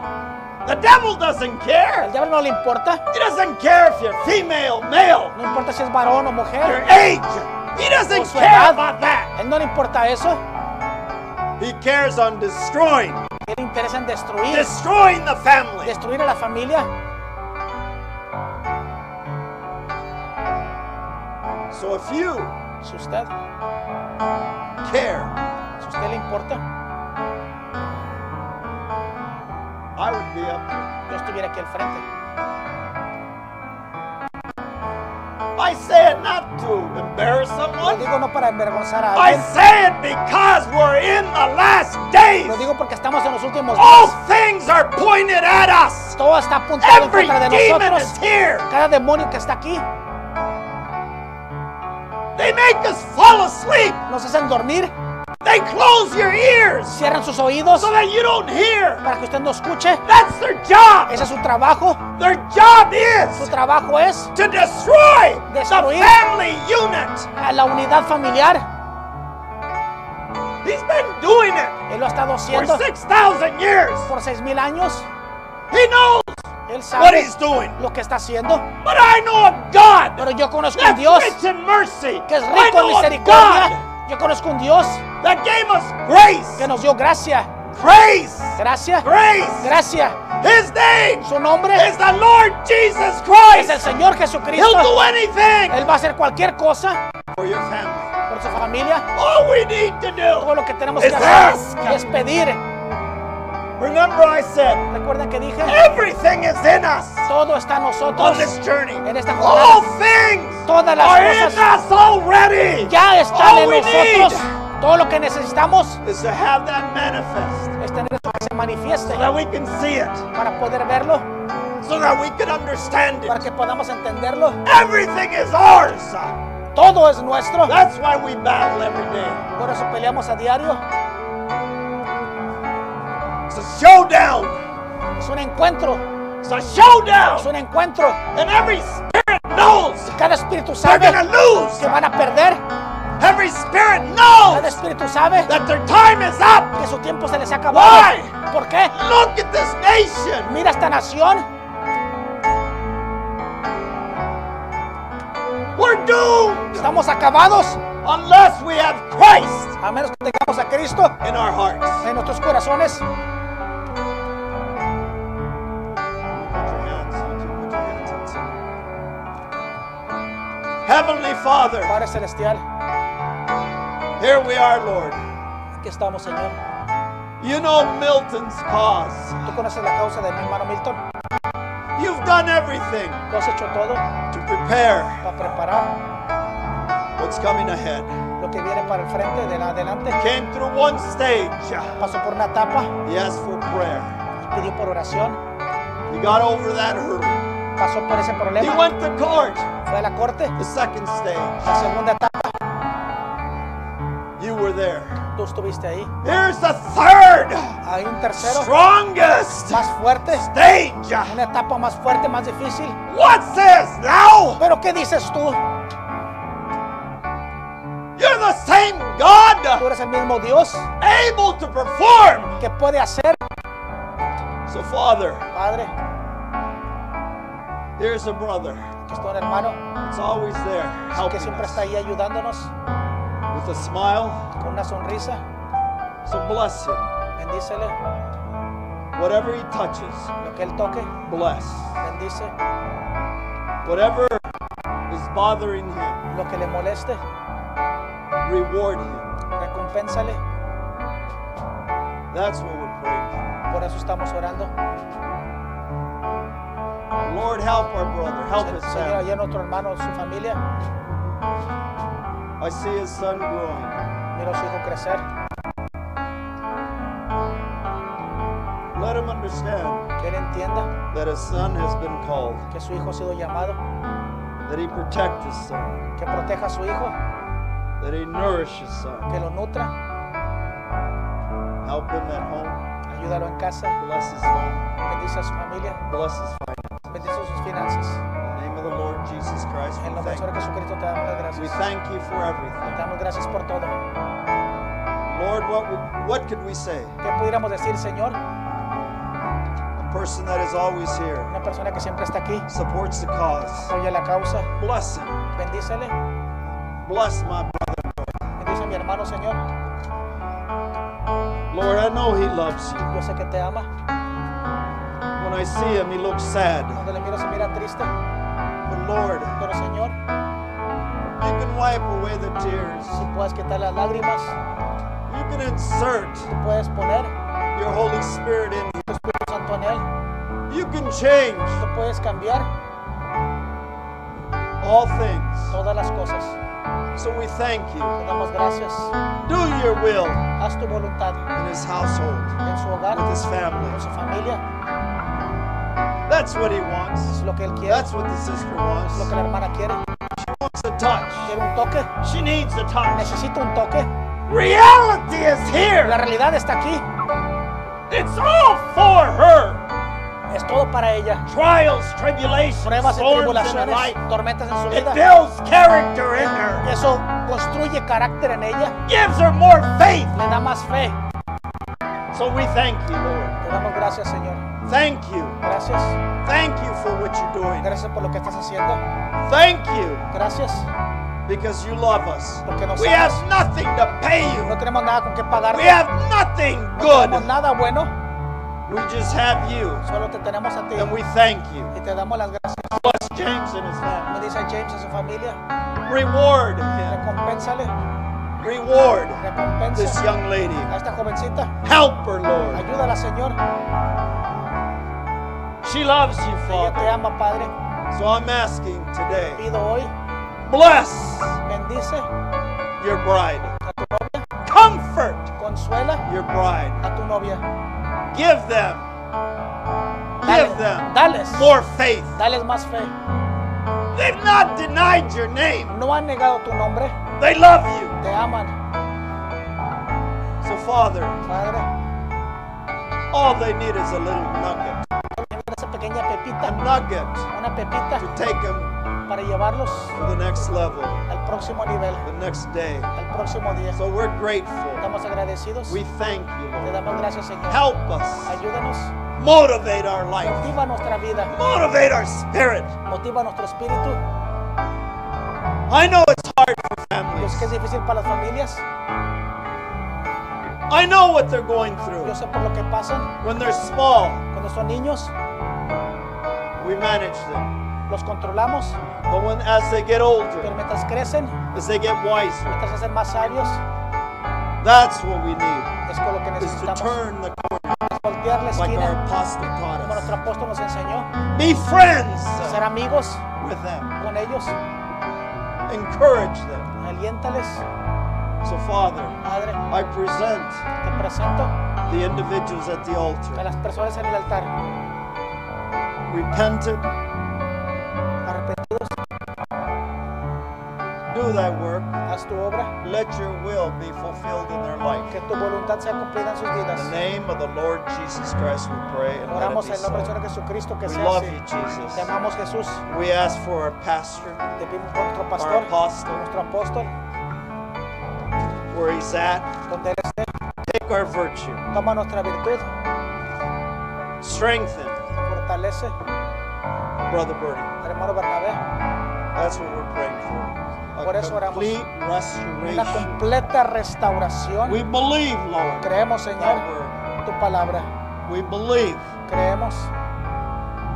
Speaker 1: The devil doesn't
Speaker 2: Al
Speaker 1: care.
Speaker 2: diablo no le importa.
Speaker 1: He doesn't care if you're female, male,
Speaker 2: No importa si es varón o
Speaker 1: your
Speaker 2: mujer.
Speaker 1: age. He doesn't
Speaker 2: Por su
Speaker 1: care
Speaker 2: edad.
Speaker 1: about that.
Speaker 2: A él no le importa eso.
Speaker 1: He cares on destroying
Speaker 2: Tiene interés en destruir,
Speaker 1: destroying the family.
Speaker 2: destruir a la familia.
Speaker 1: So if you
Speaker 2: Si usted,
Speaker 1: care,
Speaker 2: si usted le importa,
Speaker 1: I would be up there.
Speaker 2: yo estuviera aquí al frente.
Speaker 1: I say it not to embarrass
Speaker 2: Lo
Speaker 1: someone.
Speaker 2: digo no para avergonzar a
Speaker 1: I
Speaker 2: alguien.
Speaker 1: say it because we're in the last
Speaker 2: Lo
Speaker 1: days.
Speaker 2: digo porque estamos en los últimos
Speaker 1: All
Speaker 2: días.
Speaker 1: things are pointed at us.
Speaker 2: Todo está apuntado en
Speaker 1: Every
Speaker 2: contra de
Speaker 1: demon is
Speaker 2: nosotros.
Speaker 1: here.
Speaker 2: Cada demonio que está aquí
Speaker 1: They make us fall asleep.
Speaker 2: nos hacen dormir,
Speaker 1: They close your ears
Speaker 2: cierran sus oídos
Speaker 1: so that you don't hear.
Speaker 2: para que usted no escuche.
Speaker 1: That's their job.
Speaker 2: Ese es su trabajo.
Speaker 1: Their job
Speaker 2: Su
Speaker 1: is
Speaker 2: trabajo es
Speaker 1: to destroy the
Speaker 2: Destruir.
Speaker 1: family unit.
Speaker 2: a la unidad familiar.
Speaker 1: He's been doing it
Speaker 2: Él lo ha estado
Speaker 1: for
Speaker 3: Pues
Speaker 2: haciendo
Speaker 1: 6,000 years.
Speaker 2: por seis mil años.
Speaker 1: He knows
Speaker 2: Él
Speaker 1: what
Speaker 2: sabe
Speaker 1: he's doing.
Speaker 2: lo que está haciendo.
Speaker 1: But I know of God
Speaker 2: Pero yo conozco a un
Speaker 1: that's
Speaker 2: Dios
Speaker 1: rich in mercy.
Speaker 2: que es
Speaker 1: I
Speaker 2: rico en
Speaker 1: know of God
Speaker 2: misericordia. Yo conozco a un Dios
Speaker 1: that gave us
Speaker 2: que
Speaker 1: grace.
Speaker 2: nos dio gracia.
Speaker 1: Grace.
Speaker 2: Gracia.
Speaker 1: Grace.
Speaker 2: Gracia.
Speaker 1: His name
Speaker 2: Su nombre
Speaker 1: is the Lord Jesus
Speaker 2: es el
Speaker 1: Christ.
Speaker 2: Señor
Speaker 1: He'll
Speaker 2: Jesucristo.
Speaker 1: do anything
Speaker 2: Él va a hacer cualquier cosa
Speaker 1: for your family.
Speaker 2: por su familia.
Speaker 1: All we need to
Speaker 2: Todo
Speaker 1: do.
Speaker 2: lo que tenemos
Speaker 1: Es
Speaker 2: que hacer
Speaker 1: ask.
Speaker 2: es pedir.
Speaker 1: Remember, I said,
Speaker 2: Recuerden que dije,
Speaker 1: everything is in us
Speaker 2: todo está en
Speaker 1: on
Speaker 2: nosotros.
Speaker 1: this journey.
Speaker 2: En esta
Speaker 1: All
Speaker 2: jornada.
Speaker 1: things
Speaker 2: Todas las
Speaker 1: are in
Speaker 2: cosas
Speaker 1: us already.
Speaker 2: Ya están
Speaker 1: All
Speaker 2: en
Speaker 1: we
Speaker 2: nosotros.
Speaker 1: need
Speaker 2: Todo lo que necesitamos
Speaker 1: is to have that manifest
Speaker 2: es tener eso que se manifieste
Speaker 1: so that we can see it,
Speaker 2: para poder verlo,
Speaker 1: so that we can understand it.
Speaker 2: para que podamos entenderlo.
Speaker 1: Everything is ours.
Speaker 2: Todo es nuestro.
Speaker 1: That's why we battle every day.
Speaker 2: Por eso peleamos a diario.
Speaker 1: It's a showdown.
Speaker 2: Es un encuentro.
Speaker 1: It's a
Speaker 2: Es
Speaker 1: showdown.
Speaker 2: un encuentro.
Speaker 1: And every spirit knows
Speaker 2: Cada espíritu
Speaker 1: they're
Speaker 2: sabe
Speaker 1: going to
Speaker 2: que
Speaker 1: lose.
Speaker 2: van a perder.
Speaker 1: Every spirit
Speaker 2: Cada
Speaker 1: knows
Speaker 2: espíritu sabe
Speaker 1: that their time is up.
Speaker 2: que su tiempo se les ha acabado.
Speaker 1: Why?
Speaker 2: ¿Por qué?
Speaker 1: Look at this nation.
Speaker 2: Mira esta nación.
Speaker 1: We're doomed
Speaker 2: Estamos acabados.
Speaker 1: unless we have Christ
Speaker 2: A menos que tengamos a Cristo
Speaker 1: in our hearts.
Speaker 2: en nuestros corazones.
Speaker 1: Put your hands, you two, put your hands up, sir. Heavenly Father,
Speaker 2: Padre Celestial,
Speaker 1: here we are, Lord.
Speaker 2: aquí estamos, Señor.
Speaker 1: You know Milton's cause.
Speaker 2: Tú conoces la causa de mi hermano Milton.
Speaker 1: You've done everything
Speaker 2: Tú has hecho todo
Speaker 1: to prepare
Speaker 2: para preparar
Speaker 1: what's coming ahead.
Speaker 2: lo que viene para el frente, de la adelante.
Speaker 1: Came through one stage.
Speaker 2: Pasó por una etapa,
Speaker 1: He asked for prayer.
Speaker 2: pidió por oración,
Speaker 1: He got over that hurdle.
Speaker 2: pasó por ese
Speaker 1: He
Speaker 2: problema,
Speaker 1: went to court.
Speaker 2: fue a la corte.
Speaker 1: The second stage.
Speaker 2: La segunda etapa,
Speaker 1: You were there.
Speaker 2: tú estuviste ahí.
Speaker 1: Here's the third,
Speaker 2: Hay un tercero
Speaker 1: strongest
Speaker 2: más fuerte,
Speaker 1: stage.
Speaker 2: una etapa más fuerte, más difícil.
Speaker 1: What's this now?
Speaker 2: Pero ¿qué dices tú?
Speaker 1: You're the same
Speaker 2: Tú
Speaker 1: God,
Speaker 2: eres el mismo Dios
Speaker 1: able to perform.
Speaker 2: que puede hacer,
Speaker 1: So, Father,
Speaker 2: Padre.
Speaker 1: here's a brother.
Speaker 2: Aquí está un hermano
Speaker 1: It's always there,
Speaker 2: que
Speaker 1: helping
Speaker 2: siempre
Speaker 1: us
Speaker 2: está ahí ayudándonos
Speaker 1: with a smile.
Speaker 2: con una sonrisa.
Speaker 1: So bless him.
Speaker 2: Bendícele
Speaker 1: Whatever he touches,
Speaker 2: lo que él toque,
Speaker 1: bless.
Speaker 2: bendice
Speaker 1: Whatever is bothering him,
Speaker 2: lo que le moleste,
Speaker 1: reward him.
Speaker 2: recompénsale.
Speaker 1: That's what we're praying
Speaker 2: Por eso estamos orando.
Speaker 1: for. Lord, help our brother. Help his
Speaker 2: Señor, allá
Speaker 1: family.
Speaker 2: en otro hermano, su familia,
Speaker 1: I see his son growing.
Speaker 2: mira a su hijo crecer.
Speaker 1: Let him understand
Speaker 2: Que él entienda
Speaker 1: that his son has been called,
Speaker 2: que su hijo ha sido llamado,
Speaker 1: that he protect his son,
Speaker 2: que proteja a su hijo,
Speaker 1: that he nourish his son.
Speaker 2: que lo nutra,
Speaker 1: Help him at home.
Speaker 2: ayúdalo en casa,
Speaker 1: Bless his home.
Speaker 2: bendice a su familia,
Speaker 1: Bless his finances.
Speaker 2: bendice sus finanzas.
Speaker 1: In the name of the Lord Jesus Christ,
Speaker 2: En
Speaker 1: we
Speaker 2: nombre
Speaker 1: thank
Speaker 2: del Señor
Speaker 1: you.
Speaker 2: Jesucristo te damos las
Speaker 1: We
Speaker 2: gracias.
Speaker 1: thank you for
Speaker 2: Te
Speaker 1: everything.
Speaker 2: damos gracias por todo.
Speaker 1: Lord, what, would- what could we say?
Speaker 2: ¿Qué pudiéramos decir, Señor?
Speaker 1: A person that is always here,
Speaker 2: Una persona que siempre está aquí,
Speaker 1: supports the cause.
Speaker 2: apoya la causa,
Speaker 1: Bless him.
Speaker 2: bendícele,
Speaker 1: Bless my brother.
Speaker 2: bendice a mi hermano, Señor.
Speaker 1: Lord, I know He loves you.
Speaker 2: Yo sé que te ama.
Speaker 1: When I see Him, He looks sad.
Speaker 2: Cuando le miro se mira triste.
Speaker 1: But Lord,
Speaker 2: Pero Señor,
Speaker 1: you can wipe away the tears.
Speaker 2: si puedes quitar las lágrimas,
Speaker 1: You can insert
Speaker 2: puedes poner
Speaker 1: your Holy Spirit in
Speaker 2: tu Espíritu Santo en él.
Speaker 1: Him. You can change
Speaker 2: Tú puedes cambiar
Speaker 1: all things.
Speaker 2: todas las cosas.
Speaker 1: So we thank you.
Speaker 2: Te damos gracias.
Speaker 1: Do your will
Speaker 2: Haz tu voluntad
Speaker 1: in His household,
Speaker 2: en su hogar,
Speaker 1: with His
Speaker 2: en
Speaker 1: family.
Speaker 2: su familia.
Speaker 1: That's what He wants.
Speaker 2: Es lo que él quiere,
Speaker 1: That's
Speaker 2: es
Speaker 1: what the sister
Speaker 2: lo
Speaker 1: wants.
Speaker 2: que la hermana quiere.
Speaker 1: Wants a touch.
Speaker 2: Quiere un toque.
Speaker 1: She needs a touch.
Speaker 2: Necesita un toque.
Speaker 1: Reality is
Speaker 2: La
Speaker 1: here.
Speaker 2: realidad está aquí.
Speaker 1: It's all for her.
Speaker 2: Es todo para ella.
Speaker 1: Trials, tribulations,
Speaker 2: Pruebas
Speaker 1: storms
Speaker 2: y
Speaker 1: in her
Speaker 2: tribulaciones,
Speaker 1: life.
Speaker 2: tormentas en su
Speaker 1: It
Speaker 2: vida.
Speaker 1: builds character in her.
Speaker 2: Eso construye carácter en ella.
Speaker 1: Gives her more faith.
Speaker 2: Le da más fe.
Speaker 1: So we thank you, Lord.
Speaker 2: Te damos gracias, Señor.
Speaker 1: Thank you.
Speaker 2: Gracias.
Speaker 1: Thank you for what you're doing.
Speaker 2: Gracias por lo que estás haciendo.
Speaker 1: Thank you
Speaker 2: Gracias.
Speaker 1: because you love us.
Speaker 2: Porque nos
Speaker 1: We
Speaker 2: amas.
Speaker 1: have nothing to pay you.
Speaker 2: No tenemos nada con qué
Speaker 1: We
Speaker 2: pagarte.
Speaker 1: have nothing
Speaker 2: No tenemos
Speaker 1: good.
Speaker 2: nada bueno.
Speaker 1: We just have you.
Speaker 2: Solo te tenemos a ti.
Speaker 1: And we thank you.
Speaker 2: Y te damos las gracias.
Speaker 1: Bless James and his family.
Speaker 2: Me dice James a su familia.
Speaker 1: Reward him.
Speaker 2: Recompénsale.
Speaker 1: Reward this
Speaker 2: Recompensa
Speaker 1: young lady.
Speaker 2: a esta jovencita.
Speaker 1: Help her, Lord.
Speaker 2: Ayúdala, Señor.
Speaker 1: She loves you,
Speaker 2: Ella te
Speaker 1: Father.
Speaker 2: ama, Padre.
Speaker 1: So I'm asking today,
Speaker 2: Pido hoy.
Speaker 1: bless
Speaker 2: Bendice.
Speaker 1: your bride. Comfort
Speaker 2: Consuela
Speaker 1: your bride.
Speaker 2: a tu novia.
Speaker 1: Give them,
Speaker 2: Dale-
Speaker 1: give them
Speaker 2: dales.
Speaker 1: more faith.
Speaker 2: Dales más fe.
Speaker 1: They've not denied your name.
Speaker 2: No han negado tu nombre.
Speaker 1: They love you.
Speaker 2: Te aman,
Speaker 1: So, Father,
Speaker 2: Padre.
Speaker 1: all they need is a little nugget.
Speaker 2: Esa pequeña
Speaker 1: A
Speaker 2: pepita.
Speaker 1: nugget
Speaker 2: Una pepita
Speaker 1: to take them
Speaker 2: para llevarlos
Speaker 1: to the next level,
Speaker 2: al próximo nivel.
Speaker 1: the next day.
Speaker 2: Al próximo día.
Speaker 1: So, we're grateful.
Speaker 2: Estamos agradecidos.
Speaker 1: We thank
Speaker 2: Te
Speaker 1: you, Lord.
Speaker 2: damos gracias, Señor.
Speaker 1: Help us.
Speaker 2: Ayúdanos.
Speaker 1: Motivate our life.
Speaker 2: Motiva nuestra vida.
Speaker 1: Motivate our spirit.
Speaker 2: Motiva nuestro espíritu.
Speaker 1: I know it's hard for
Speaker 2: Yo
Speaker 1: families.
Speaker 2: sé que es difícil para las familias.
Speaker 1: I know what they're going through.
Speaker 2: Yo sé por lo que pasan.
Speaker 1: When they're small,
Speaker 2: Cuando son niños,
Speaker 1: we manage them.
Speaker 2: los controlamos.
Speaker 1: But when as they get
Speaker 2: Pero
Speaker 1: older,
Speaker 2: mientras crecen,
Speaker 1: as they get wiser,
Speaker 2: mientras se hacen más sabios,
Speaker 1: that's what we need.
Speaker 2: es con lo que
Speaker 1: Is to
Speaker 2: necesitamos.
Speaker 1: turn the corner
Speaker 2: Voltear la
Speaker 1: like our
Speaker 2: esquina,
Speaker 1: apostle
Speaker 2: como
Speaker 1: taught
Speaker 2: nuestro
Speaker 1: us.
Speaker 2: apóstol nos enseñó.
Speaker 1: Be friends
Speaker 2: Ser amigos
Speaker 1: with them.
Speaker 2: con ellos.
Speaker 1: Encourage them.
Speaker 2: Aliéntales.
Speaker 1: So Father,
Speaker 2: Padre,
Speaker 1: I present
Speaker 2: te presento
Speaker 1: the individuals at the
Speaker 2: a
Speaker 1: altar.
Speaker 2: las personas en el altar.
Speaker 1: Repented,
Speaker 2: Arrepentidos,
Speaker 1: do thy work.
Speaker 2: haz tu obra.
Speaker 1: Let your will be fulfilled in their life.
Speaker 2: Que tu voluntad sea cumplida en sus
Speaker 1: In the
Speaker 2: vidas.
Speaker 1: name of the Lord Jesus Christ, we pray and let
Speaker 2: Oramos
Speaker 1: it be
Speaker 2: en el nombre del Señor
Speaker 1: so.
Speaker 2: Jesucristo que
Speaker 1: We
Speaker 2: sea
Speaker 1: love
Speaker 2: así.
Speaker 1: you, Jesus.
Speaker 2: Te amamos Jesús.
Speaker 1: We ask for our pastor,
Speaker 2: Te pedimos por nuestro
Speaker 1: our
Speaker 2: pastor,
Speaker 1: apostle,
Speaker 2: nuestro apóstol,
Speaker 1: where he's at.
Speaker 2: donde él esté.
Speaker 1: Take our virtue,
Speaker 2: Toma nuestra virtud,
Speaker 1: strengthen
Speaker 2: fortalece
Speaker 1: Brother Bernie.
Speaker 2: al hermano Bernabé.
Speaker 1: That's what we're praying for. A
Speaker 2: Por eso oramos.
Speaker 1: complete
Speaker 2: Una
Speaker 1: restoration.
Speaker 2: completa restauración.
Speaker 1: We believe, Lord,
Speaker 2: Creemos,
Speaker 1: that
Speaker 2: Señor,
Speaker 1: word.
Speaker 2: tu palabra.
Speaker 1: We believe
Speaker 2: Creemos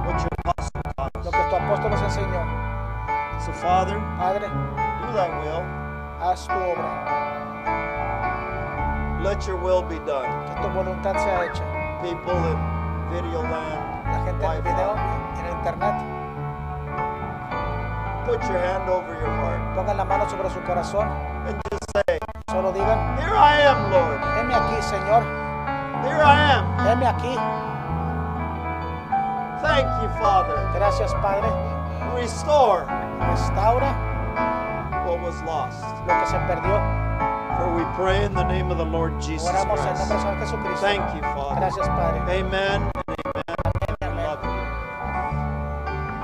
Speaker 1: what your apostle taught
Speaker 2: lo que tu apóstol nos enseñó.
Speaker 1: us. So, Father,
Speaker 2: Padre,
Speaker 1: do thy
Speaker 2: haz tu obra.
Speaker 1: will. Let your will be done.
Speaker 2: Que tu voluntad sea hecha.
Speaker 1: People in video land,
Speaker 2: la gente en el video, en el internet,
Speaker 1: uh, put your hand over your heart
Speaker 2: pongan la mano sobre su corazón,
Speaker 1: and just say,
Speaker 2: solo digan,
Speaker 1: Here I am, Lord.
Speaker 2: heme aquí, Señor,
Speaker 1: Here I
Speaker 2: heme aquí.
Speaker 1: am. Thank you, Father.
Speaker 2: Gracias, Padre.
Speaker 1: Restore
Speaker 2: Restaura
Speaker 1: what was lost.
Speaker 2: lo que se perdió.
Speaker 1: For we pray in the name of the Lord Jesus
Speaker 2: Oramos en nombre del
Speaker 1: Christ.
Speaker 2: Señor Jesucristo.
Speaker 1: Thank you, Father.
Speaker 2: Gracias, Padre.
Speaker 1: Amen